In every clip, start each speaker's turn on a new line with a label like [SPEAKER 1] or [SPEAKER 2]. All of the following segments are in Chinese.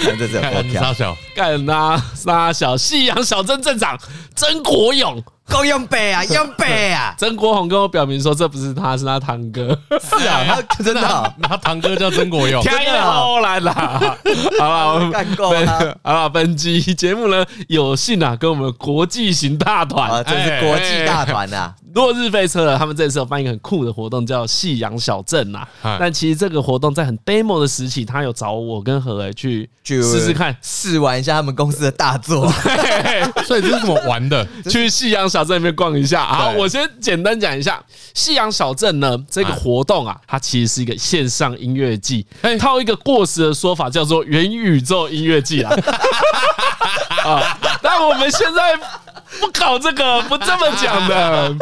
[SPEAKER 1] 看这只狗
[SPEAKER 2] 干
[SPEAKER 1] 跳
[SPEAKER 2] 沙，小，
[SPEAKER 3] 干啦、沙小夕阳小镇镇长曾国勇，，
[SPEAKER 1] 够用背 啊，用背啊
[SPEAKER 3] 曾国宏跟我表明说，这不是他，是他堂哥。
[SPEAKER 1] 是啊，他 真的啊
[SPEAKER 2] 那他堂哥叫曾国勇，
[SPEAKER 3] 天后来啦！好了，
[SPEAKER 1] 干 够啊了
[SPEAKER 3] 好了，本集节目呢，有幸啊，跟我们国际型大
[SPEAKER 1] 啊，
[SPEAKER 3] 团
[SPEAKER 1] 这是国际大团啊，
[SPEAKER 3] 落日飞车了，他们这次有办一个很酷的活动，叫夕阳小镇呐、
[SPEAKER 2] 哎
[SPEAKER 3] 但其实这个活动在很 demo 的时期，他有找我跟何伟去
[SPEAKER 1] 去。
[SPEAKER 3] 试试看
[SPEAKER 1] 试玩一下他们公司的大作，啊
[SPEAKER 2] 所以这是怎么玩的？
[SPEAKER 3] 去夕阳小镇里面逛一下好，
[SPEAKER 2] 对
[SPEAKER 3] 我先简单讲一下夕阳小镇呢这个
[SPEAKER 2] 哎
[SPEAKER 3] 活动啊，它其实是一个线上音乐季
[SPEAKER 2] 哎，
[SPEAKER 3] 套一个过时的说法叫做元宇宙音乐 季啊。啊，但我们现在不搞这个，不这么讲 的。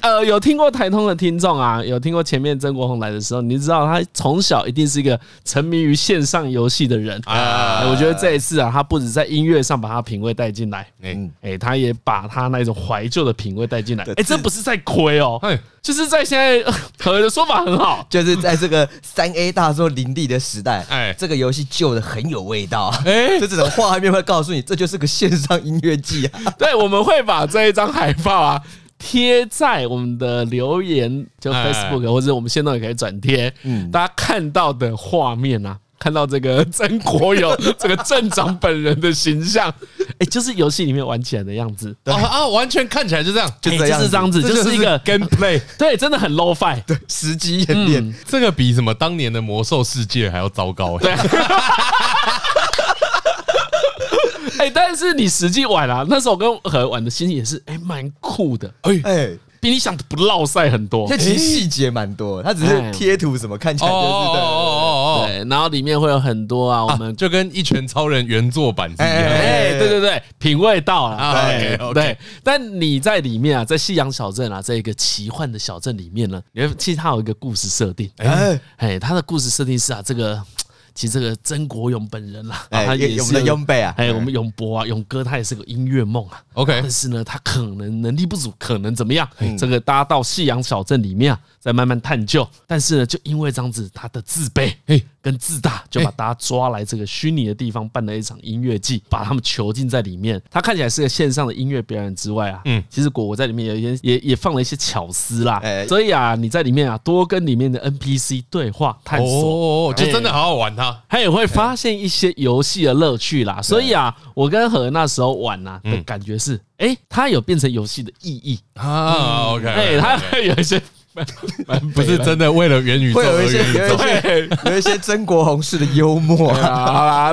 [SPEAKER 3] 呃，有听过台通的听众啊，有听过前面曾国宏来的时候，你知道他从小一定是一个沉迷于线上游戏的人啊、我觉得这一次啊，他不止在音乐上把他品味带进来，
[SPEAKER 2] 嗯
[SPEAKER 3] 哎、他也把他那种怀旧的品味带进来。哎、
[SPEAKER 1] 对
[SPEAKER 3] 这不是在亏哦
[SPEAKER 2] 哎，
[SPEAKER 3] 就是在现在可能的说法很好。
[SPEAKER 1] 就是在这个三 A 大作林立的时代，
[SPEAKER 2] 哎
[SPEAKER 1] 哎，这个游戏旧的很有味道，
[SPEAKER 3] 哎
[SPEAKER 1] 哎，就这种画面会告诉你，这就是个线上音乐季啊，
[SPEAKER 3] 对，我们会把这一张海报啊贴在我们的留言，就
[SPEAKER 2] 哎
[SPEAKER 3] Facebook 或者我们现在也可以转贴，大家看到的画面啊。看到这个曾国友这个镇长本人的形象，哎，就是游戏里面玩起来的样子，
[SPEAKER 2] 啊啊，完全看起来就这样，
[SPEAKER 1] 就
[SPEAKER 3] 哎
[SPEAKER 1] 这样
[SPEAKER 3] 就是这样子，就是一个
[SPEAKER 2] gameplay。
[SPEAKER 3] 对，真的很 low fi，
[SPEAKER 1] 对，实际演练，
[SPEAKER 2] 这个比什么当年的魔兽世界还要糟糕哎、
[SPEAKER 3] 对。 哎，但是你实际玩啊，那时候我跟何玩的心情也是，哎，蛮酷的，
[SPEAKER 1] 哎。
[SPEAKER 3] 比你想的不落赛很多。
[SPEAKER 1] 这其实细节蛮多，它只是贴图什么看起
[SPEAKER 2] 哦
[SPEAKER 1] 来
[SPEAKER 2] 哦
[SPEAKER 1] 就是
[SPEAKER 2] 哦
[SPEAKER 1] 的。
[SPEAKER 2] 哦哦
[SPEAKER 3] 对，然后里面会有很多啊，我
[SPEAKER 2] 哦，
[SPEAKER 3] 们
[SPEAKER 2] 就跟一拳超人原作版是一样的。
[SPEAKER 3] 哎，对对对，品味到了。
[SPEAKER 2] 啊
[SPEAKER 1] 对
[SPEAKER 2] ，OK，OK，
[SPEAKER 3] 对，但你在里面啊，在夕阳小镇啊，这一个奇幻的小镇里面呢，你会其实它有一个故事设定，
[SPEAKER 1] 哎
[SPEAKER 3] 哎，它的故事设定是啊，这个其实这个曾国勇本人啦、啊，
[SPEAKER 1] 哎，
[SPEAKER 3] 他也
[SPEAKER 1] 我
[SPEAKER 3] 是
[SPEAKER 1] 们的拥贝啊，
[SPEAKER 3] 哎，我们永博啊，勇哥他也是个音乐梦啊，
[SPEAKER 2] OK，
[SPEAKER 3] 但是呢，他可能能力不足，可能怎么样？这个大家到夕阳小镇里面啊，再慢慢探究。但是呢，就因为这样子，他的自卑
[SPEAKER 2] 嘿
[SPEAKER 3] 跟自大，就把大家抓来这个虚拟的地方办了一场音乐季，把他们囚禁在里面。他看起来是个线上的音乐表演之外啊，嗯，其实果果在里面有一些也也放了一些巧思啦
[SPEAKER 1] 哎。
[SPEAKER 3] 所以啊，你在里面啊，多跟里面的 NPC 对话探
[SPEAKER 2] 哦
[SPEAKER 3] 索。
[SPEAKER 2] 哦，哦就真的好好玩啊它、
[SPEAKER 3] 他也会发现一些游戏的乐趣啦。所以啊，我跟何那时候玩啊的感觉是，哎，它有变成游戏的意义，
[SPEAKER 2] 啊，OK，
[SPEAKER 3] 哎，它会有一些
[SPEAKER 2] 不是真的为了元宇宙
[SPEAKER 1] 会有
[SPEAKER 2] 而
[SPEAKER 1] 一些
[SPEAKER 2] 元宇
[SPEAKER 1] 有一
[SPEAKER 2] 宙，
[SPEAKER 1] 些有一些曾国宏式的幽默啊，
[SPEAKER 3] 啊， 好啦，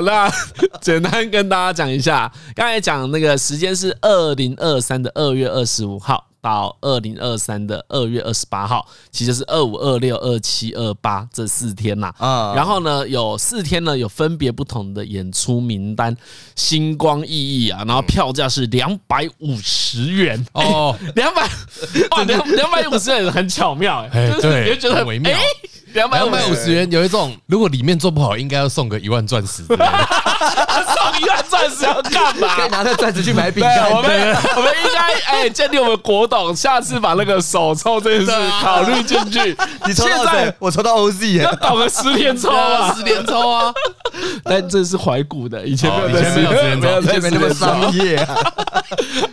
[SPEAKER 3] 那简单跟大家讲一下，刚才讲那个时间是二零二三的二月二十五号到二零二三的二月二十八号，其实就是二五、二六、二七、二八这四天啦。
[SPEAKER 1] 啊
[SPEAKER 3] 然后呢，有四天呢，有分别不同的演出名单，星光熠熠啊，然后票价是两百五十元
[SPEAKER 2] 哦，
[SPEAKER 3] 两百哇，两两百五十元很巧妙
[SPEAKER 2] 哎
[SPEAKER 3] 哎、就是你
[SPEAKER 2] 对
[SPEAKER 3] 就觉得
[SPEAKER 2] 很微妙
[SPEAKER 3] 两百
[SPEAKER 2] 两
[SPEAKER 3] 五
[SPEAKER 2] 百五十元有一种，如果里面做不好，应该要送个一万钻石之类 的。
[SPEAKER 3] 送啊一万钻石要干嘛？
[SPEAKER 1] 可以拿着钻石去买饼干
[SPEAKER 3] 对，。哎我们我们应该哎建立我们国董，下次把那个手抽这件事
[SPEAKER 2] 啊
[SPEAKER 3] 考虑进 去。
[SPEAKER 1] 你抽
[SPEAKER 3] 现
[SPEAKER 1] 到谁
[SPEAKER 3] 在？
[SPEAKER 1] 我抽到 OZ 耶
[SPEAKER 3] 要，搞个十连抽啊，
[SPEAKER 2] 十连抽啊！
[SPEAKER 3] 但这是怀古的，以前没有
[SPEAKER 2] 哦
[SPEAKER 3] 在
[SPEAKER 2] 以前没有十连抽
[SPEAKER 3] 十在
[SPEAKER 1] 这边那么
[SPEAKER 3] 十连抽
[SPEAKER 1] 商业啊，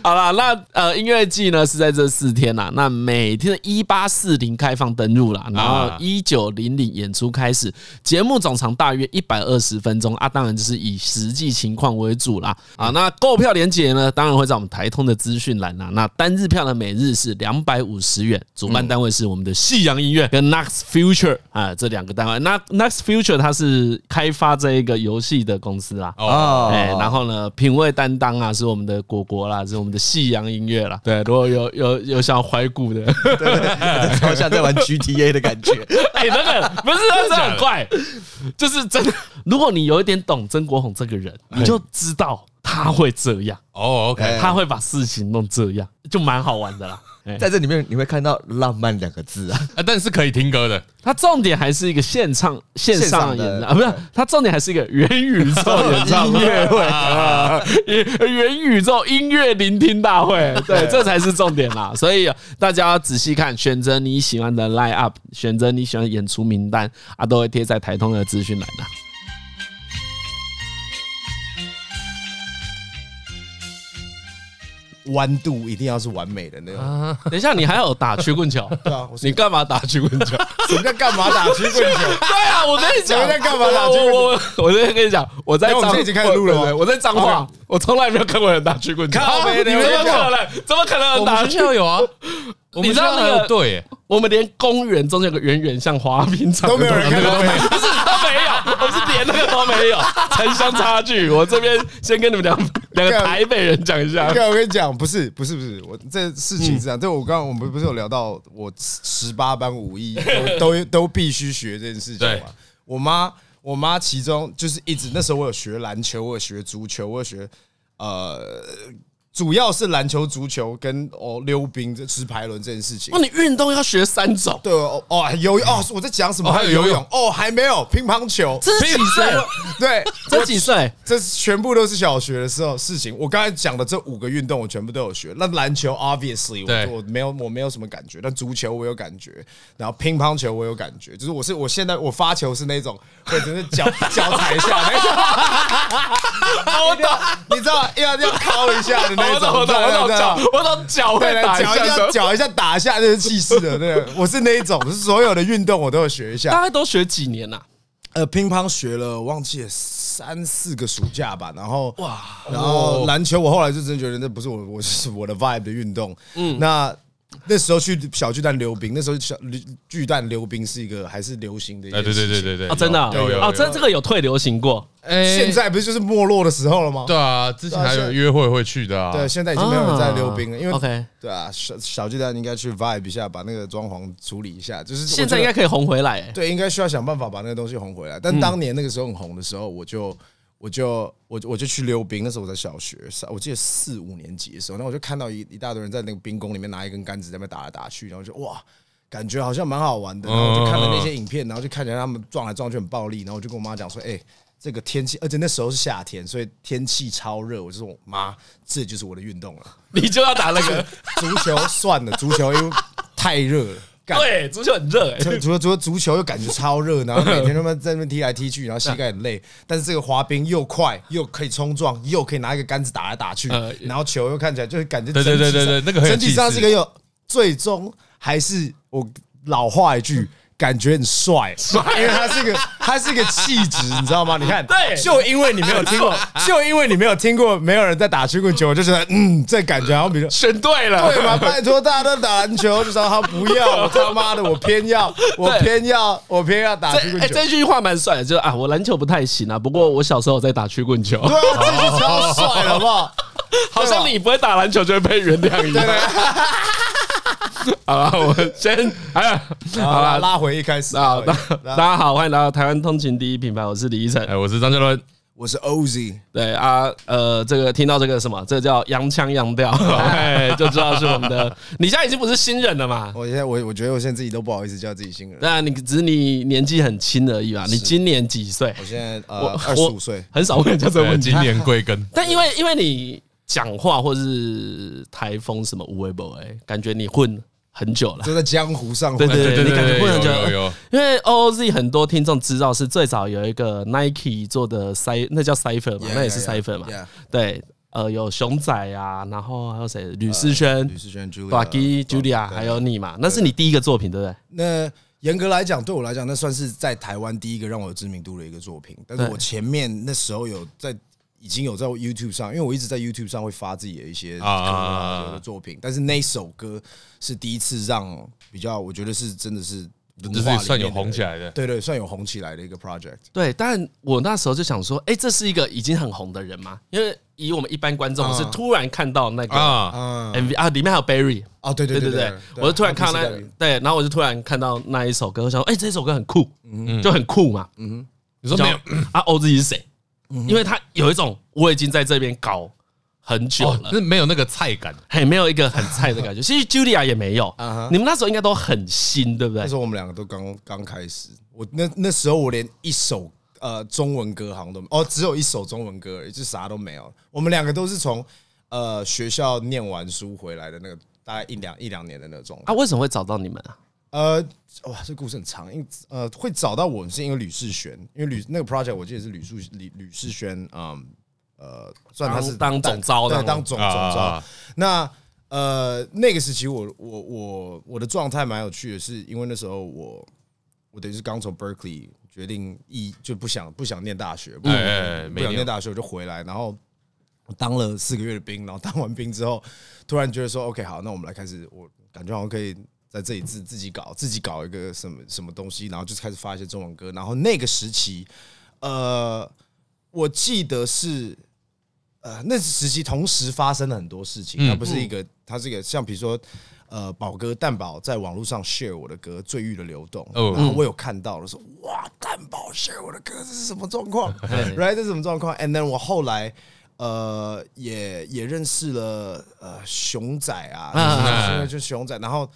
[SPEAKER 3] 好啦，那呃，音乐季呢是在这四天啦。那每天的一八四零开放登入啦，然后
[SPEAKER 2] 啊
[SPEAKER 3] 一九零零演出开始，节目总长大约一百二十分钟啊。当然就是以实际情况为主啦。啊，那购票链接呢，当然会在我们台通的资讯栏啦。那单日票呢，每日是两百五十元，主办单位是我们的夕阳音乐跟 Next Future 啊这两个单位。那 Next Future 它是开发这一个游戏的公司啦。
[SPEAKER 2] 哦，
[SPEAKER 3] 哎、然后呢，品味担当啊，是我们的果果啦，是我们的夕阳音乐啦。对，如果有有有想怀古的，
[SPEAKER 1] 超像在玩 GTA 的感觉。
[SPEAKER 3] 哎、那个不是，那真的很怪，就是真的。如果你有一点懂曾国宏这个人，你就知道他会这样，
[SPEAKER 2] 哦，OK，
[SPEAKER 1] 哎
[SPEAKER 3] 他会把事情弄这样，就蛮好玩的啦。哎
[SPEAKER 1] 在这里面你会看到“浪漫”两个字啊，
[SPEAKER 2] 啊但是可以听歌的，
[SPEAKER 3] 他重点还是一个现唱线上
[SPEAKER 1] 线上的
[SPEAKER 3] 演唱啊，不是，他重点还是一个元宇宙演唱会
[SPEAKER 1] 音乐会
[SPEAKER 3] 啊，元宇宙音乐聆听大会，对，这才是重点啦。所以啊大家要仔细看，选择你喜欢的 line up，选择你喜欢的演出名单啊，都会贴在台通的资讯栏的。
[SPEAKER 4] 弯度一定要是完美的那
[SPEAKER 1] 啊
[SPEAKER 4] 种。
[SPEAKER 3] 等一下，你还有打曲棍球？
[SPEAKER 4] 对啊，我是
[SPEAKER 2] 你干嘛打曲棍球？
[SPEAKER 4] 什么叫干嘛打曲棍 球？
[SPEAKER 3] 对啊，我跟你讲，
[SPEAKER 4] 你在干嘛打
[SPEAKER 3] 我
[SPEAKER 4] 曲棍球
[SPEAKER 3] 我我我在跟你讲，我在
[SPEAKER 4] 哎我们
[SPEAKER 3] 彰
[SPEAKER 4] 现在已经开始录了吗
[SPEAKER 3] 我我在彰化
[SPEAKER 4] OK，
[SPEAKER 3] 我从来没有看过人打曲棍球。啊
[SPEAKER 4] 靠北
[SPEAKER 3] 你
[SPEAKER 4] 你
[SPEAKER 3] 们
[SPEAKER 4] 们
[SPEAKER 3] 怎么可
[SPEAKER 4] 在干
[SPEAKER 3] 能？怎么可能
[SPEAKER 2] 我
[SPEAKER 3] 有
[SPEAKER 2] 们
[SPEAKER 3] 打
[SPEAKER 2] 学？校有啊，我们学校还
[SPEAKER 3] 你知道那
[SPEAKER 2] 有
[SPEAKER 3] 个
[SPEAKER 2] 队欸，
[SPEAKER 3] 我们连公园中间有个圆圆像滑冰场
[SPEAKER 4] 都没有
[SPEAKER 3] 的东
[SPEAKER 4] 人看
[SPEAKER 3] 西
[SPEAKER 4] 到没？
[SPEAKER 3] 不是都没有，我们是连那个都 没有，城乡差距。我这边先跟你们两两个台北人讲一下，
[SPEAKER 4] 对，我跟你讲，不是，不是，不是，我这事情是这样。这我刚刚我们不是有聊到，我十八班 五一都都都必须学这件事情
[SPEAKER 2] 对
[SPEAKER 4] 嘛？我妈，我妈其中就是一直那时候我有学篮球，我有学足球，我有学呃，主要是篮球、足球跟哦溜冰、这直排轮这件事情
[SPEAKER 2] 哦
[SPEAKER 3] 哇，。你运动要学三种，
[SPEAKER 4] 对哦哦，游泳哦，我在讲什么？
[SPEAKER 2] 哦还有游泳
[SPEAKER 4] 哦，还没有乒乓球，
[SPEAKER 3] 这是几岁？
[SPEAKER 4] 对，
[SPEAKER 3] 这几岁？
[SPEAKER 4] 这是全部都是小学的时候事情。我刚才讲的这五个运动，我全部都有学。那篮球，obviously，
[SPEAKER 2] 对
[SPEAKER 4] 我我没有我没有什么感觉。但足球我有感觉，然后乒乓球我有感觉。就是我是我现在我发球是那种会真的脚脚踩一下那种，
[SPEAKER 3] 我懂，
[SPEAKER 4] 你知道要要敲一下的那
[SPEAKER 3] 哦我
[SPEAKER 4] 种
[SPEAKER 3] 懂，，我懂，我懂
[SPEAKER 4] 知道
[SPEAKER 3] 脚，我懂脚会
[SPEAKER 4] 对，
[SPEAKER 3] 打一
[SPEAKER 4] 脚一
[SPEAKER 3] 下
[SPEAKER 4] 下
[SPEAKER 3] 的。
[SPEAKER 4] 脚一下打一下那个气势的那个。我是那一种，就是所有的运动我都有学一下。
[SPEAKER 3] 大概都学几年啊呐？
[SPEAKER 4] 呃，乒乓学了，我忘记了三四个暑假吧。然后哇
[SPEAKER 3] 哇，哦
[SPEAKER 4] 然后篮球，我后来就真的觉得那不是我，我是我的 vibe 的运动。嗯，那那时候去小巨蛋溜冰，那时候小巨蛋溜冰是一个还是流行的一
[SPEAKER 2] 哎，
[SPEAKER 4] 件
[SPEAKER 2] 对对
[SPEAKER 4] 事
[SPEAKER 2] 对
[SPEAKER 4] 情。
[SPEAKER 2] 对对，
[SPEAKER 3] 啊，真的啊
[SPEAKER 2] 有有
[SPEAKER 3] 啊，这这
[SPEAKER 2] 个
[SPEAKER 3] 个有退流行过。
[SPEAKER 4] 现在不是就是没落的时候了吗？
[SPEAKER 2] 对啊，之前还
[SPEAKER 4] 对啊
[SPEAKER 2] 有
[SPEAKER 4] 现在
[SPEAKER 2] 约会会去的啊，
[SPEAKER 4] 对，现在已经没有人在溜冰了，因为
[SPEAKER 3] OK，
[SPEAKER 4] 对啊，小小巨蛋应该去 vibe 一下，把那个装潢处理一下。就是我
[SPEAKER 3] 现在
[SPEAKER 4] 觉
[SPEAKER 3] 应
[SPEAKER 4] 得
[SPEAKER 3] 该可以红回来欸。
[SPEAKER 4] 对，应该需要想办法把那个东西红回来。但当年那个时候很红的时候，我就我就我就我就去溜冰，那时候我在小学，三我记得四五年级的时候，那我就看到一一大堆人在那个冰宫里面拿一根杆子在那边打来打去，然后就哇。感觉好像蛮好玩的，然后我就看了那些影片，然后就看起来他们撞来撞去很暴力，然后我就跟我妈讲说：“哎、这个天气，而且那时候是夏天，所以天气超热。”我就说：“妈，这就是我的运动了，
[SPEAKER 3] 你就要打那个。
[SPEAKER 4] 足球算了，足球因为太热了。” 干
[SPEAKER 3] 对，足球很热哎、
[SPEAKER 4] 足足足足球又感觉超热，然后每天他妈在那边踢来踢去，然后膝盖很
[SPEAKER 2] 嗯
[SPEAKER 4] 累。但是这个滑冰又快，又可以冲撞，又可以拿一个杆子打来打去
[SPEAKER 3] 呃，
[SPEAKER 4] 然后球又看起来就是感觉
[SPEAKER 2] 对对对对对那
[SPEAKER 4] 整体上
[SPEAKER 2] 个很有
[SPEAKER 4] 整体
[SPEAKER 2] 气
[SPEAKER 4] 上
[SPEAKER 2] 势
[SPEAKER 4] 是一个有，最终还是我老话一句。感觉很帅，因为它是一个，它是一个气质，你知道吗？你看，
[SPEAKER 3] 对
[SPEAKER 4] 就因为你没有听过，就因为你没有听过，没有人在打曲棍球，我就觉得，嗯，这感觉好像比较
[SPEAKER 3] 选对了，
[SPEAKER 4] 对嘛？拜托，大家都打篮球，就说他不要，我他妈的，我偏要，我偏要，我偏要打
[SPEAKER 3] 这
[SPEAKER 4] 曲
[SPEAKER 3] 哎、
[SPEAKER 4] 棍球。
[SPEAKER 3] 这句话蛮帅的，就是啊，我篮球不太行啊，不过我小时候有在打曲棍球，
[SPEAKER 4] 对啊，这是超帅的，好不 好？
[SPEAKER 3] 好像你不会打篮球就会被原 谅一样。好了，我先哎呀，好
[SPEAKER 4] 好啦，
[SPEAKER 3] 了。
[SPEAKER 4] 拉回一开始
[SPEAKER 3] 啊，大大
[SPEAKER 4] 那
[SPEAKER 3] 家好，欢迎来到台湾通勤第一品牌，我是李依晨。
[SPEAKER 2] 哎，我是张嘉伦，
[SPEAKER 4] 我是 OZ，
[SPEAKER 3] 对啊，呃，这个听到这个什么，这个叫洋腔洋调，哎，就知道是我们的。你现在已经不是新人了嘛？
[SPEAKER 4] 我现在我我觉得我现在自己都不好意思叫自己新人，
[SPEAKER 3] 那你只是你年纪很轻而已嘛？你今年几岁？
[SPEAKER 4] 我现在
[SPEAKER 3] 我
[SPEAKER 4] 呃二十五岁，
[SPEAKER 3] 很少问人家这个
[SPEAKER 2] 对，
[SPEAKER 3] 问题。
[SPEAKER 2] 哎今年贵 庚？
[SPEAKER 3] 但因为因为你讲话或是台风什么无微不哎，感觉你混很久了。
[SPEAKER 4] 就在江湖上
[SPEAKER 3] 对
[SPEAKER 4] 混。
[SPEAKER 3] 对对，你感觉混很久
[SPEAKER 2] 有有有，
[SPEAKER 3] 因为 OZ 很多听众知道是最早有一个 Nike 做的 c 那叫 Cipher 嘛
[SPEAKER 4] Yeah,
[SPEAKER 3] 那也是
[SPEAKER 4] yeah, yeah,
[SPEAKER 3] Cipher 嘛
[SPEAKER 4] yeah
[SPEAKER 3] 对，呃，有熊仔啊，然后还有谁，吕世轩、
[SPEAKER 4] 吕世轩 Julia
[SPEAKER 3] Ducky、Julia，还有你嘛，那是你第一个作品，对不对？
[SPEAKER 4] 那严格来讲，对我来讲，那算是在台湾第一个让我有知名度的一个作品。但是
[SPEAKER 3] 对
[SPEAKER 4] 我前面那时候有在已经有在 YouTube 上，因为我一直在 YouTube 上会发自己的一些
[SPEAKER 2] 啊啊啊啊
[SPEAKER 4] 我的作品，但是那首歌是第一次让比较，我觉得是真的是文化
[SPEAKER 2] 就
[SPEAKER 4] 里面
[SPEAKER 2] 是
[SPEAKER 4] 的
[SPEAKER 2] 算有红起来的。
[SPEAKER 4] 对对，算有红起来的一个 project。
[SPEAKER 3] 对，但我那时候就想说，哎，这是一个已经很红的人嘛，因为以我们一般观众是突然看到那个
[SPEAKER 2] 啊，
[SPEAKER 4] 嗯，
[SPEAKER 3] MV 啊啊，里面还有 Barry，
[SPEAKER 4] 哦，对对
[SPEAKER 3] 对
[SPEAKER 4] 对
[SPEAKER 3] 对对，我就突然看到那对，然后我就突然看到那一首歌，我想说，哎、这首歌很酷，就很酷嘛。
[SPEAKER 2] 你说
[SPEAKER 3] 然
[SPEAKER 2] 没
[SPEAKER 3] 后
[SPEAKER 2] 有？
[SPEAKER 3] 啊，欧自己是谁？因为他有一种我已经在这边搞很久
[SPEAKER 2] 哦，
[SPEAKER 3] 了，
[SPEAKER 2] 那没有那个菜感，啊
[SPEAKER 3] 嘿，没有一个很菜的感 觉。其实 Julia 也没有，你们那时候应该都很新，对不对
[SPEAKER 4] 那时？候我们两个都刚刚开始，我那那时候我连一首呃中文歌好像都没哦，只有一首中文歌而已，就啥都没有。我们两个都是从呃学校念完书回来的那个，大概一两一两年的那种。
[SPEAKER 3] 啊，为什么会找到你们啊？
[SPEAKER 4] 呃，哇，这故事很长，因为呃会找到我们是因为吕世轩，因为吕那个 project 我记得是吕树吕吕世轩，嗯，呃，算他是
[SPEAKER 3] 当当
[SPEAKER 4] 带
[SPEAKER 3] 总招
[SPEAKER 4] 对，
[SPEAKER 3] 当
[SPEAKER 4] 当总总
[SPEAKER 2] 啊啊
[SPEAKER 4] 招
[SPEAKER 2] 啊。
[SPEAKER 4] 那呃，那个时期我我我我的状态蛮有趣的，是因为那时候我我等于是刚从 Berkeley 决定一就不想不想念大学，不想
[SPEAKER 2] 哎哎哎没
[SPEAKER 4] 不想
[SPEAKER 2] 念
[SPEAKER 4] 念大学我就回来，然后。我当了四个月的兵，然后当完兵之后，突然觉得说，OK，好，那我们来开始，我感觉好像可以在这里自自己搞，自己搞一个什么什么东西，然后就开始发一些中文歌。然后那个时期，呃，我记得是，呃，那时期同时发生了很多事
[SPEAKER 2] 嗯
[SPEAKER 4] 情，它不是一个，它是一个像比如说，呃，宝哥蛋宝在网络上 share 我的歌《最欲的流动》，
[SPEAKER 2] 哦
[SPEAKER 4] 然后我有看到了说，哇，蛋宝 share 我的歌，这是什么状 况？Right，这是什么状况？And then 我后来。呃，也也认识了呃熊仔啊，
[SPEAKER 2] 啊
[SPEAKER 4] 就就熊仔，然后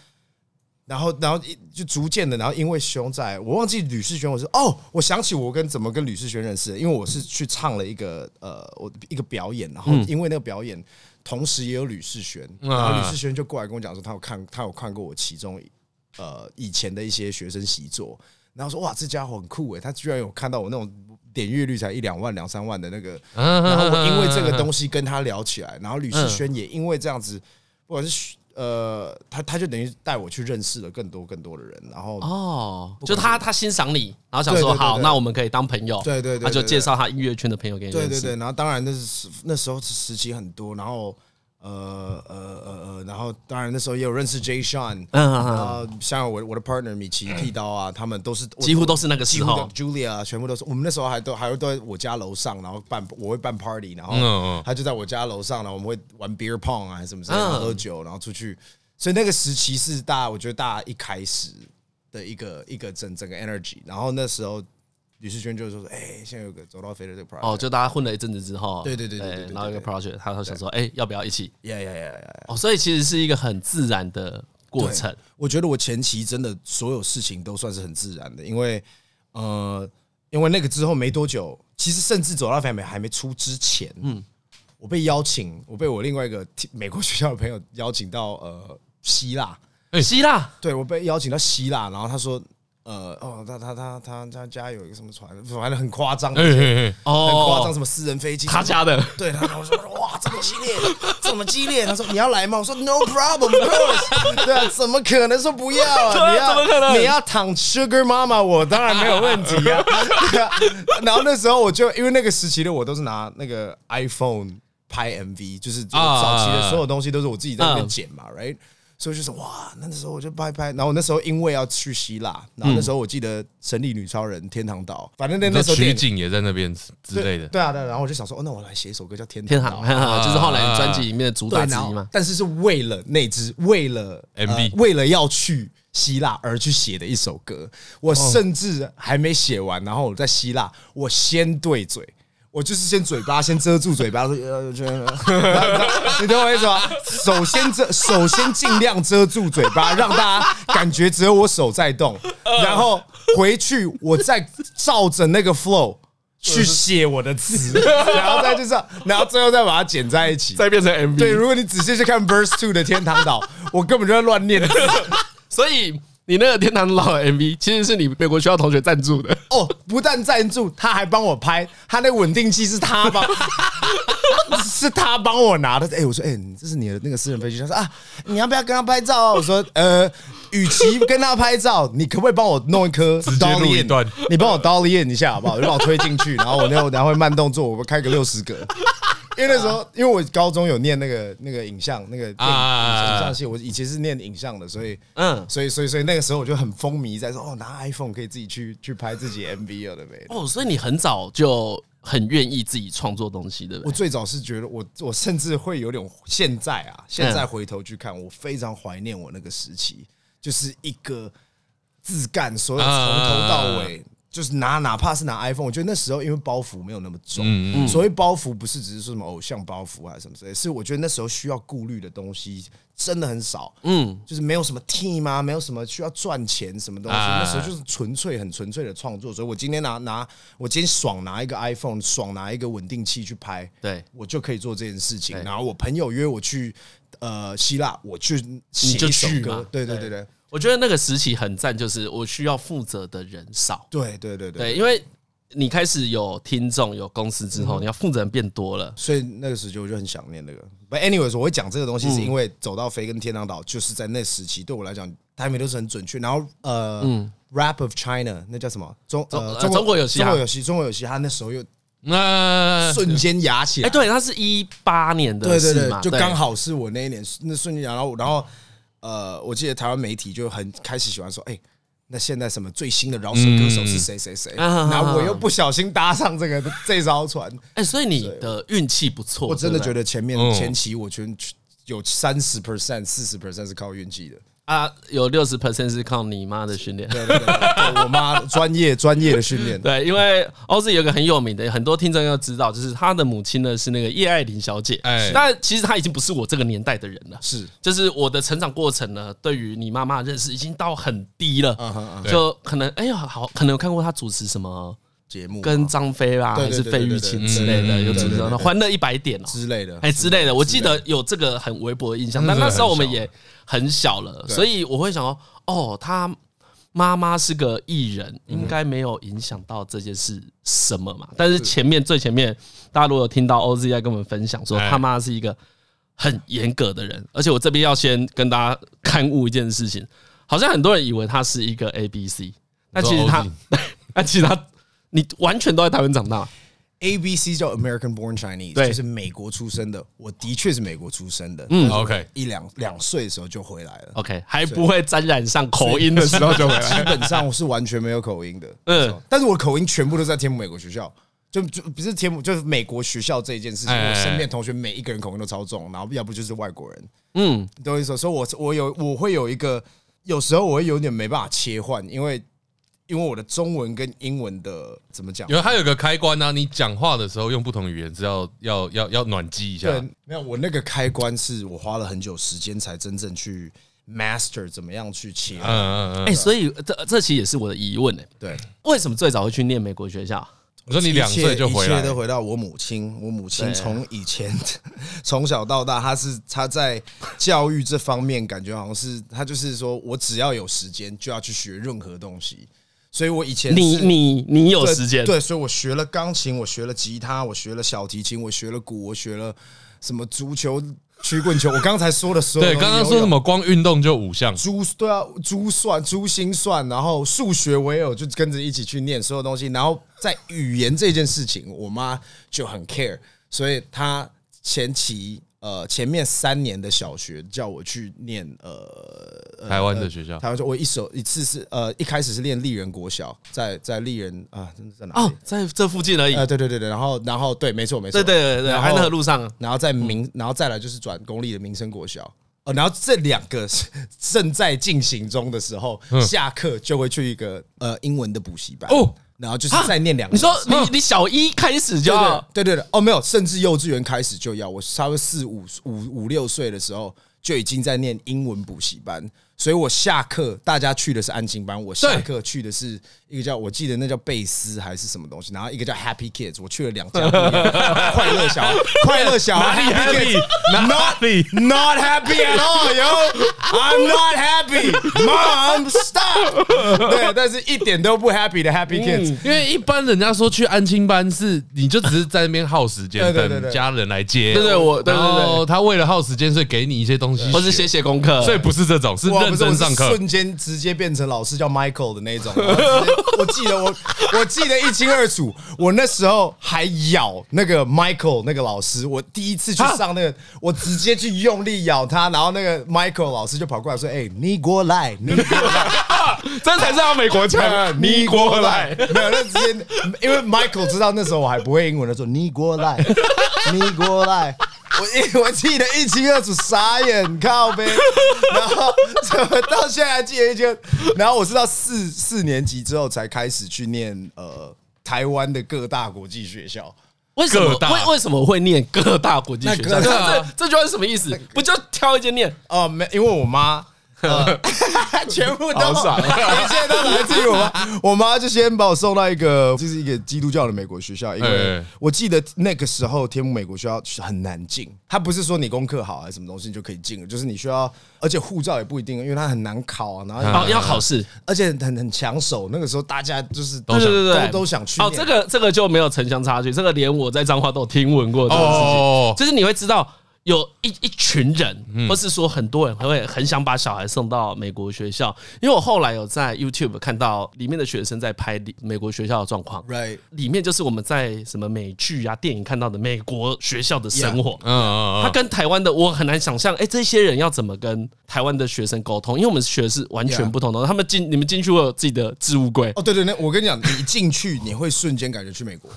[SPEAKER 4] 然后，然后一就逐渐的，然后因为熊仔，我忘记吕世轩，我是哦，我想起我跟怎么跟吕世轩认识的，因为我是去唱了一个呃，我一个表演，然后因为那个表演，同时也有吕世轩，然后吕世轩就过来跟我讲说，他有看他有看过我其中呃以前的一些学生习作，然后说哇，这家伙很酷欸诶，他居然有看到我那种点阅率才一两万、两三万的那个，然后我因为这个东西跟他聊起来，然后吕世轩也因为这样子，不管是呃，他他就等于带我去认识了更多更多的人，然后
[SPEAKER 3] 哦，就他他欣赏你，然后想说
[SPEAKER 4] 对对对
[SPEAKER 3] 好，
[SPEAKER 4] 对
[SPEAKER 3] 那我们可以当朋友，
[SPEAKER 4] 对对对
[SPEAKER 3] 他就
[SPEAKER 4] 对对
[SPEAKER 3] 介绍他音乐圈的朋友给你
[SPEAKER 4] 对
[SPEAKER 3] 认
[SPEAKER 4] 对
[SPEAKER 3] 识，
[SPEAKER 4] 对，然后当然那是那时候时期很多，然后呃呃呃呃，然后当然那时候也有认识 Jay Sean，
[SPEAKER 3] 嗯嗯嗯
[SPEAKER 4] 然后像我我的 partner 米奇剃刀啊，他们都是
[SPEAKER 3] 几乎都是那个
[SPEAKER 4] 几
[SPEAKER 3] 时
[SPEAKER 4] 乎都
[SPEAKER 3] 候，
[SPEAKER 4] Julia 啊全部都是，我们那时候还都还会都在我家楼上，然后办我会办 party，
[SPEAKER 2] 嗯
[SPEAKER 4] 然后
[SPEAKER 2] 嗯
[SPEAKER 4] 他就在我家楼上，然后我们会玩 beer pong 啊还是什么之类的，
[SPEAKER 3] 嗯
[SPEAKER 4] 然后喝酒，然后出去，所以那个时期是大家我觉得大家一开始的一个一个整整个 energy，然后那时候吕世轩就说，哎、现在有个走到飞的这个 project，
[SPEAKER 3] 哦，就大家混了一阵子之后，哎
[SPEAKER 4] 对对对对对对对
[SPEAKER 3] 然后一个 project，他就想说，哎，要不要一起？
[SPEAKER 4] 呀呀呀呀，
[SPEAKER 3] 哦，所以其实是一个很自然的过
[SPEAKER 4] 对
[SPEAKER 3] 程，
[SPEAKER 4] 我觉得我前期真的所有事情都算是很自然的，因为呃，因为那个之后没多久，其实甚至走到 FM 还没出之前，嗯，我被邀请，我被我另外一个 T- 美国学校的朋友邀请到呃希腊，
[SPEAKER 3] 希腊
[SPEAKER 4] 对哎我被邀请到希腊，然后他说。呃哦，他他他他他家有一个什么船，反正很夸张，
[SPEAKER 2] 哎
[SPEAKER 4] 很
[SPEAKER 2] 哎哎，
[SPEAKER 4] 夸张，
[SPEAKER 3] 哦，
[SPEAKER 4] 什么私人飞机，
[SPEAKER 3] 他家的，
[SPEAKER 4] 对，然后我说哇，这么激烈，这么激烈。他说你要来吗？我说 No problem, of course。对啊， 怎么可能说不要啊？你要
[SPEAKER 3] 怎么可能
[SPEAKER 4] 你要躺 Sugar 妈妈，我当然没有问题啊。对啊然后那时候我就因为那个时期的我都是拿那个 iPhone 拍 MV，就是就
[SPEAKER 2] 啊
[SPEAKER 4] 早期的所有东西都是我自己在那边剪嘛，right？所以就是哇，那时候我就拍拍，然后我那时候因为要去希腊，然后那时候我记得《神力女超人》《天堂岛》，反正那
[SPEAKER 2] 你
[SPEAKER 4] 那
[SPEAKER 2] 说
[SPEAKER 4] 时候电
[SPEAKER 2] 取
[SPEAKER 4] 影
[SPEAKER 2] 景也在那边之类的，
[SPEAKER 4] 对啊，对啊。然后我就想说，哦，那我来写一首歌叫《天
[SPEAKER 3] 天
[SPEAKER 4] 堂岛啊
[SPEAKER 3] 堂， 就是后来专辑里面的主打
[SPEAKER 4] 对，
[SPEAKER 3] 之
[SPEAKER 4] 然
[SPEAKER 3] 一
[SPEAKER 4] 后
[SPEAKER 3] 嘛。
[SPEAKER 4] 但是是为了那支，为了呃
[SPEAKER 2] MV
[SPEAKER 4] 为了要去希腊而去写的一首歌。我甚至还没写完，然后我在希腊，我先对嘴。我就是先嘴巴先遮住嘴巴，说呃，就你懂我意思吗？首先遮，首先尽量遮住嘴巴，让大家感觉只有我手在动，然后回去我再照着那个 flow 去写我的词，然后再就是，然后最后再把它剪在一起，
[SPEAKER 3] 再变成 MV，
[SPEAKER 4] 对，如果你仔细去看 Verse Two 的《天堂岛》，我根本就在乱念字。
[SPEAKER 3] 所以你那个天堂老的 MV 其实是你美国学校同学赞助的，
[SPEAKER 4] 哦，不但赞助，他还帮我拍，他那稳定器是他帮， 是他帮我拿的。哎、我说，哎、你这是你的那个私人飞机？他说啊，你要不要跟他拍照啊？我说，呃，与其跟他拍照，你可不可以帮我弄一颗直
[SPEAKER 2] 接录一段
[SPEAKER 4] 你帮我 dolly in 一下好不好？就把我推进去，然后我那 然后会慢动作，我会开个六十格。因为那时候，因为我高中有念那个那个影像那个电影
[SPEAKER 2] 啊
[SPEAKER 4] 影像系，我以前是念影像的，所以
[SPEAKER 3] 嗯
[SPEAKER 4] 嗯，所以所以所以那个时候我就很风靡在说，哦，拿 iPhone 可以自己去去拍自己 MV 有的没的。
[SPEAKER 3] 哦，所以你很早就很愿意自己创作东西，对不
[SPEAKER 4] 我
[SPEAKER 3] 对？
[SPEAKER 4] 最早是觉得我我甚至会有点现在啊，现在回头去看，我非常怀念我那个时期，就是一个自干，所有从头到尾。就是拿，哪怕是拿 iPhone，我觉得那时候因为包袱没有那么重，嗯所谓包袱不是只是说什么偶像包袱啊什么之类，是我觉得那时候需要顾虑的东西真的很少，嗯，就是没有什么 team 啊，没有什么需要赚钱什么东西，
[SPEAKER 2] 啊
[SPEAKER 4] 那时候就是纯粹很纯粹的创作，所以我今天拿拿，我今天爽拿一个 iPhone，爽拿一个稳定器去拍，
[SPEAKER 3] 对
[SPEAKER 4] 我就可以做这件事情。然后我朋友约我去呃希腊，我去写
[SPEAKER 3] 就
[SPEAKER 4] 一首
[SPEAKER 3] 去嘛
[SPEAKER 4] 歌，对对对对
[SPEAKER 3] 我觉得那个时期很赞，就是我需要负责的人少，
[SPEAKER 4] 对对对对，
[SPEAKER 3] 对，因为你开始有听众、有公司
[SPEAKER 4] 嗯
[SPEAKER 3] 之后，你要负责人变多了。
[SPEAKER 4] 所以那个时期我就很想念那个。But anyways，我会讲这个东西
[SPEAKER 3] 嗯
[SPEAKER 4] 是因为走到飞跟天堂岛，就是在那时期对我来讲，台美都是很准确。然后呃、r a p of China 那叫什么？中呃
[SPEAKER 3] 嗯中国有嘻哈
[SPEAKER 4] 中国有嘻，中国有嘻哈，那时候 又
[SPEAKER 2] 那
[SPEAKER 4] 瞬间压起
[SPEAKER 3] 哎，
[SPEAKER 4] 来。
[SPEAKER 3] 对，他是一八年的
[SPEAKER 4] 对对
[SPEAKER 3] 事
[SPEAKER 4] 对
[SPEAKER 3] 嘛，，
[SPEAKER 4] 就
[SPEAKER 3] 对
[SPEAKER 4] 刚好是我那一年那瞬间压，啊然后然后呃，我记得台湾媒体就很开始喜欢说，哎、那现在什么最新的饶舌歌手是谁谁谁？
[SPEAKER 3] 啊
[SPEAKER 4] 然后我又不小心搭上这个这艘船，
[SPEAKER 3] 哎、所以你的运气不错，
[SPEAKER 4] 我真
[SPEAKER 3] 对
[SPEAKER 4] 的
[SPEAKER 3] 不对
[SPEAKER 4] 觉得前面
[SPEAKER 2] 嗯
[SPEAKER 4] 前期我全有三十 percent、四十 percent 是靠运气的。
[SPEAKER 3] 啊，有六十 percent 是靠你妈的训练。
[SPEAKER 4] 对对对 对对我妈专业专业的训练，
[SPEAKER 3] 对，因为 OZ 有一个很有名的，很多听众要知道，就是他的母亲呢是那个叶爱玲小姐。
[SPEAKER 2] 哎
[SPEAKER 3] 哎，但其实她已经不是我这个年代的人了。
[SPEAKER 4] 是
[SPEAKER 3] 就是我的成长过程呢，对于你妈妈的认识已经到很低了
[SPEAKER 4] 哼嗯
[SPEAKER 3] 就可能哎呀，好，可能有看过她主持什么
[SPEAKER 4] 节目啊
[SPEAKER 3] 跟张飞啦，
[SPEAKER 4] 对
[SPEAKER 3] 还
[SPEAKER 4] 对
[SPEAKER 3] 是
[SPEAKER 4] 对
[SPEAKER 3] 费
[SPEAKER 4] 对
[SPEAKER 3] 玉
[SPEAKER 4] 对
[SPEAKER 3] 清
[SPEAKER 4] 对
[SPEAKER 3] 之类的，
[SPEAKER 2] 嗯
[SPEAKER 3] 有主持
[SPEAKER 4] 对对
[SPEAKER 3] 人
[SPEAKER 4] 对
[SPEAKER 3] 《欢乐一百点》哦，
[SPEAKER 4] 之类的，
[SPEAKER 3] 哎之类的，我记
[SPEAKER 4] 之类
[SPEAKER 3] 得有这个很微薄的印象，
[SPEAKER 2] 嗯
[SPEAKER 3] 但
[SPEAKER 2] 真的
[SPEAKER 3] 那时候我们
[SPEAKER 2] 很小
[SPEAKER 3] 也很小了，
[SPEAKER 4] 对
[SPEAKER 3] 所以我会想说，哦，他妈妈是个艺人，应该没有影响到这件事什么嘛。但是前面最前面，大家如果有听到 OZ 在跟我们分享说，
[SPEAKER 2] 哎
[SPEAKER 3] 他妈是一个很严格的人，而且我这边要先跟大家刊物一件事情，好像很多人以为他是一个 A B C，那其实他
[SPEAKER 2] 你，
[SPEAKER 3] 那其实他，你完全都在台湾长大，
[SPEAKER 4] A B C 叫 American Born Chinese，
[SPEAKER 3] 对
[SPEAKER 4] 就是美国出生的。我的确是美国出生的，
[SPEAKER 3] 嗯
[SPEAKER 4] 但是我
[SPEAKER 2] OK
[SPEAKER 4] 一两两岁的时候就回来了，
[SPEAKER 3] OK，还不会沾染上口音的时候。
[SPEAKER 4] 就回来。 基本上我是完全没有口音的，
[SPEAKER 3] 嗯
[SPEAKER 4] 嗯，但是我的口音全部都在天母美国学校。就就不是天母，就是美国学校这一件事情，
[SPEAKER 2] 哎哎哎
[SPEAKER 4] 我身边同学每一个人口音都超重，然后要不就是外国人，
[SPEAKER 3] 嗯，
[SPEAKER 4] 你懂我意思吗？所以我我有我会有一个，有时候我会有点没办法切换，因为因为我的中文跟英文的怎么讲？
[SPEAKER 2] 有它有个开关啊，你讲话的时候用不同语言是要要要要暖机一下。
[SPEAKER 4] 对，没有我那个开关是我花了很久时间才真正去 master 怎么样去切
[SPEAKER 2] 嗯。嗯嗯
[SPEAKER 3] 哎、，所以这这其实也是我的疑问哎、
[SPEAKER 4] 对，
[SPEAKER 3] 为什么最早会去念美国学校？
[SPEAKER 2] 我说你两岁就回
[SPEAKER 4] 一切
[SPEAKER 2] 来啊
[SPEAKER 4] 一切，都回到我母亲。我母亲
[SPEAKER 3] 对
[SPEAKER 4] 从以前 从小到大，她是她在教育这方面感觉好像是她就是说我只要有时间就要去学任何东西，所以我以前
[SPEAKER 3] 你
[SPEAKER 4] 是
[SPEAKER 3] 你你有
[SPEAKER 4] 对
[SPEAKER 3] 时间？
[SPEAKER 4] 对，所以我学了钢琴，我学了吉他，我学了小提琴，我学了鼓，我学了什么足球、曲棍球。我刚才说的所有
[SPEAKER 2] 对，
[SPEAKER 4] 东西
[SPEAKER 2] 刚刚
[SPEAKER 4] 都
[SPEAKER 2] 说
[SPEAKER 4] 有
[SPEAKER 2] 什么光运动就五项，
[SPEAKER 4] 珠对啊，珠算、珠心算，然后数学我也有就跟着一起去念所有东西。然后在语言这件事情，我妈就很 care，所以她前期呃前面三年的小学叫我去念呃
[SPEAKER 2] 台湾的学校
[SPEAKER 4] 台湾说，我一首一次是呃一开始是念丽人国小，在在丽人啊，真的在哪里？
[SPEAKER 3] 哦，在这附近而已。
[SPEAKER 4] 呃，对对对对，然后然后对，没错没
[SPEAKER 3] 对
[SPEAKER 4] 错，
[SPEAKER 3] 对对对，
[SPEAKER 4] 然后
[SPEAKER 3] 安和路上。嗯
[SPEAKER 4] 然后再民，然后再来就是转公立的民生国小。哦，然后这两个是正在进行中的时候，
[SPEAKER 3] 嗯
[SPEAKER 4] 下课就会去一个呃英文的补习班
[SPEAKER 2] 哦
[SPEAKER 4] 哦，然后就是再念两个
[SPEAKER 3] 你
[SPEAKER 4] 小
[SPEAKER 3] 说你
[SPEAKER 4] 时。
[SPEAKER 3] 你小一开始就
[SPEAKER 4] 嗯对
[SPEAKER 3] 要
[SPEAKER 4] 对对对对哦，没有，甚至幼稚园开始就要，我差不多四五五五六岁的时候就已经在念英文补习班，所以我下课大家去的是安静班，我下
[SPEAKER 2] 对
[SPEAKER 4] 课去的是一个叫我记得那叫贝斯还是什么东西，然后一个叫 Happy Kids，我去了两家不一样快乐小孩，快乐小孩 Happy Kids
[SPEAKER 2] Not
[SPEAKER 4] Not happy at all, yo. I'm not happy. Mom, stop. 对，但是一点都不 happy 的 happy kids。
[SPEAKER 2] 因为一般人家说去安亲班是，你就只是在那边耗时间，
[SPEAKER 4] 对对对
[SPEAKER 2] 等
[SPEAKER 4] 对
[SPEAKER 2] 家人来接。
[SPEAKER 3] 对对我对对对
[SPEAKER 2] 然后他为了耗时间，所以给你一些东西，
[SPEAKER 3] 或是写，写功课，
[SPEAKER 2] 所以不是这种，是
[SPEAKER 4] 哇
[SPEAKER 2] 认
[SPEAKER 4] 不是
[SPEAKER 2] 真
[SPEAKER 4] 我
[SPEAKER 2] 上
[SPEAKER 4] 是
[SPEAKER 2] 课。
[SPEAKER 4] 瞬间直接变成老师叫 Michael 的那种。然后直接 我记得我我记得一清二楚，我那时候还咬那个 Michael 那个老师，我第一次去上那个，我直接去用力咬他，然后那个 Michael 老师就跑过来说：“哎，你过来，你过来。”
[SPEAKER 3] 这才是要美国
[SPEAKER 4] 呃
[SPEAKER 3] 腔。 你过来，
[SPEAKER 4] 没有，那直接因为 Michael 知道那时候我还不会英文的时候，你过 来，你过来。我我记得一清二楚，傻眼靠呗。然后怎么到现在还记得一清？然后我是到四四年级之后才开始去念呃台湾的各大国际学校。
[SPEAKER 3] 为什么
[SPEAKER 2] 各大
[SPEAKER 3] 为为什么会念各大国际学校？这
[SPEAKER 4] 那各
[SPEAKER 2] 大
[SPEAKER 3] 这这句话是什么意思？不就挑一间念？
[SPEAKER 4] 哦、没，因为我妈 全部都
[SPEAKER 3] 好爽啊
[SPEAKER 4] 一切都来自于我妈。我妈就先把我送到一个，就是一个基督教的美国学校，因为
[SPEAKER 2] 哎
[SPEAKER 4] 我记得那个时候天母美国学校很难进，它不是说你功课好还是什么东西你就可以进了，就是你需要，而且护照也不一定，因为它很难考啊，然后
[SPEAKER 3] 哦，要考试，
[SPEAKER 4] 而且很很抢手，那个时候大家就是
[SPEAKER 2] 都
[SPEAKER 3] 哦对
[SPEAKER 2] 想
[SPEAKER 3] 对对对，
[SPEAKER 4] 都都想去
[SPEAKER 3] 哦，
[SPEAKER 4] 念
[SPEAKER 3] 这个这个就没有城乡差距，这个连我在彰化都有听闻过这件事情。
[SPEAKER 2] 哦，
[SPEAKER 3] 就是你会知道有一一群人，
[SPEAKER 4] 嗯
[SPEAKER 3] 或是说很多人会很想把小孩送到美国学校，因为我后来有在 YouTube 看到里面的学生在拍里美国学校的状况。
[SPEAKER 4] right
[SPEAKER 3] 里面就是我们在什么美剧啊、电影看到的美国学校的生
[SPEAKER 4] Uh-huh
[SPEAKER 3] 活，
[SPEAKER 2] 嗯嗯
[SPEAKER 3] 他
[SPEAKER 2] 嗯，
[SPEAKER 3] 跟台湾的我很难想象，哎，这些人要怎么跟台湾的学生沟通？因为我们学的是完全
[SPEAKER 4] Yeah
[SPEAKER 3] 不同的，他们进你们进去会有自己的置物柜，
[SPEAKER 4] 哦，对对，那我跟你讲，你进去你会瞬间感觉去美国，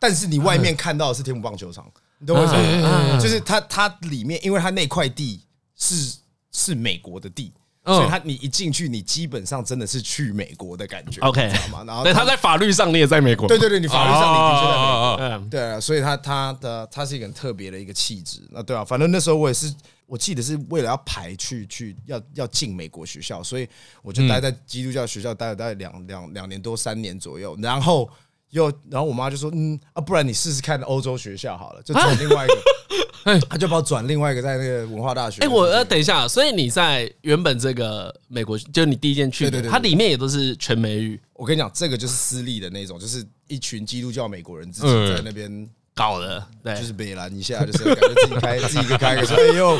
[SPEAKER 4] 但是你外面看到的是天母棒球场，你懂我意思
[SPEAKER 3] 嗯
[SPEAKER 4] 吗？就是它它里面，因为它那块地是是美国的地，
[SPEAKER 3] 嗯
[SPEAKER 4] 所以它你一进去，你基本上真的是去美国的感觉
[SPEAKER 3] OK
[SPEAKER 4] 你知道吗？然后
[SPEAKER 3] 对，他在法律上你也在美国，
[SPEAKER 4] 对对对，你法律上你的确在美国。
[SPEAKER 2] 哦哦哦哦
[SPEAKER 3] 嗯，
[SPEAKER 4] 对啊，所以他他的他是一个很特别的一个气质。那对啊，反正那时候我也是，我记得是为了要排去去要要进美国学校，所以我就待在基督教学校待了大概两两两年多三年左右，然后又然后我妈就说，嗯啊，不然你试试看欧洲学校好了，就转另外一个，他就把我转另外一个在那个文化大学。
[SPEAKER 3] 哎、我呃，等一下，所以你在原本这个美国，就你第一件去的，
[SPEAKER 4] 对对对对
[SPEAKER 3] 它里面也都是全美语
[SPEAKER 4] 我跟你讲，这个就是私立的那种，就是一群基督教美国人自己在那边。
[SPEAKER 3] 搞的，对，
[SPEAKER 4] 就是北兰一下，就是感觉自己开自己就开个说，哎 呦，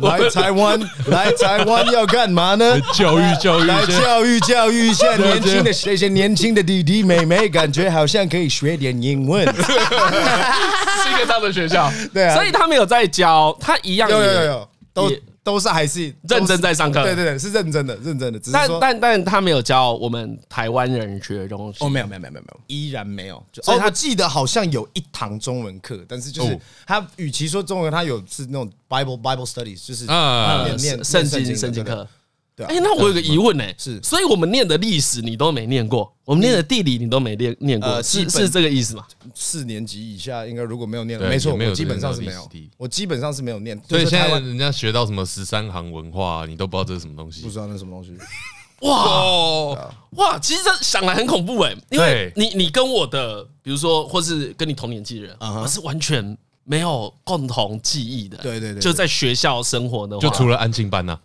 [SPEAKER 4] 来台湾，来台湾要干嘛呢？
[SPEAKER 2] 教育教育
[SPEAKER 4] 来
[SPEAKER 2] 先
[SPEAKER 4] 教育教育一下年轻的那些年轻的弟弟妹妹，感觉好像可以学点 英文。
[SPEAKER 3] 是一个他的学校，
[SPEAKER 4] 对啊
[SPEAKER 3] 所以他没有在教，他一样
[SPEAKER 4] 有
[SPEAKER 3] 也
[SPEAKER 4] 有有有，都
[SPEAKER 3] 也
[SPEAKER 4] 都是还是
[SPEAKER 3] 认真在上课
[SPEAKER 4] 对对对，是认真的，认真的，只是
[SPEAKER 3] 但
[SPEAKER 4] 说
[SPEAKER 3] 但但他没有教我们台湾人学的东西。
[SPEAKER 4] 哦，没有没有没有没有没有，依然没有。就
[SPEAKER 3] 所以
[SPEAKER 4] 哦
[SPEAKER 3] 他
[SPEAKER 4] 我记得好像有一堂中文课，但是就是
[SPEAKER 2] 哦
[SPEAKER 4] 他与其说中文，他有是那种 Bible Bible Studies，就是
[SPEAKER 2] 啊
[SPEAKER 4] 念
[SPEAKER 3] 呃
[SPEAKER 4] 念念
[SPEAKER 3] 圣
[SPEAKER 4] 的
[SPEAKER 3] 经圣经
[SPEAKER 4] 对对
[SPEAKER 3] 课，
[SPEAKER 4] 对啊嗯
[SPEAKER 3] 哎、那我有个疑问呢、
[SPEAKER 4] 是
[SPEAKER 3] 所以我们念的历史你都没念过，我们念的地理你都没念念过，
[SPEAKER 4] 呃
[SPEAKER 3] 是
[SPEAKER 4] 基本
[SPEAKER 3] 是这个意思吗？
[SPEAKER 4] 四年级以下应该如果没有念，
[SPEAKER 2] 对
[SPEAKER 4] 没错，
[SPEAKER 2] 也没有
[SPEAKER 4] 我基本上是没
[SPEAKER 2] 念
[SPEAKER 4] 有
[SPEAKER 2] 到 VCD，
[SPEAKER 4] 我基本上是没有念。
[SPEAKER 2] 所以
[SPEAKER 4] 就是
[SPEAKER 2] 现在
[SPEAKER 4] 台湾
[SPEAKER 2] 人家学到什么十三行文化，你都不知道这是什么东
[SPEAKER 4] 不
[SPEAKER 3] 啊
[SPEAKER 2] 西
[SPEAKER 4] 知道那是什么东西，
[SPEAKER 3] 哇
[SPEAKER 2] 哦。
[SPEAKER 3] 哇，其实这想来很恐怖哎、因为
[SPEAKER 2] 对
[SPEAKER 3] 你你跟我的，比如说或是跟你同年纪的
[SPEAKER 2] 嗯
[SPEAKER 3] 人，我、是完全没有共同记忆的。
[SPEAKER 4] 对对对
[SPEAKER 3] 就在学校生活的话，
[SPEAKER 2] 就除了安静班呐，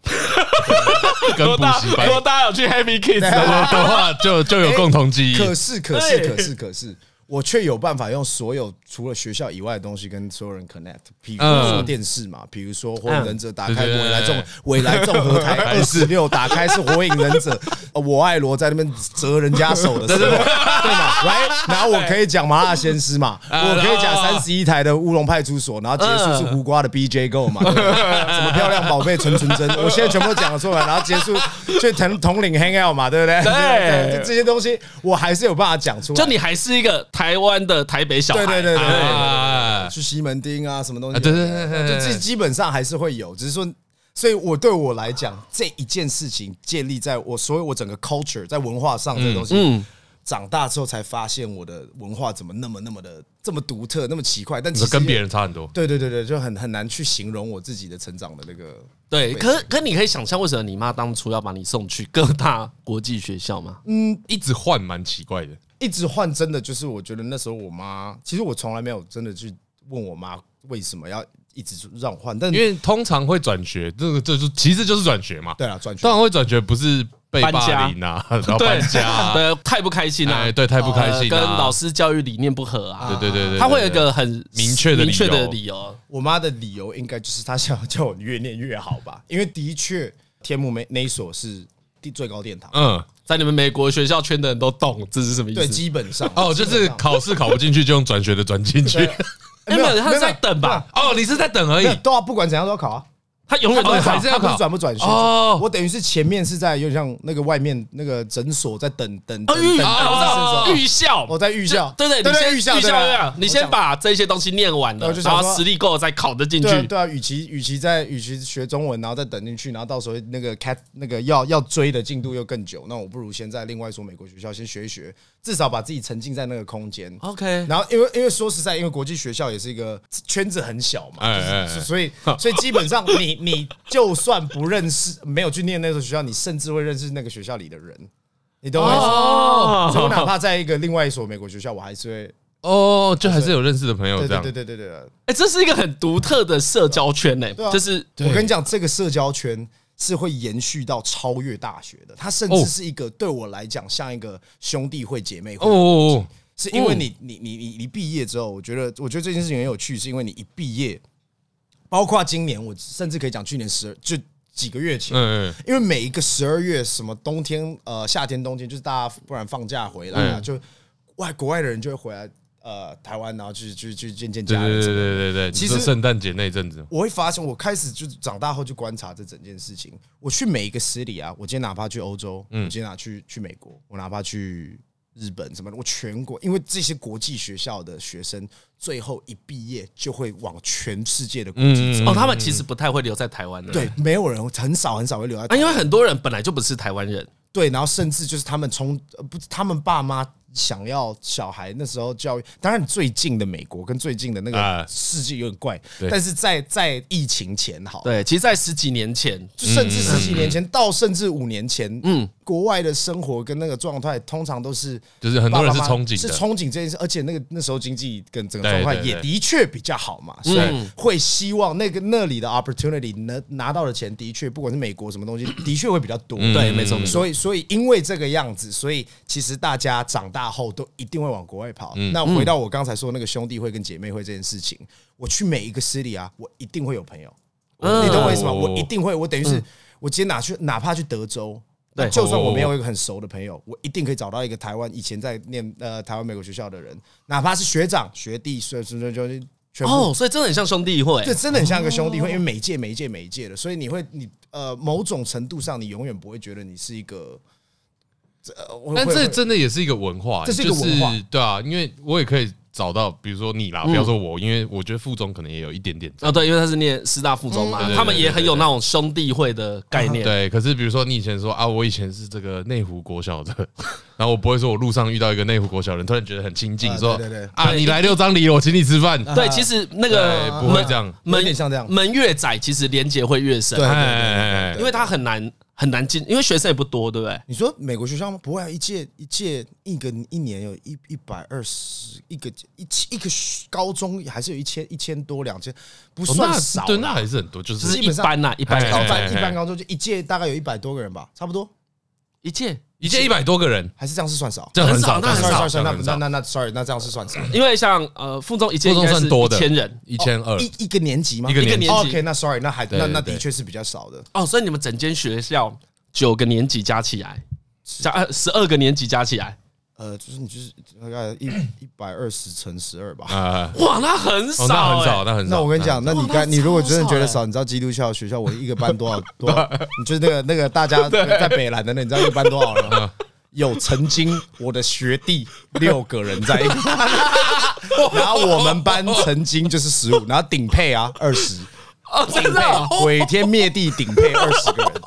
[SPEAKER 2] 跟
[SPEAKER 3] 多
[SPEAKER 2] 补
[SPEAKER 3] 大
[SPEAKER 2] 习班
[SPEAKER 3] 多大有去 Happy Kids 的 吗？
[SPEAKER 2] 的话，就就有共同记忆。
[SPEAKER 4] 可是可
[SPEAKER 2] 哎
[SPEAKER 4] 是
[SPEAKER 3] 对
[SPEAKER 4] 可是可是，我却有办法用所有除了学校以外的东西跟所有人 connect，比如说
[SPEAKER 2] 嗯
[SPEAKER 4] 电视嘛，比如说火
[SPEAKER 3] 嗯
[SPEAKER 4] 影忍者打开
[SPEAKER 2] 对对对
[SPEAKER 4] 未来综未来综合台 二十六打开是火影忍者，呃我爱罗在那边折人家手的时候，对嘛？Right，然后我可以讲麻辣鲜师嘛，
[SPEAKER 2] 哎
[SPEAKER 4] 我可以讲三十一台的乌龙派出所，然后结束
[SPEAKER 2] 嗯
[SPEAKER 4] 是胡瓜的 BJ Go 嘛，对吧什么漂亮宝贝纯纯真，我现在全部都讲得出来，然后结束去同统领 hang out 嘛，对不对？
[SPEAKER 3] 对
[SPEAKER 4] 这这些东西我还是有办法讲出来。
[SPEAKER 3] 就你还是一个台湾的台北小孩，
[SPEAKER 4] 对对对对对
[SPEAKER 2] 啊，
[SPEAKER 4] 去西门町啊，什么东西？
[SPEAKER 2] 啊对对对对对
[SPEAKER 4] 就这基本上还是会有，只是说，所以我对我来讲，这一件事情建立在我所有我整个 culture 在文化上这个东西。
[SPEAKER 2] 嗯
[SPEAKER 4] 长大之后才发现我的文化怎么那么那么的这么独特，那么奇怪，但其
[SPEAKER 2] 这
[SPEAKER 4] 实
[SPEAKER 2] 跟别
[SPEAKER 4] 人
[SPEAKER 2] 人差很多。
[SPEAKER 4] 对对对对，就很很难去形容我自己的成长的那个
[SPEAKER 3] 对。可可你可以想象，为什么你妈当初要把你送去各大国际学校吗？
[SPEAKER 2] 一直换蛮奇怪的，
[SPEAKER 4] 一直换真的就是，我觉得那时候我妈，其实我从来没有真的去问我妈为什么要一直让我换，但
[SPEAKER 2] 因为通常会转学，这个这就其实就是转学嘛。
[SPEAKER 4] 对啊，转学
[SPEAKER 2] 通常会转学不是被
[SPEAKER 3] 搬家
[SPEAKER 2] 霸凌啊， 然 后搬家啊，
[SPEAKER 3] 对，太不开心了、
[SPEAKER 2] 哎，对，太不开
[SPEAKER 3] 呃
[SPEAKER 2] 心啊，
[SPEAKER 3] 跟老师教育理念不合啊。
[SPEAKER 2] 对，对对对对，
[SPEAKER 3] 他会有一个很
[SPEAKER 2] 明确的理由
[SPEAKER 3] 明确的理由，
[SPEAKER 4] 我妈的理由应该就是她想要叫我越念越好吧，因为的确天母那那一所是第最高殿堂，
[SPEAKER 2] 嗯。
[SPEAKER 3] 在你们美国学校圈的人都懂这是什么意思？
[SPEAKER 4] 对，基本上
[SPEAKER 2] 哦，就是考试考不进去就用转学的转进去。
[SPEAKER 3] 哎没有，他是在等吧？
[SPEAKER 2] 哦，你是在等而已
[SPEAKER 4] 没有都要不管怎样都要考啊，
[SPEAKER 3] 他永远都
[SPEAKER 2] 哦
[SPEAKER 3] 在
[SPEAKER 2] 还是要
[SPEAKER 4] 她不
[SPEAKER 2] 考
[SPEAKER 4] 是转不转学
[SPEAKER 2] 哦
[SPEAKER 4] 我等于是前面是在有点像那个外面那个诊所在等等
[SPEAKER 3] 哦
[SPEAKER 4] 等
[SPEAKER 3] 预
[SPEAKER 4] 等
[SPEAKER 3] 哦
[SPEAKER 4] 等
[SPEAKER 3] 预校，
[SPEAKER 4] 我在预校
[SPEAKER 3] 对对，
[SPEAKER 4] 对
[SPEAKER 3] 你
[SPEAKER 4] 对
[SPEAKER 3] 先
[SPEAKER 4] 预校
[SPEAKER 3] 预校
[SPEAKER 4] 对啊
[SPEAKER 3] 对啊，你先把这些东西念完
[SPEAKER 4] 对
[SPEAKER 3] 了
[SPEAKER 4] 我，就
[SPEAKER 3] 然
[SPEAKER 4] 想
[SPEAKER 3] 后
[SPEAKER 4] 说
[SPEAKER 3] 实力够再考得进
[SPEAKER 4] 对啊
[SPEAKER 3] 去。
[SPEAKER 4] 对啊，与其与其在与其学中文，然后再等进去，然后到时候那个 cat 那个要要追的进度又更久，那我不如先在另外一所美国学校先学一学，至少把自己沉浸在那个空间。
[SPEAKER 3] OK，
[SPEAKER 4] 然后，因为因为说实在，因为国际学校也是一个圈子很小嘛，
[SPEAKER 2] 哎哎
[SPEAKER 4] 就
[SPEAKER 2] 哎
[SPEAKER 4] 是所以所以基本上你你就算不认识，没有去念那所学校，你甚至会认识那个学校里的人，你都会。所以我哪
[SPEAKER 3] 哦，
[SPEAKER 4] 怕在一个另外一所美国学校，我还是会。
[SPEAKER 2] 哦，就还是有认识的朋友
[SPEAKER 4] 对
[SPEAKER 2] 哦这
[SPEAKER 4] 对
[SPEAKER 2] 样
[SPEAKER 4] 对。对对对对。
[SPEAKER 3] 哎，这是一个很独特的社交圈呢，
[SPEAKER 4] 对啊
[SPEAKER 3] 就是
[SPEAKER 4] 我跟你讲，这个社交圈是会延续到超越大学的，它甚
[SPEAKER 2] 哦
[SPEAKER 4] 至是一个对我来讲像一个兄弟会、姐妹
[SPEAKER 2] 哦
[SPEAKER 4] 会，
[SPEAKER 2] 哦，哦
[SPEAKER 4] 是因为你你你你你毕业之后，我觉得我觉得这件事情很有趣，是因为你一毕业，包括今年，我甚至可以讲去年十二就几个月前。
[SPEAKER 2] 嗯，嗯
[SPEAKER 4] 因为每一个十二月，什么冬天、呃夏天、冬天，就是大家不然放假回来啊，
[SPEAKER 2] 嗯
[SPEAKER 4] 就外国外的人就会回来呃台湾，然后去去去见见
[SPEAKER 2] 对
[SPEAKER 4] 家
[SPEAKER 2] 对
[SPEAKER 4] 人
[SPEAKER 2] 对
[SPEAKER 4] 什么的。
[SPEAKER 2] 对对对，
[SPEAKER 4] 其
[SPEAKER 2] 其
[SPEAKER 4] 实
[SPEAKER 2] 实圣诞节那一阵子，
[SPEAKER 4] 我会发现，我开始就是长大后去观察这整件事情。我去每一个司礼啊，我今天哪怕去欧洲，
[SPEAKER 2] 嗯
[SPEAKER 4] 我今天哪去去美国，啊我哪怕去日本什么的，我全国，因为这些国际学校的学生最后一毕业就会往全世界的国
[SPEAKER 2] 嗯
[SPEAKER 4] 际走。
[SPEAKER 3] 哦，他们其实不太会留在台湾的，
[SPEAKER 4] 对，没有人很少很少会留在台
[SPEAKER 2] 哎
[SPEAKER 3] 啊，因
[SPEAKER 4] 湾
[SPEAKER 3] 为很多人本来就不是台湾人，
[SPEAKER 4] 对，然后甚至就是他们从呃不，他们爸妈想要小孩那时候教育，当然最近的美国跟最近的那
[SPEAKER 2] 啊
[SPEAKER 4] 个世界有点怪，
[SPEAKER 2] 对
[SPEAKER 4] 但是在在疫情前好了，
[SPEAKER 3] 对，其实，在十几年前，
[SPEAKER 4] 就甚至十几年前到甚至五年前，嗯，国外的生活跟那个状态，通常都是
[SPEAKER 2] 就是很多人是
[SPEAKER 4] 爸爸妈
[SPEAKER 2] 憧憬的
[SPEAKER 4] 是憧憬这件事，而且那个那时候经济跟整个
[SPEAKER 2] 对
[SPEAKER 4] 状态
[SPEAKER 2] 对
[SPEAKER 4] 也
[SPEAKER 2] 对
[SPEAKER 4] 的确比较好嘛，所以会希望那个那里的 opportunity 能拿到的钱，的确不管是美国什么东西，的确会比较多，
[SPEAKER 3] 对没错没错
[SPEAKER 4] 所以所以因为这个样子，所以其实大家长大后都一定会往国外跑。那回到我刚才说那个兄弟会跟姐妹会这件事情，我去每一个私里啊，我一定会有朋友。
[SPEAKER 3] 嗯
[SPEAKER 4] 你懂我意思吗？
[SPEAKER 2] 哦
[SPEAKER 4] 我一定会，我等于是我今天哪去，哪怕去德州，
[SPEAKER 3] 对
[SPEAKER 4] 那就算我没有一个很熟的朋友，我一定可以找到一个台湾以前在念呃台湾美国学校的人，哪怕是学长学弟，所以所以就是全部
[SPEAKER 3] 哦，所以真的很像兄弟会
[SPEAKER 4] 这，真的很像一个兄弟会，因为每一届每一届每一届的，所以你会你呃某种程度上，你永远不会觉得你是一个，这呃我
[SPEAKER 2] 但
[SPEAKER 4] 会
[SPEAKER 2] 这
[SPEAKER 4] 会
[SPEAKER 2] 真的也是一个文化，
[SPEAKER 4] 这是一个文化
[SPEAKER 2] 就是，对啊，因为我也可以找到，比如说你啦，不要说我，因为我觉得附中可能也有一点点这样
[SPEAKER 3] 啊，对，因为他是念师大附中嘛
[SPEAKER 2] 嗯对，对
[SPEAKER 3] 他们也很有那种兄弟会的概念。
[SPEAKER 2] 对，可是比如说你以前说啊，我以前是这个内湖国小的，然后我不会说我路上遇到一个内湖国小人，突然觉得很亲近，
[SPEAKER 4] 啊
[SPEAKER 2] 说
[SPEAKER 4] 对对对
[SPEAKER 2] 啊，你来六张里，我请你吃饭，
[SPEAKER 3] 对，其实那个
[SPEAKER 2] 对不会这样
[SPEAKER 3] 门
[SPEAKER 4] 有点像这样
[SPEAKER 3] 门越窄，其实连接会越深，
[SPEAKER 4] 对对对
[SPEAKER 2] 哎，
[SPEAKER 3] 因为他很难很难进，因为学生也不多，对不对？
[SPEAKER 4] 你说美国学校吗？不会、啊，一届一届一个一年有一一百二十一个一一个高中还是有一千一千多两千，不
[SPEAKER 2] 哦
[SPEAKER 4] 算
[SPEAKER 2] 那
[SPEAKER 4] 少啦、
[SPEAKER 2] 对，那还是很多，就
[SPEAKER 3] 只
[SPEAKER 2] 是
[SPEAKER 3] 是
[SPEAKER 2] 一
[SPEAKER 3] 一般呐，一般
[SPEAKER 2] 哎
[SPEAKER 3] 高
[SPEAKER 4] 一
[SPEAKER 2] 哎
[SPEAKER 4] 般一般高中就一届大概有一百多个人吧，差不多，
[SPEAKER 3] 一届，
[SPEAKER 2] 一届一百多个人，
[SPEAKER 4] 还是这样是算少。
[SPEAKER 2] 这很少，
[SPEAKER 3] 很少那
[SPEAKER 2] 这
[SPEAKER 3] 很少
[SPEAKER 2] 很
[SPEAKER 4] sorry
[SPEAKER 2] 这
[SPEAKER 4] sorry，那
[SPEAKER 2] 很
[SPEAKER 4] 那
[SPEAKER 2] 少
[SPEAKER 4] 那那 sorry，那这样是算少。
[SPEAKER 3] 因为像呃附中一届
[SPEAKER 2] 附中
[SPEAKER 3] 应该是
[SPEAKER 2] 算多的
[SPEAKER 3] 一千人
[SPEAKER 2] 一千二，
[SPEAKER 4] 一一个年级吗？
[SPEAKER 2] 一个年
[SPEAKER 3] 级
[SPEAKER 4] OK，那 sorry，那还
[SPEAKER 2] 对
[SPEAKER 4] 那
[SPEAKER 2] 对
[SPEAKER 4] 那
[SPEAKER 2] 对
[SPEAKER 4] 的确是比较少的。
[SPEAKER 3] 哦，所以你们整间学校九个年级加起来，加呃十二个年级加起来，
[SPEAKER 4] 呃，就是你就是大概一一百二十乘十二吧。
[SPEAKER 2] 啊，
[SPEAKER 3] 哇，那很少
[SPEAKER 2] 哦，那很少，
[SPEAKER 3] 哎
[SPEAKER 2] 那很少。
[SPEAKER 4] 那我跟你讲，那你
[SPEAKER 3] 那
[SPEAKER 4] 看，你如果
[SPEAKER 3] 超
[SPEAKER 4] 真的
[SPEAKER 3] 少
[SPEAKER 4] 觉得
[SPEAKER 3] 欸
[SPEAKER 4] 少，你知道基督教学校我一个班多少多少？你就是那个那个大 家在北兰的那，你知道一个班多少人吗？
[SPEAKER 3] 嗯
[SPEAKER 4] 有曾经我的学弟六个人在一 个班，然后我们班曾经就是十五，然后顶配啊二十，
[SPEAKER 3] 哦，真
[SPEAKER 4] 顶
[SPEAKER 3] 的
[SPEAKER 4] 配
[SPEAKER 3] 哦
[SPEAKER 4] 毁天灭地顶配二十个人，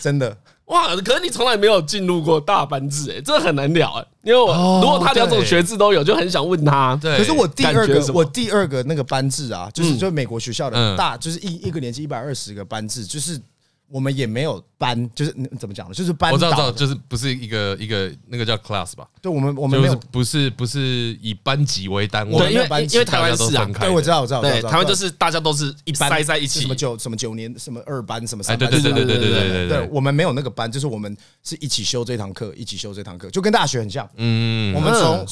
[SPEAKER 4] 真的。
[SPEAKER 3] 哇！可是你从来没有进入过大班制，哎，这很难聊哎，因为我如果他两种学制都有，就很想问他，
[SPEAKER 2] 对，
[SPEAKER 4] 可是我第二
[SPEAKER 3] 感觉什
[SPEAKER 4] 个，
[SPEAKER 3] 么
[SPEAKER 4] 我第二个那个班制啊，就是就美国学校
[SPEAKER 2] 嗯
[SPEAKER 4] 的大，就是一一个年级一百二十个班制，就是我们也没有班，就是嗯怎么讲呢？就是班
[SPEAKER 2] 我知道，知
[SPEAKER 4] 导
[SPEAKER 2] 道，，就是不是一个一个那个叫 class 吧，
[SPEAKER 4] 就我们我们
[SPEAKER 2] 就
[SPEAKER 4] 没
[SPEAKER 2] 是
[SPEAKER 4] 有。
[SPEAKER 2] 不是不是以班级为单位，
[SPEAKER 3] 对，因为
[SPEAKER 4] 班级
[SPEAKER 3] 因为台湾
[SPEAKER 2] 大家都
[SPEAKER 3] 是啊
[SPEAKER 2] 分，开
[SPEAKER 4] 对，我知道，我知道，我知道
[SPEAKER 3] 对，
[SPEAKER 4] 我知道
[SPEAKER 3] 台湾就是大家都是一
[SPEAKER 4] 班
[SPEAKER 3] 塞在一起
[SPEAKER 4] 什么，九什么九年什么二班什么
[SPEAKER 2] 哎，
[SPEAKER 4] 三
[SPEAKER 2] 对对
[SPEAKER 4] 班，
[SPEAKER 2] 对
[SPEAKER 4] 四班
[SPEAKER 2] 对对对对对
[SPEAKER 4] 对
[SPEAKER 2] 对，
[SPEAKER 4] 我们没有那个班，就是我们是一起修这堂课，一起修这堂课，就跟大学很像。
[SPEAKER 2] 嗯
[SPEAKER 4] 我们从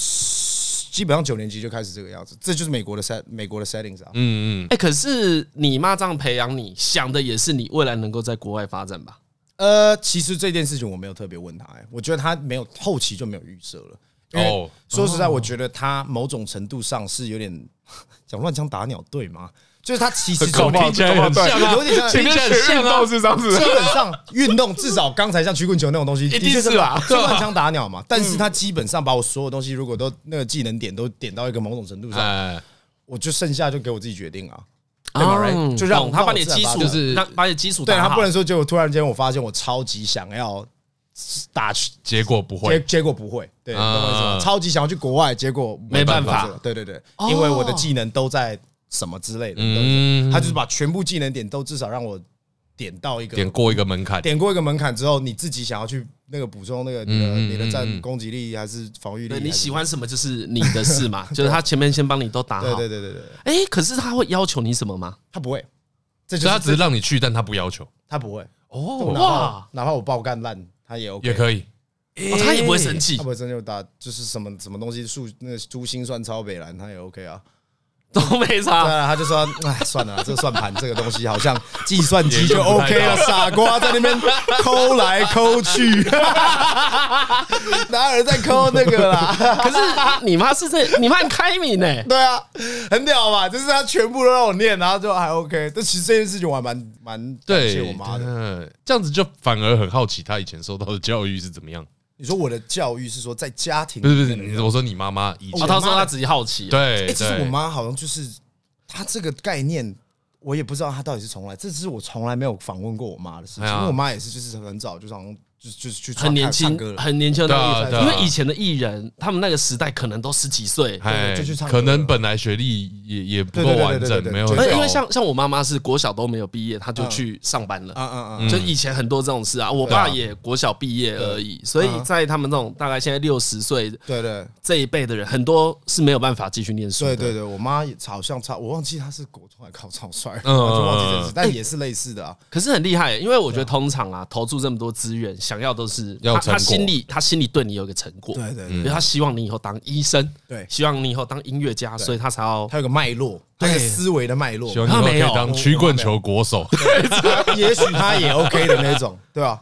[SPEAKER 4] 基本上九年级就开始这个样子，这就是美国的 set 美国的 settings 啊。
[SPEAKER 2] 嗯嗯，
[SPEAKER 3] 哎、可是你妈这样培养你，想的也是你未来能够在国外发展吧？
[SPEAKER 4] 呃，其实这件事情我没有特别问他、欸，我觉得他没有后期就没有预设了。因为
[SPEAKER 2] 哦
[SPEAKER 4] 说实在，我觉得他某种程度上是有点 讲乱枪打鸟，对吗？就是他 其实
[SPEAKER 2] 搞不好
[SPEAKER 4] 基
[SPEAKER 2] 听起来很像
[SPEAKER 3] 啊
[SPEAKER 4] 有点像
[SPEAKER 3] 听起来很像啊，
[SPEAKER 2] 是这样子，
[SPEAKER 4] 本上运动至少刚才像曲棍球那种 东西，
[SPEAKER 3] 一定
[SPEAKER 4] 的确
[SPEAKER 3] 是啊吧
[SPEAKER 4] 就乱枪打鸟 嘛。但是他基本上把我所有东西，如果都那个技能点都点到一个某种程度上，
[SPEAKER 2] 哎，
[SPEAKER 4] 我就剩下就给我自己决定啊。对嘛
[SPEAKER 3] 哦
[SPEAKER 4] right？就让
[SPEAKER 3] 懂他把你
[SPEAKER 4] 让我
[SPEAKER 3] 基础
[SPEAKER 4] 自然发
[SPEAKER 2] 就
[SPEAKER 4] 展
[SPEAKER 2] 是
[SPEAKER 3] 让把你基础
[SPEAKER 4] 对
[SPEAKER 3] 打
[SPEAKER 4] 他
[SPEAKER 3] 好
[SPEAKER 4] 不能说，结果突然间我发现我超级想要打
[SPEAKER 2] 结果不
[SPEAKER 4] 结
[SPEAKER 2] 会，
[SPEAKER 4] 结果不会，对，
[SPEAKER 2] 啊
[SPEAKER 4] 懂我意思吗？超级想要去国外，结果
[SPEAKER 3] 没办法
[SPEAKER 4] 这个对对对，因为我的技能都在什么之类的，
[SPEAKER 2] 嗯
[SPEAKER 4] 嗯，他就是把全部技能点都至少让我点到一个
[SPEAKER 2] 点过一个门槛，
[SPEAKER 4] 点过一个门槛之后，你自己想要去那个补充那个你的、
[SPEAKER 2] 嗯嗯
[SPEAKER 4] 你的
[SPEAKER 2] 嗯嗯
[SPEAKER 4] 战攻击力还是防御力
[SPEAKER 3] 对
[SPEAKER 4] 还是，
[SPEAKER 3] 你喜欢什么就是你的事嘛， 就是他前面先帮你都打好。
[SPEAKER 4] 对对对对对，
[SPEAKER 3] 哎、可是他会要求你什么吗？
[SPEAKER 4] 他不会，这就
[SPEAKER 2] 所以
[SPEAKER 4] 是
[SPEAKER 2] 他只是让你去，但他不要求，
[SPEAKER 4] 他不会，
[SPEAKER 3] 哦
[SPEAKER 4] 哪
[SPEAKER 3] 哇
[SPEAKER 4] 怕，哪怕我爆干烂，他也 OK，啊
[SPEAKER 2] 也可以。
[SPEAKER 3] 哦他也不会生气
[SPEAKER 4] 他，不会真就打就是什么什么东西数那个珠心算超北蓝，他也 OK 啊。
[SPEAKER 3] 都没
[SPEAKER 4] 对
[SPEAKER 3] 差。
[SPEAKER 4] 啊，他就说，哎，算了，这算盘这个东西好像计算机
[SPEAKER 2] 也
[SPEAKER 4] 就
[SPEAKER 2] 用不太
[SPEAKER 4] OK 了，傻瓜在那边抠来抠去， 哪有人在抠那个啦？
[SPEAKER 3] 可是 你妈是这，你妈很开明呢、
[SPEAKER 4] 对啊，很屌吧？就是他全部都让我念，然后就还 OK。但其实这件事情我还蛮蛮感谢
[SPEAKER 2] 对，
[SPEAKER 4] 我妈的。
[SPEAKER 2] 嗯这样子就反而很好奇他以前受到的教育是怎么样。
[SPEAKER 4] 你说我的教育是说在家庭
[SPEAKER 2] 不是不是，你我说你妈妈以
[SPEAKER 3] 哦，
[SPEAKER 2] 前
[SPEAKER 3] 他说他自己好奇，
[SPEAKER 2] 对啊
[SPEAKER 4] 哎，其实
[SPEAKER 2] 对
[SPEAKER 4] 我妈好像就是她这个概念，我也不知道她到底是从来，这是我从来没有访问过我妈的事情。
[SPEAKER 2] 哎呀
[SPEAKER 4] 因为我妈也是，就是很早就常就就是去唱
[SPEAKER 3] 很年
[SPEAKER 4] 看唱歌
[SPEAKER 3] 轻，
[SPEAKER 4] 了，
[SPEAKER 3] 很年轻的那
[SPEAKER 2] 对
[SPEAKER 3] 个
[SPEAKER 2] 啊
[SPEAKER 3] 艺人，因
[SPEAKER 2] 对啊
[SPEAKER 3] 为以前的艺人，他们那个时代可能都十几岁，
[SPEAKER 2] 哎
[SPEAKER 4] 就去唱歌
[SPEAKER 2] 可能本来学历也也不够
[SPEAKER 4] 对对对
[SPEAKER 2] 完
[SPEAKER 4] 对
[SPEAKER 2] 整
[SPEAKER 4] 对，对
[SPEAKER 2] 没有
[SPEAKER 4] 对哎
[SPEAKER 2] 很
[SPEAKER 3] 而因
[SPEAKER 2] 高
[SPEAKER 3] 为像像我妈妈是国小都没有毕业，她就去上班了。
[SPEAKER 4] 啊啊
[SPEAKER 2] 嗯
[SPEAKER 4] 啊！
[SPEAKER 3] 就以前很多这种事啊，我爸也国小毕业而已，所以在他们这种大概现在六十岁
[SPEAKER 4] 对对
[SPEAKER 3] 这一辈的人，很多是没有办法继续念书的。
[SPEAKER 4] 对对对，我妈也好像超，我忘记她是国中还考超帅，
[SPEAKER 2] 嗯
[SPEAKER 4] 我就忘记这件事，但也是类似的啊。
[SPEAKER 3] 可是很厉害、因为我觉得通常啊，投注这么多资源，想要都是
[SPEAKER 2] 要
[SPEAKER 3] 他
[SPEAKER 2] 成果
[SPEAKER 3] 他心里他心里对你有一个成果，
[SPEAKER 4] 对对
[SPEAKER 3] 比
[SPEAKER 4] 对，
[SPEAKER 3] 如他希望你以后当医生，
[SPEAKER 4] 嗯对
[SPEAKER 3] 希望你以后当音乐家，所以他才要
[SPEAKER 4] 她有个脉络，她有个思维的脉络
[SPEAKER 2] 希，望你以后可以当曲棍球国手，
[SPEAKER 4] 也许她 也 OK 的那种，对吧？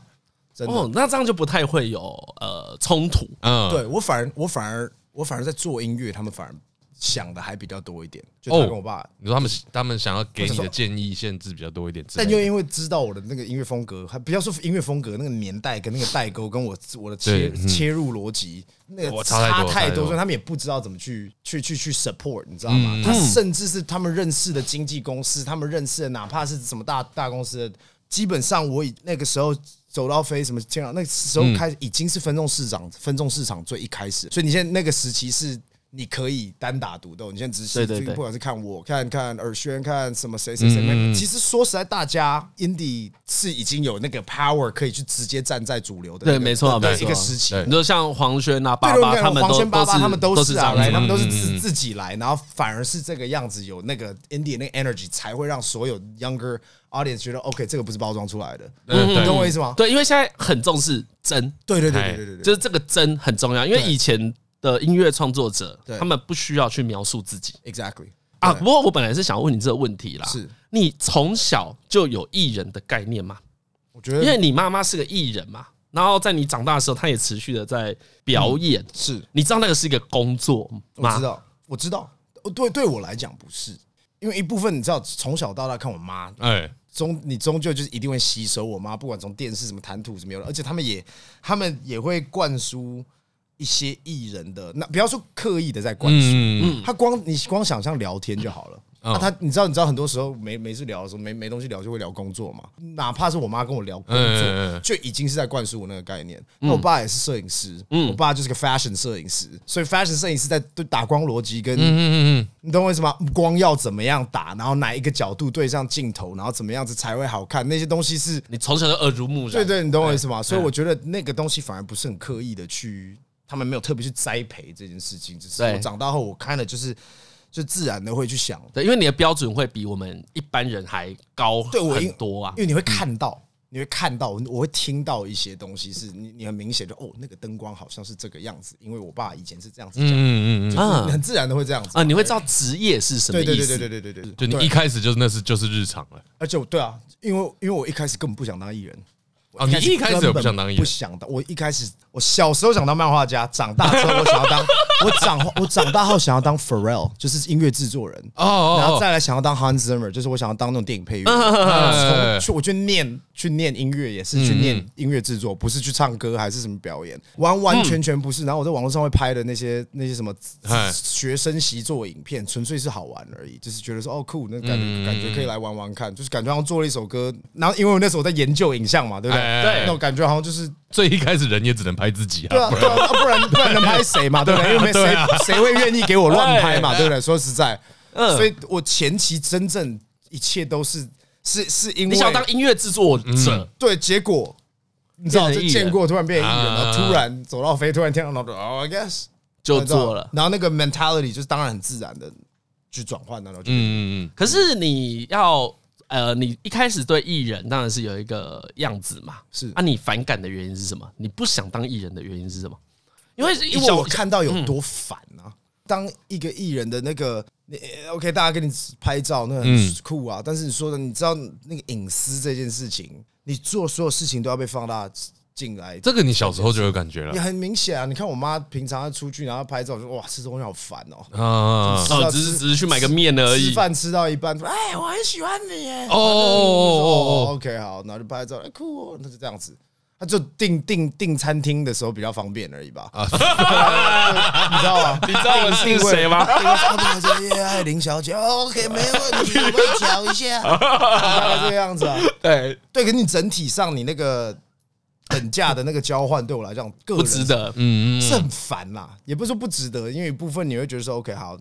[SPEAKER 4] 真的，
[SPEAKER 3] 哦，那这样就不太会有呃冲突。
[SPEAKER 2] 嗯，
[SPEAKER 4] 对我反而我反而我反而在做音乐，他们反而想的还比较多一点，就
[SPEAKER 2] 哦
[SPEAKER 4] 他跟我爸，
[SPEAKER 2] 你说他们他们想要给你的建议限制比较多一点之类
[SPEAKER 4] 但
[SPEAKER 2] 的，
[SPEAKER 4] 又因为知道我的那个音乐风格，还不要说音乐风格，那个年代跟那个代沟，跟我我的切
[SPEAKER 2] 对嗯
[SPEAKER 4] 切入逻辑，那
[SPEAKER 2] 我
[SPEAKER 4] 个
[SPEAKER 2] 差太多差太
[SPEAKER 4] 太
[SPEAKER 2] 多
[SPEAKER 3] 嗯
[SPEAKER 4] 多，所以他们也不知道怎么去去去去 support，你知道吗？他甚至是他们认识的经纪公司，他们认识的哪怕是什么大大公司的，基本上我以那个时候。走到飞什么天啊壤，那时
[SPEAKER 3] 嗯
[SPEAKER 4] 候开始已经是分众市场，分众市场最一开始，所以你现在那个时期是你可以单打独斗，你现在只是
[SPEAKER 3] 对对嗯对
[SPEAKER 4] 不管是看我看看尔轩看什么谁谁谁，其实说实在，大家 indie 是已经有那个 power 可以去直接站在主流的那
[SPEAKER 3] 对，
[SPEAKER 4] 个
[SPEAKER 3] 没错，
[SPEAKER 4] 的
[SPEAKER 3] 没
[SPEAKER 4] 一
[SPEAKER 3] 错。
[SPEAKER 4] 个时期。
[SPEAKER 2] 对
[SPEAKER 3] 你说像黄轩啊、
[SPEAKER 4] 对
[SPEAKER 3] 爸
[SPEAKER 4] 对
[SPEAKER 3] 爸
[SPEAKER 4] 对
[SPEAKER 3] 他们
[SPEAKER 4] 黄
[SPEAKER 3] 都
[SPEAKER 4] 轩爸爸
[SPEAKER 3] 都是
[SPEAKER 4] 他们都
[SPEAKER 3] 是
[SPEAKER 4] 是
[SPEAKER 3] 这
[SPEAKER 4] 啊，
[SPEAKER 3] 样
[SPEAKER 4] 来，
[SPEAKER 3] 子。
[SPEAKER 4] 他们都是
[SPEAKER 2] 嗯嗯
[SPEAKER 4] 自自己来，然后反而是这个样子，有那个 indie 那个 energy 才会让所有 younger audience 觉得 OK，这个不是包装出来的，
[SPEAKER 2] 嗯
[SPEAKER 4] 你
[SPEAKER 2] 对
[SPEAKER 4] 懂我意思吗？
[SPEAKER 3] 对，因为现在很重视真，
[SPEAKER 4] 对对对
[SPEAKER 2] 哎
[SPEAKER 4] 对对对对
[SPEAKER 3] 就
[SPEAKER 4] 对
[SPEAKER 3] 是这个真很重要。因为以前的音乐创作者，
[SPEAKER 4] 对
[SPEAKER 3] 他们不需要去描述自己
[SPEAKER 4] ，exactly
[SPEAKER 3] 啊。
[SPEAKER 4] 对
[SPEAKER 3] 不过我本来是想问你这个问题啦，
[SPEAKER 4] 是
[SPEAKER 3] 你从小就有艺人的概念吗？
[SPEAKER 4] 我觉得
[SPEAKER 3] 因为你妈妈是个艺人嘛，然后在你长大的时候，她也持续的在表
[SPEAKER 4] 嗯
[SPEAKER 3] 演。
[SPEAKER 4] 是
[SPEAKER 3] 你知道那个是一个工作
[SPEAKER 4] 我
[SPEAKER 3] 吗
[SPEAKER 4] 知？道，我知道，呃对对我来讲不是，因为一部分你知道，从小到大看我妈，
[SPEAKER 2] 哎，
[SPEAKER 4] 终你终究就是一定会吸收我妈，不管从电视什么谈吐什么有的，而且他们也他们也会灌输一些艺人的，那不要说刻意的在灌输，
[SPEAKER 2] 嗯，
[SPEAKER 4] 他光你光想象聊天就好了。
[SPEAKER 2] 嗯
[SPEAKER 4] 啊、他你知道你知道很多时候没没事聊的时候没没东西聊就会聊工作嘛，哪怕是我妈跟我聊工作，
[SPEAKER 2] 嗯嗯嗯
[SPEAKER 4] 就已经是在灌输我那个概念。那我爸也是摄影师，
[SPEAKER 2] 嗯
[SPEAKER 4] 我爸就是个 fashion 摄影师，所以 fashion 摄影师在对打光逻辑跟、
[SPEAKER 2] 嗯嗯嗯
[SPEAKER 4] 你懂我意思吗？光要怎么样打，然后哪一个角度对上镜头，然后怎么样子才会好看，那些东西是
[SPEAKER 3] 你从小就耳濡目染，
[SPEAKER 4] 对对，你懂我意思吗？所以我觉得那个东西反而不是很刻意的去，他们没有特别去栽培这件事情，只是
[SPEAKER 3] 对嗯
[SPEAKER 4] 我长大后我看了就是就自然的会去想，
[SPEAKER 3] 对，因为你的标准会比我们一般人还高
[SPEAKER 4] 对我
[SPEAKER 3] 很多啊
[SPEAKER 4] 因。为你会看到，你会看到，我会听到一些东西是你你很明显就哦，那个灯光好像是这个样子，因为我爸以前是这样子讲，
[SPEAKER 2] 嗯嗯嗯，
[SPEAKER 3] 啊
[SPEAKER 4] 你很自然的会这样子
[SPEAKER 3] 啊，你会知道职业是什么
[SPEAKER 4] 对
[SPEAKER 3] 意思？
[SPEAKER 4] 对对对对对对
[SPEAKER 2] 就
[SPEAKER 4] 对，
[SPEAKER 2] 你
[SPEAKER 4] 对
[SPEAKER 2] 一开始就是那是就是日常了，
[SPEAKER 4] 而且我对啊，因为因为我一开始根本不想当艺人。
[SPEAKER 2] 哦，你一开始也
[SPEAKER 4] 根
[SPEAKER 2] 不
[SPEAKER 4] 本
[SPEAKER 2] 想当艺
[SPEAKER 4] 不
[SPEAKER 2] 人，
[SPEAKER 4] 想当。我一开始，我小时候想当漫画家，长大之后我想要当，我长我长大后想要当 Pharrell，就是音乐制作人。
[SPEAKER 2] 哦哦
[SPEAKER 4] 然后
[SPEAKER 2] 哦，
[SPEAKER 4] 再来想要当 Hans Zimmer，就是我想要当那种电 影配乐。
[SPEAKER 2] 嗯
[SPEAKER 4] 从去我去念去念音乐也是去念音乐制作，不是去唱歌还是什么表演，完完全全不是。然后我在网络上会拍的那些
[SPEAKER 2] 嗯
[SPEAKER 4] 那些什么
[SPEAKER 2] 嗨
[SPEAKER 4] 学生习作影片，纯粹是好玩而已，就是觉得说哦酷，那感
[SPEAKER 2] 嗯
[SPEAKER 4] 觉感觉可以来玩玩看，就是感觉好像做了一首歌。然后因为我那时候我在研究影像嘛，对不
[SPEAKER 2] 哎
[SPEAKER 4] 对？
[SPEAKER 3] 对
[SPEAKER 4] 那种感觉好像就是
[SPEAKER 2] 最一开始人也只能拍自己
[SPEAKER 4] 对
[SPEAKER 2] 啊，
[SPEAKER 4] 啊，对啊，不然不然能拍谁嘛？对不对？因为没
[SPEAKER 2] 对
[SPEAKER 4] 谁
[SPEAKER 2] 啊
[SPEAKER 4] 谁会愿意给我乱拍嘛？
[SPEAKER 3] 对
[SPEAKER 4] 对不对？说实在，
[SPEAKER 3] 嗯
[SPEAKER 4] 所以我前期真正一切都是是是因
[SPEAKER 3] 你
[SPEAKER 4] 为
[SPEAKER 3] 想要当音乐制作者，
[SPEAKER 4] 对，结果你知道
[SPEAKER 1] 变
[SPEAKER 4] 就
[SPEAKER 1] 成艺人
[SPEAKER 4] 见过，突然变成艺人，
[SPEAKER 2] 啊
[SPEAKER 4] 然后突然走到飞，突然听到 oh, I guess
[SPEAKER 3] 就做了。
[SPEAKER 4] 然后那个 mentality 就是当然很自然的去转换，然后就
[SPEAKER 2] 嗯嗯
[SPEAKER 3] 可是你要呃，你一开始对艺人当然是有一个样子嘛，
[SPEAKER 4] 是
[SPEAKER 3] 啊，你反感的原因是什么？你不想当艺人的原因是什么？因为
[SPEAKER 4] 因为我看到有多烦啊！当一个艺人的那个，你呃 OK，大家跟你拍照那很
[SPEAKER 2] 嗯
[SPEAKER 4] 酷啊，但是你说的，你知道那个隐私这件事情，你做所有事情都要被放大进来，
[SPEAKER 2] 这个你小时候就有感觉了
[SPEAKER 4] 也很明显啊！你看我妈平常要出去，然后拍照，我说哇，吃东西好烦哦。
[SPEAKER 2] 啊啊。啊
[SPEAKER 3] 哦，只是只是去买个面而
[SPEAKER 4] 吃
[SPEAKER 3] 已。
[SPEAKER 4] 饭吃到一半，哎，我很喜欢你耶。
[SPEAKER 2] 哦哦哦哦
[SPEAKER 4] o k 好，然后就拍照，哎，酷、哦，那就这样子。他就订订订餐厅的时候比较方便而已吧，啊，你知道吗？
[SPEAKER 3] 你知道我是谁吗？
[SPEAKER 4] 啊我说耶，爱林小姐，OK，没 问题，我们调 一下，大概这个样子啊。
[SPEAKER 3] 对，
[SPEAKER 4] 对，可是你整体上你那个等价的那个交换，对我来讲，个
[SPEAKER 3] 不
[SPEAKER 4] 人
[SPEAKER 3] 值得。
[SPEAKER 2] 嗯嗯
[SPEAKER 4] 是很烦啦，也不是说不值得，因为一部分你会觉得说 OK 好，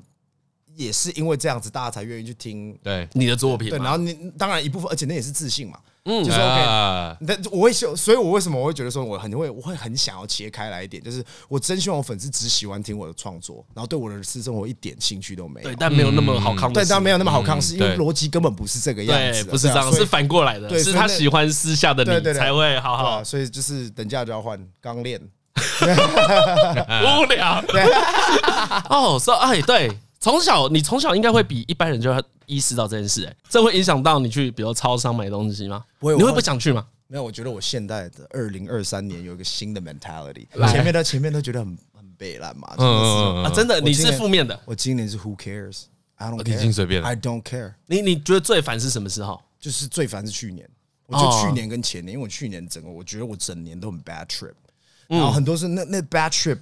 [SPEAKER 4] 也是因为这样子大家才愿意去听
[SPEAKER 2] 对，
[SPEAKER 3] 你的作品
[SPEAKER 4] 对，
[SPEAKER 3] 嘛
[SPEAKER 4] 然后你当然一部分，而且那也是自信嘛，
[SPEAKER 3] 嗯
[SPEAKER 4] 嗯，就是 OK。
[SPEAKER 2] 啊
[SPEAKER 4] 那我会想，所以我为什么我会觉得说我很会，我会很想要切开来一点，就是我真希望我粉丝只喜欢听我的创作，然后对我的私生活一点兴趣都没有
[SPEAKER 3] 对，。但没有那么好看。
[SPEAKER 4] 嗯对，但没有那么好看，
[SPEAKER 2] 嗯
[SPEAKER 4] 是因为
[SPEAKER 2] 对
[SPEAKER 4] 逻辑根本不是这个样
[SPEAKER 3] 对
[SPEAKER 4] 子，的，啊
[SPEAKER 3] 不是这样，是反过来的，
[SPEAKER 4] 对
[SPEAKER 3] 是
[SPEAKER 4] 所以那
[SPEAKER 3] 他喜欢私下的
[SPEAKER 4] 对
[SPEAKER 3] 你
[SPEAKER 4] 对对
[SPEAKER 3] 才会好
[SPEAKER 4] 啊，
[SPEAKER 3] 好
[SPEAKER 4] 哇所以就是等价交换，刚练，
[SPEAKER 3] 哎无聊。 哦，说哎，对，从小你从小应该会比一般人就要意识到这件事，哎，这会影响到你去比如超商买东西吗？
[SPEAKER 4] 不会
[SPEAKER 3] 你会
[SPEAKER 4] 我
[SPEAKER 3] 不想去吗？
[SPEAKER 4] 没有，我觉得我现在的二零二三年有一个新的 mentality，前面的前面都觉得很很北烂嘛，真的是
[SPEAKER 2] 嗯
[SPEAKER 3] 啊，真的，
[SPEAKER 4] 今
[SPEAKER 3] 你是
[SPEAKER 4] 年
[SPEAKER 3] 负面的。
[SPEAKER 4] 我今年是 who cares，I don't
[SPEAKER 2] 你已
[SPEAKER 4] care，
[SPEAKER 2] 经随便了
[SPEAKER 4] i don't care。
[SPEAKER 3] 你你觉得最烦是什么时候？
[SPEAKER 4] 就是最烦是去年，我
[SPEAKER 3] 哦
[SPEAKER 4] 就去年跟前年，因为我去年整个我觉得我整年都很 bad trip，然
[SPEAKER 2] 嗯
[SPEAKER 4] 后很多是那那 bad trip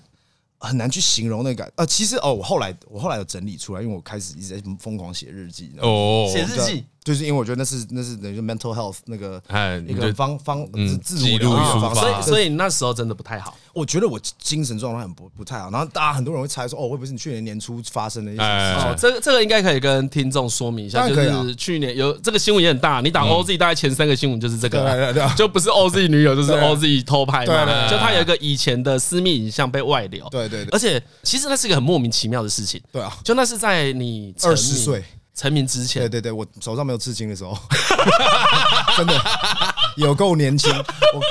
[SPEAKER 4] 很难去形容那个感。呃，其实哦，我后来我后来有整理出来，因为我开始一直在疯狂写日记。
[SPEAKER 2] 哦哦，
[SPEAKER 3] 写
[SPEAKER 2] 哦
[SPEAKER 3] 日
[SPEAKER 4] 对
[SPEAKER 3] 记，
[SPEAKER 4] 就是因为我觉得那是那是等于是 mental health 那个
[SPEAKER 2] 哎
[SPEAKER 4] 一
[SPEAKER 2] 你
[SPEAKER 4] 个
[SPEAKER 2] 就
[SPEAKER 4] 方方
[SPEAKER 2] 嗯
[SPEAKER 4] 自自
[SPEAKER 2] 记
[SPEAKER 4] 我
[SPEAKER 2] 录
[SPEAKER 4] 疗愈的
[SPEAKER 2] 抒发
[SPEAKER 4] 方式
[SPEAKER 3] 所
[SPEAKER 2] 啊
[SPEAKER 3] 以，所以那时候真的不太好。
[SPEAKER 4] 我觉得我精神状态很不不太好，然后大家很多人会猜说哦，会不会是你去年年初发生的一些
[SPEAKER 2] 哎
[SPEAKER 4] 事
[SPEAKER 3] 哦
[SPEAKER 4] 情？，
[SPEAKER 3] 这个这个应该可以跟听众说明一下，
[SPEAKER 4] 当
[SPEAKER 3] 就
[SPEAKER 4] 然可以啊嗯
[SPEAKER 3] 是去年有这个新闻也很大，你打 OZ 大概前三个新闻就是这个
[SPEAKER 4] 对啊对对
[SPEAKER 3] 啦，
[SPEAKER 4] 对
[SPEAKER 3] 就不是 OZ 女友就是
[SPEAKER 4] 对啊
[SPEAKER 3] OZ 偷拍
[SPEAKER 4] 对对啊
[SPEAKER 3] 嘛，
[SPEAKER 4] 对
[SPEAKER 3] 就他有一个以前的私密影像被外流，
[SPEAKER 4] 对对对
[SPEAKER 3] 而且其实那是一个很莫名其妙的事情，
[SPEAKER 4] 对啊
[SPEAKER 3] 就那是在你成
[SPEAKER 4] 二
[SPEAKER 3] 名
[SPEAKER 4] 十岁。
[SPEAKER 3] 成名之前
[SPEAKER 4] 对，对对，我手上没有刺青的时候， 真的有够年轻。我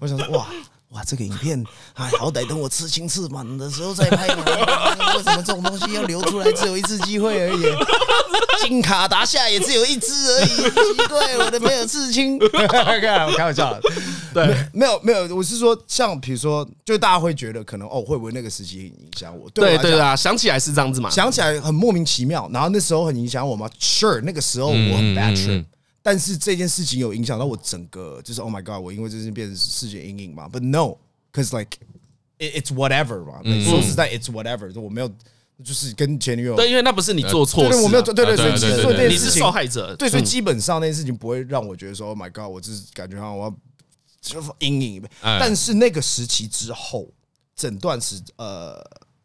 [SPEAKER 4] 我想说，哇哇，这个影片，哎，好歹等我刺青刺满的时候再拍嘛。为什么这种东西要留出来，只有一次机会而已？金卡达下也只有一只而已，奇怪，我的没有刺青。看，我 开玩笑的。
[SPEAKER 3] 对，
[SPEAKER 4] 没有没有，我是说，像比如说，就大家会觉得可能哦，会不会那个时期影响我？我
[SPEAKER 3] 对
[SPEAKER 4] 来
[SPEAKER 3] 对
[SPEAKER 4] 讲
[SPEAKER 3] 啊，想起来是这样子嘛，
[SPEAKER 4] 想起来很莫名其妙，然后那时候很影响我吗？Sure，那个时候我
[SPEAKER 2] 嗯
[SPEAKER 4] 很 bad
[SPEAKER 2] 嗯
[SPEAKER 4] trip，、
[SPEAKER 2] 嗯
[SPEAKER 4] 但是这件事情有影响到我整个，就是 Oh my God，我因为这件事变成世界阴影嘛？But no，cause like it, it's whatever 嘛，
[SPEAKER 2] 嗯
[SPEAKER 4] 说实在 it's whatever，我没有，就是跟前女友
[SPEAKER 3] 对，因为那不是你做错
[SPEAKER 4] 对
[SPEAKER 3] 事
[SPEAKER 4] 对，
[SPEAKER 3] 啊，
[SPEAKER 4] 我没有对
[SPEAKER 2] 啊
[SPEAKER 4] 对对，所
[SPEAKER 2] 对
[SPEAKER 4] 以
[SPEAKER 2] 啊
[SPEAKER 4] 所
[SPEAKER 2] 对
[SPEAKER 4] 以
[SPEAKER 2] 对
[SPEAKER 4] 所以
[SPEAKER 2] 对
[SPEAKER 4] 这件
[SPEAKER 3] 你
[SPEAKER 4] 事
[SPEAKER 3] 是
[SPEAKER 4] 情
[SPEAKER 3] 受害者，
[SPEAKER 4] 对，所以
[SPEAKER 3] 嗯
[SPEAKER 4] 基本上那件事情不会让我觉得说，Oh my God，我就是感觉好像我要就是阴影一辈。
[SPEAKER 2] 哎
[SPEAKER 4] 但是那个时期之后，整段时呃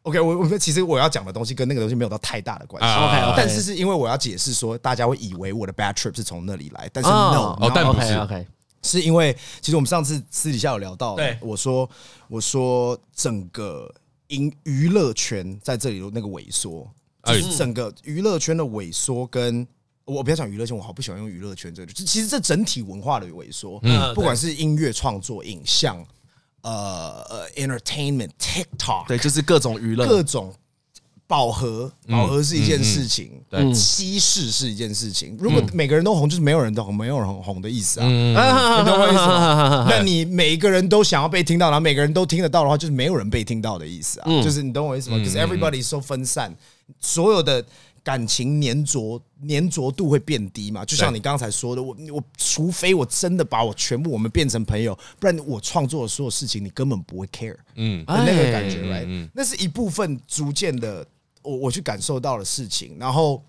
[SPEAKER 4] ，OK，我我们其实我要讲的东西跟那个东西没有到太大的关系。
[SPEAKER 2] 啊
[SPEAKER 3] OK，OK
[SPEAKER 4] 但是是因为我要解释说，大家会以为我的 bad trip 是从那里来，但是 no，、
[SPEAKER 3] 哦
[SPEAKER 2] 哦但不是
[SPEAKER 3] OK，
[SPEAKER 4] 是因为其实我们上次私底下有聊到
[SPEAKER 3] 对，
[SPEAKER 4] 我说我说整个娱娱乐圈在这里有那个萎缩，就
[SPEAKER 2] 哎
[SPEAKER 4] 是整个娱乐圈的萎缩跟。我不要讲娱乐圈，我好不喜欢用娱乐圈这个。就其实这整体文化的萎缩，
[SPEAKER 3] 嗯
[SPEAKER 4] 不管是音乐创作、影像、呃呃，entertainment、TikTok，
[SPEAKER 3] 对，就是各种娱乐，
[SPEAKER 4] 各种饱和，饱和是一件事情，
[SPEAKER 2] 嗯嗯对嗯
[SPEAKER 4] 稀释是一件事情。如果每个人都红，就是没有人都红，没有人红的意思啊。
[SPEAKER 3] 啊？
[SPEAKER 4] 你懂我意思吗那你每一个人都想要被听到，然后每个人都听得到的话，就是没有人被听到的意思啊。就是你懂我意思吗？Because everybody is so 分散，所有的感情粘着粘着度会变低嘛。就像你刚才说的，我我除非我真的把我全部我们变成朋友，不然我创作的所有事情你根本不会 care。嗯，那个感觉
[SPEAKER 2] 哎
[SPEAKER 4] ，right？那是一部分逐渐的，我我去感受到的事情，然后。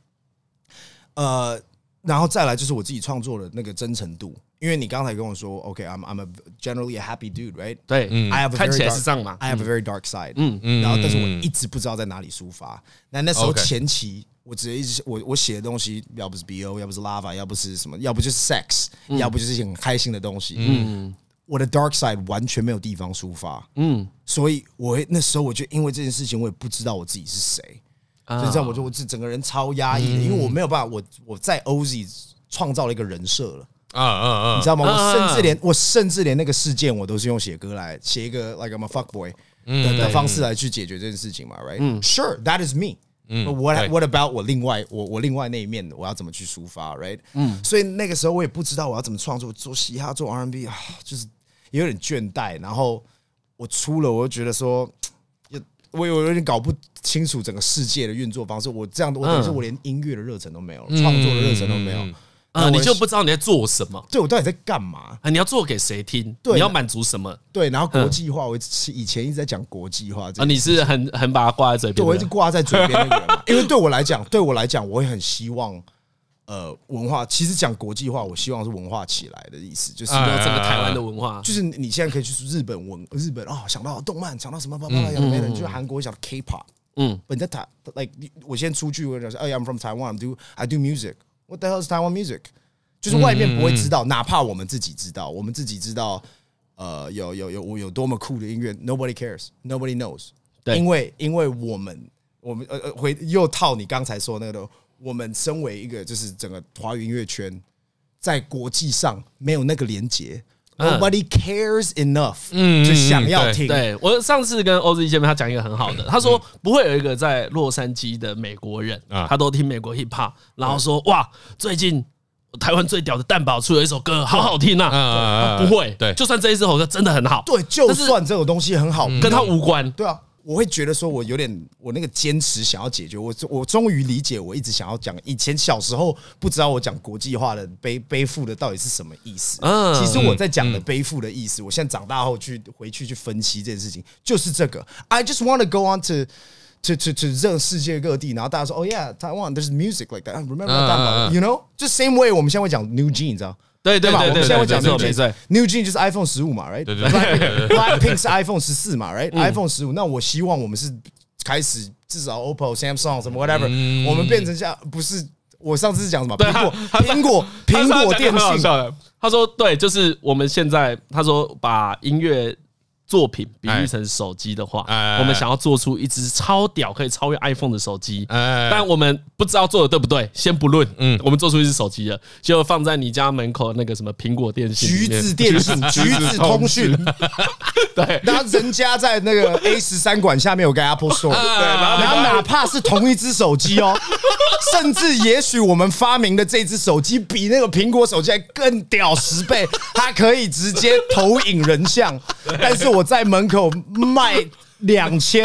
[SPEAKER 4] 呃，然后再来就是我自己创作的那个真诚度，因为你刚才跟我说，OK，I'm、I'm a generally a happy dude, right？
[SPEAKER 3] 对，
[SPEAKER 4] I have a
[SPEAKER 3] 看起
[SPEAKER 4] very
[SPEAKER 3] 来
[SPEAKER 4] dark-
[SPEAKER 3] 是这样嘛
[SPEAKER 4] I have a very dark side，嗯嗯，然后但是我一直不知道在哪里抒发。那那时候
[SPEAKER 2] OK
[SPEAKER 4] 前期，我直接一直我我写的东西，要不是 BO，要不是 Lava，要不是什么，要不就是 sex，要
[SPEAKER 3] 嗯
[SPEAKER 4] 不就是一些很开心的东西，嗯，我的 dark side 完全没有地方抒发，嗯，所以我会那时候我就因为这件事情，我也不知道我自己是谁，
[SPEAKER 3] 啊
[SPEAKER 4] 就这样，我就我整个人超压抑
[SPEAKER 3] 嗯
[SPEAKER 4] 的，因为我没有办法，我我在 OZ 创造了一个人设了。
[SPEAKER 2] 啊啊
[SPEAKER 4] 你
[SPEAKER 2] 啊
[SPEAKER 4] 知道吗？
[SPEAKER 3] 啊
[SPEAKER 4] 我甚至连我甚至连那个事件，我都是用写歌来写一个 like I'm a fuck boy
[SPEAKER 3] 嗯
[SPEAKER 4] 的的方式来去解决这件事情嘛，right？Sure, that is me.
[SPEAKER 3] 嗯
[SPEAKER 4] But what
[SPEAKER 2] 对
[SPEAKER 4] what about 我另外我我另外那一面，我要怎么去抒发，right？嗯，所以那个时候我也不知道我要怎么创作，做嘻哈，做 R&B 啊，就是也有点倦怠。然后我出了，我就觉得说，也我有有点搞不清楚整个世界的运作方式。我这样的，我等于
[SPEAKER 3] 嗯
[SPEAKER 4] 是我连音乐的热忱都没有，创作的热忱都没有。
[SPEAKER 3] 啊、你就不知道你在做什么，
[SPEAKER 4] 对我到底在干嘛？
[SPEAKER 3] 啊，你要做给谁听，
[SPEAKER 4] 对
[SPEAKER 3] 你要满足什么
[SPEAKER 4] 对，然后国际化，我以前一直在讲国际化这
[SPEAKER 3] 啊？
[SPEAKER 4] 个，
[SPEAKER 3] 你是很很把它挂在嘴
[SPEAKER 4] 对
[SPEAKER 3] 边
[SPEAKER 4] 我一直
[SPEAKER 3] 的，
[SPEAKER 4] 挂在嘴边那个人嘛，因为对我来讲，对我来讲，我也很希望，呃，文化其实讲国际化，我希望是文化起来的意思，就是
[SPEAKER 2] 哎
[SPEAKER 3] 有整个台湾的文化，
[SPEAKER 4] 就是你现在可以去日本文日本哦，想到动漫，想到什么巴拉巴拉有的没的，你去韩国想到 K-pop，嗯，本在台 like 你我现在出去，我就讲说，哎，I'm from Taiwan，I do I do music，what the hell is Taiwan music？就是外面不会
[SPEAKER 3] 嗯
[SPEAKER 4] 知道，哪怕我们自己知道，我们自己知道，呃，有有有我有多么酷的音乐，nobody cares，nobody knows，
[SPEAKER 3] 对
[SPEAKER 4] 因为因为我们我们呃呃回又套你刚才说的那个，我们身为一个就是整个华语音乐圈。在国际上没有那个连接、n
[SPEAKER 3] 嗯
[SPEAKER 4] o b o d y cares enough，嗯，就想要听，
[SPEAKER 3] 对我上次跟欧子见面，他讲一个很好的，他说不会有一个在洛杉矶的美国人，
[SPEAKER 2] 啊
[SPEAKER 3] 他都听美国 hip hop，然后说哇，最近台湾最屌的蛋堡出了一首歌，好好听
[SPEAKER 2] 啊
[SPEAKER 3] 啊！
[SPEAKER 2] 啊！
[SPEAKER 3] 不会，
[SPEAKER 2] 对，
[SPEAKER 3] 就算这一首歌真的很好，
[SPEAKER 4] 对，就算这种东西很好，
[SPEAKER 3] 嗯跟他无关。
[SPEAKER 4] 对啊，我会觉得说我有点我那个坚持想要解决，我我终于理解我一直想要讲，以前小时候不知道我讲国际化的背背负的到底是什么意思，
[SPEAKER 3] 嗯
[SPEAKER 4] 其实我在讲的背负的意思，我现在长大后去回去去分析这件事情，就是这个，I just want to go on to。to to to 这世界各地，然后大家说，哦、yeah, Taiwan, there's music like that. Remember
[SPEAKER 2] 嗯
[SPEAKER 4] that?
[SPEAKER 2] 嗯嗯
[SPEAKER 4] you know, 就 same way 我们现在会讲 New Jeans 啊，
[SPEAKER 3] 对对
[SPEAKER 4] 对吧？
[SPEAKER 3] 对
[SPEAKER 4] 我们
[SPEAKER 3] 对，
[SPEAKER 4] 现在会讲
[SPEAKER 3] 没
[SPEAKER 4] New
[SPEAKER 3] 错没
[SPEAKER 4] Jean
[SPEAKER 3] 错。
[SPEAKER 4] New Jean 就是 iPhone 十五嘛，right？
[SPEAKER 2] 对对对对
[SPEAKER 4] Blackpink 是 iPhone 十四嘛，right？iPhone 十五，那我希望我们是开始至少 OPPO、Samsung 什么 whatever，我们变成像不是我上次是讲什么苹果、苹果、
[SPEAKER 3] 他上
[SPEAKER 4] 苹
[SPEAKER 3] 次
[SPEAKER 4] 果
[SPEAKER 3] 讲得
[SPEAKER 4] 电
[SPEAKER 3] 很好
[SPEAKER 4] 信，
[SPEAKER 3] 笑的，他说对，就是我们现在他说把音乐作品比喻成手机的话，
[SPEAKER 2] 哎
[SPEAKER 3] 我们想要做出一只超屌可以超越 iPhone 的手机，
[SPEAKER 2] 哎
[SPEAKER 3] 但我们不知道做的对不对，先不论，嗯，我们做出一只手机了，就放在你家门口那个什么苹果电信里
[SPEAKER 4] 橘
[SPEAKER 3] 面，
[SPEAKER 4] 子电信、橘子通讯，
[SPEAKER 3] 对。
[SPEAKER 4] 然后人家在 那个 A 十三馆下面有个 Apple
[SPEAKER 3] 啊
[SPEAKER 4] Store，然后哪怕是同一只手机 哦，甚至也许我们发明的这只手机比那个苹果手机还更屌十倍，它可以直接投影人像，但是我在门口卖 两千，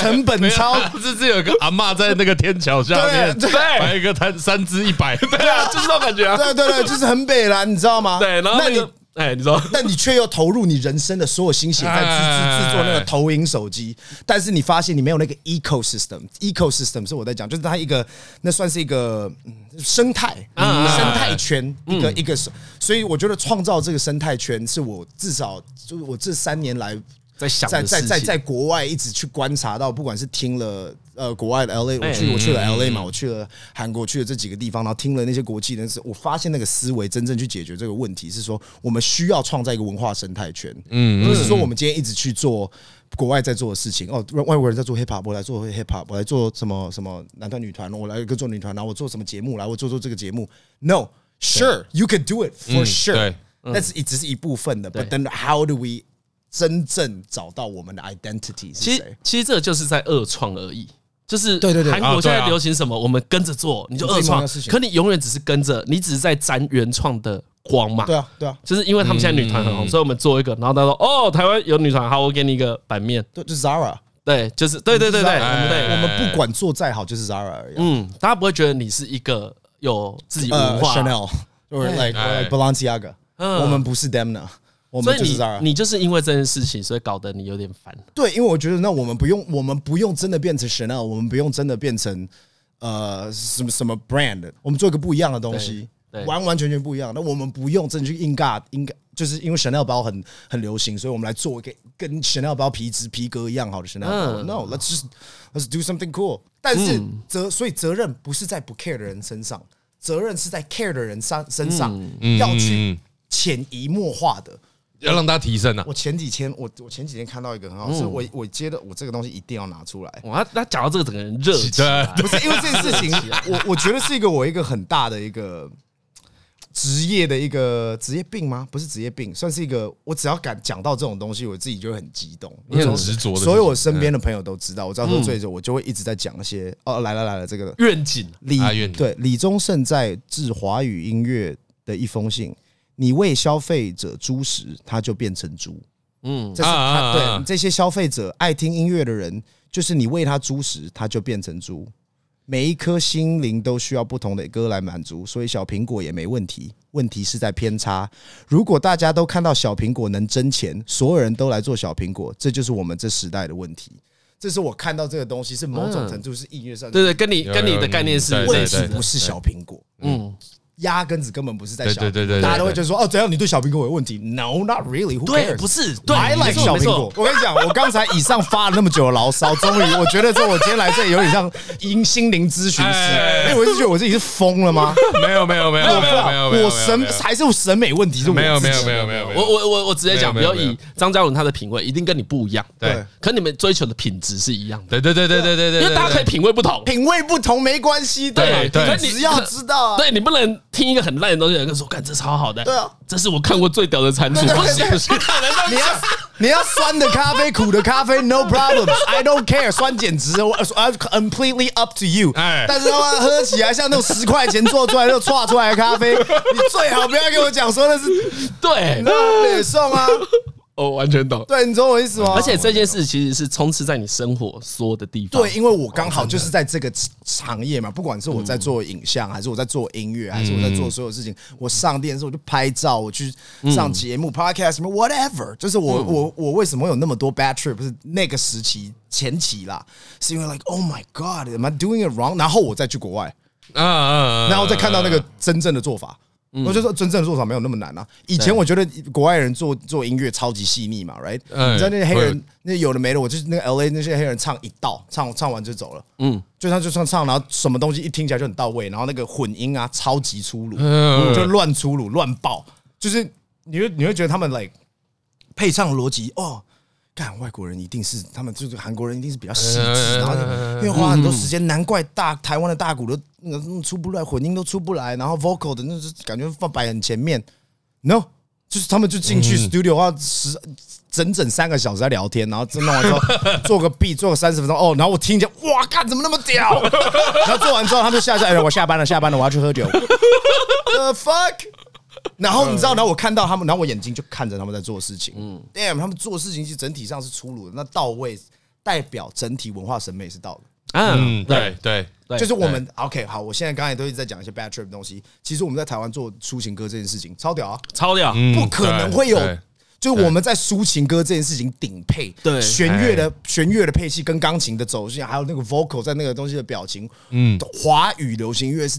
[SPEAKER 4] 成本超。
[SPEAKER 2] 这是有一个阿嬷在那个天桥下面，
[SPEAKER 4] 对对
[SPEAKER 2] 摆一个摊三只一百，
[SPEAKER 3] 对啊，就是那种感觉啊。
[SPEAKER 4] 对对对，就是很北蓝，你知道吗？
[SPEAKER 3] 对，然后
[SPEAKER 4] 那
[SPEAKER 3] 那
[SPEAKER 4] 你
[SPEAKER 3] 个，哎，你说，
[SPEAKER 4] 但你却又投入你人生的所有心血在制制制作那个投影手机，但是你发现你没有那个 ecosystem。ecosystem 是我在讲，就是它一个那算是一个、嗯、生态、生态圈，一个、一个，所以我觉得创造这个生态圈是我至少就是我这三年来
[SPEAKER 3] 在想
[SPEAKER 4] 在
[SPEAKER 3] 的
[SPEAKER 4] 在
[SPEAKER 3] 事
[SPEAKER 4] 在
[SPEAKER 3] 情
[SPEAKER 4] 在国外一直去观察到，不管是听了呃国外的 LA，我
[SPEAKER 3] 哎
[SPEAKER 4] 去我去了
[SPEAKER 3] 嗯
[SPEAKER 4] LA 嘛，我去了韩国，去了这几个地方，然后听了那些国际人士，我发现那个思维真正去解决这个问题是说，我们需要创造一个文化生态圈，嗯，不是说我们今天一直去做。国外在做的事情哦，外外国人在做 hip hop，我来做 hip hop，我来做什么什么男团女团，我来一个做女团，然后我做什么节目，来我做做这个节目。No，sure，you can do it for
[SPEAKER 2] 嗯
[SPEAKER 4] sure，、
[SPEAKER 2] 对
[SPEAKER 4] 但是也只是一部分的。
[SPEAKER 3] 嗯对
[SPEAKER 4] But then how do we 真正找到我们的 identity
[SPEAKER 3] 其
[SPEAKER 4] 是
[SPEAKER 3] 实
[SPEAKER 4] 谁？
[SPEAKER 3] 其实这就是在恶创而已。就是
[SPEAKER 4] 对对对
[SPEAKER 3] 韩国
[SPEAKER 2] 啊
[SPEAKER 3] 现
[SPEAKER 2] 对啊
[SPEAKER 3] 在流行什么，我们跟着做，你就恶
[SPEAKER 4] 是一模一
[SPEAKER 3] 创
[SPEAKER 4] 样的事。情
[SPEAKER 3] 可你永远只是跟着，你只是在沾原创的光嘛。
[SPEAKER 4] 对啊，嗯对啊，
[SPEAKER 3] 就是因为他们现在女团很红，所以我们做一个，然后他说：“哦，台湾有女团，好，我给你一个版面。
[SPEAKER 4] 对，就是 Zara，”
[SPEAKER 3] 对，就是对对对对，
[SPEAKER 4] 我
[SPEAKER 3] 我
[SPEAKER 4] 们
[SPEAKER 3] 们
[SPEAKER 4] 我
[SPEAKER 3] 对，
[SPEAKER 4] 们不管做再好，就是 Zara 而已啊。
[SPEAKER 3] 哎嗯，大家不会觉得你是一个有自己文
[SPEAKER 4] 呃
[SPEAKER 3] 化，
[SPEAKER 4] ，Chanel or like or
[SPEAKER 2] 哎
[SPEAKER 4] like Balenciaga，
[SPEAKER 3] 嗯
[SPEAKER 4] 我们不是 Demna，我
[SPEAKER 3] 所
[SPEAKER 4] 们
[SPEAKER 3] 以
[SPEAKER 4] 就是
[SPEAKER 3] 你
[SPEAKER 4] Zara。
[SPEAKER 3] 你就是因为这件事情，所以搞得你有点烦。
[SPEAKER 4] 对，因为我觉得那我们不用，我们不用真的变成 Chanel，我们不用真的变成呃什么什么 brand，我们做一个不一样的东西
[SPEAKER 3] 对对，
[SPEAKER 4] 完完全全不一样。那我们不用真的去硬尬，硬尬就是因为 Chanel 包很很流行，所以我们来做一个跟 Chanel 包皮质皮革一样好的 Chanel 包。
[SPEAKER 3] 嗯
[SPEAKER 4] No，let's just let's do something cool。但是责所以责任不是在不 care 的人身上，责任是在 care 的人上身上
[SPEAKER 3] 嗯
[SPEAKER 4] 要去潜移默化的。
[SPEAKER 2] 要让大家提升啊。
[SPEAKER 4] 我前几天我我前几天看到一个很
[SPEAKER 2] 嗯
[SPEAKER 4] 好，是我我接的，我这个东西一定要拿出来。
[SPEAKER 3] 哇，他讲到这个整个人热起来，
[SPEAKER 4] 不是因为这 件事情，
[SPEAKER 2] 啊
[SPEAKER 4] 我我觉得是一个我一个很大的一个职业的一个职业病吗？不是职业病，算是一个我只要敢讲到这种东西，我自己就会很激动。
[SPEAKER 2] 你很执着的事情，嗯
[SPEAKER 4] 所有我身边的朋友都知道，我只要喝醉的时候，我就会一直在讲一些哦，来了来了，这个
[SPEAKER 3] 愿景
[SPEAKER 4] 李、
[SPEAKER 2] 啊愿景
[SPEAKER 4] 对李宗盛在致华语音乐的一封信，你为消费者猪食，他就变成猪。嗯，这是他、
[SPEAKER 2] 啊啊啊啊
[SPEAKER 4] 对这些消费者爱听音乐的人，就是你喂他猪食，他就变成猪。每一颗心灵都需要不同的歌来满足，所以小苹果也没问题。问题是在偏差。如果大家都看到小苹果能挣钱，所有人都来做小苹果，这就是我们这时代的问题。这是我看到这个东西，是某
[SPEAKER 3] 嗯
[SPEAKER 4] 种程度是音乐上
[SPEAKER 3] 对对，跟你
[SPEAKER 2] 有
[SPEAKER 3] 跟你
[SPEAKER 2] 有嗯
[SPEAKER 3] 的概念是
[SPEAKER 2] 对
[SPEAKER 3] 类
[SPEAKER 4] 问
[SPEAKER 3] 似
[SPEAKER 4] 题
[SPEAKER 2] 对
[SPEAKER 3] 的
[SPEAKER 4] 不，是小苹果，
[SPEAKER 3] 嗯，
[SPEAKER 4] 压根子根本不是在小苹
[SPEAKER 2] 对
[SPEAKER 4] 果，
[SPEAKER 2] 对对对对
[SPEAKER 4] 大家都会觉得说哦，怎样你对小苹果有问题？No，not really，who
[SPEAKER 3] 对，
[SPEAKER 4] cares？
[SPEAKER 3] 不是，对，
[SPEAKER 4] I
[SPEAKER 3] 没
[SPEAKER 4] like
[SPEAKER 3] 错
[SPEAKER 4] 小
[SPEAKER 3] 没
[SPEAKER 4] 苹
[SPEAKER 3] 错
[SPEAKER 4] 果。，我跟你讲，我刚才以上发了那么久的牢骚，终于我觉得这我今天来这里有点像迎心灵咨询
[SPEAKER 2] 哎
[SPEAKER 4] 师，因为我是觉得我自己是疯了吗？
[SPEAKER 2] 没有没有没有没有没有没有，
[SPEAKER 4] 我审还是我审美问题是我
[SPEAKER 2] 没有
[SPEAKER 4] 自
[SPEAKER 2] 没
[SPEAKER 4] 己
[SPEAKER 2] 有没有没有没有，
[SPEAKER 3] 我我我我直接讲，比
[SPEAKER 2] 没有
[SPEAKER 3] 如
[SPEAKER 2] 没有没
[SPEAKER 3] 以
[SPEAKER 2] 有
[SPEAKER 3] 张嘉伦他的品味一定跟你不一样，
[SPEAKER 2] 对
[SPEAKER 3] 可你们追求的品质是一样的，
[SPEAKER 2] 对对对对对对对，
[SPEAKER 3] 因为大家可以品味不同，
[SPEAKER 4] 品味不同没关系，
[SPEAKER 3] 对
[SPEAKER 4] 对
[SPEAKER 2] 对
[SPEAKER 4] 你只要知道啊，
[SPEAKER 3] 对你不能听一个很烂的东西，有人跟你说干这超好的，
[SPEAKER 4] 对啊，
[SPEAKER 3] 这是我看过最屌的蟾蜍，
[SPEAKER 4] 对
[SPEAKER 3] 不行
[SPEAKER 4] 对
[SPEAKER 3] 不行，
[SPEAKER 4] 你要你要酸的咖啡，苦的咖啡，no problems，I don't care，酸简直我，I'm 呃 completely up to you。
[SPEAKER 2] 哎
[SPEAKER 4] 但是他妈喝起来像那种十块钱做出来又歘出来的咖啡，你最好不要跟我讲说那是
[SPEAKER 3] 对，
[SPEAKER 4] 北 送啊。
[SPEAKER 3] 我完全懂。
[SPEAKER 4] 对，啊你懂我意思吗？
[SPEAKER 3] 而且这件事其实是充斥在你生活所有的地方，
[SPEAKER 4] 对，，因为我刚好就是在这个行业嘛，不管是我在做影像，
[SPEAKER 3] 嗯
[SPEAKER 4] 还是我在做音乐，还是我在做所有事情，我上电视，我就拍照，我去上节
[SPEAKER 3] 嗯
[SPEAKER 4] 目、podcast 什么 whatever，就是我我我为什么有那么多 bad trip？不是那个时期前期啦，是因为 like oh my god，am I doing it wrong？然后我再去国外，
[SPEAKER 2] 啊啊，
[SPEAKER 4] 然后再看到那个真正的做法。我就说真正的做法没有那么难啊。以前我觉得国外人做做音乐超级细腻嘛，right？
[SPEAKER 2] 嗯
[SPEAKER 4] 你知道那些黑
[SPEAKER 2] 会有
[SPEAKER 4] 人那有的没的，我就是那个 LA 那些黑人唱一道，唱唱完就走了，嗯，就唱就唱唱，然后什么东西一听起来就很到位，然后那个混音啊超级粗鲁，就乱粗鲁乱爆，就是你会你会觉得他们 like 配唱逻辑哦。干外国人一定是他们就是韩国人一定是比较细致，然后因为花很多时间，难怪大台湾的大鼓都那个嗯出不来，混音都出不来，然后 vocal 的那是感觉放摆很前面。No，就是他们就进去 studio 啊，十整整三个小时在聊天，然后弄完之后做个 B 做个三十分钟哦，然后我听见哇，干怎么那么屌？然后做完之后他们就下下来，哎我下班了，下班了，我要去喝酒。The fuck！然后你知道，然后我看到他们，然后我眼睛就看着他们在做事情。嗯，damn，他们做事情其实整体上是粗鲁的，那到位代表整体文化审美是到的。
[SPEAKER 3] 嗯
[SPEAKER 2] 嗯，对对，
[SPEAKER 3] 对
[SPEAKER 4] 就是我们 OK 好，我现在刚才都一直在讲一些 bad trip 的东西。其实我们在台湾做抒情歌这件事情超屌啊，
[SPEAKER 3] 超屌，
[SPEAKER 2] 嗯
[SPEAKER 4] 不可能会有。就是我们在抒情歌这件事情顶配，
[SPEAKER 3] 对
[SPEAKER 4] 弦乐的弦乐的配器跟钢琴的走向，还有那个 vocal 在那个东西的表情，嗯，华语流行音乐是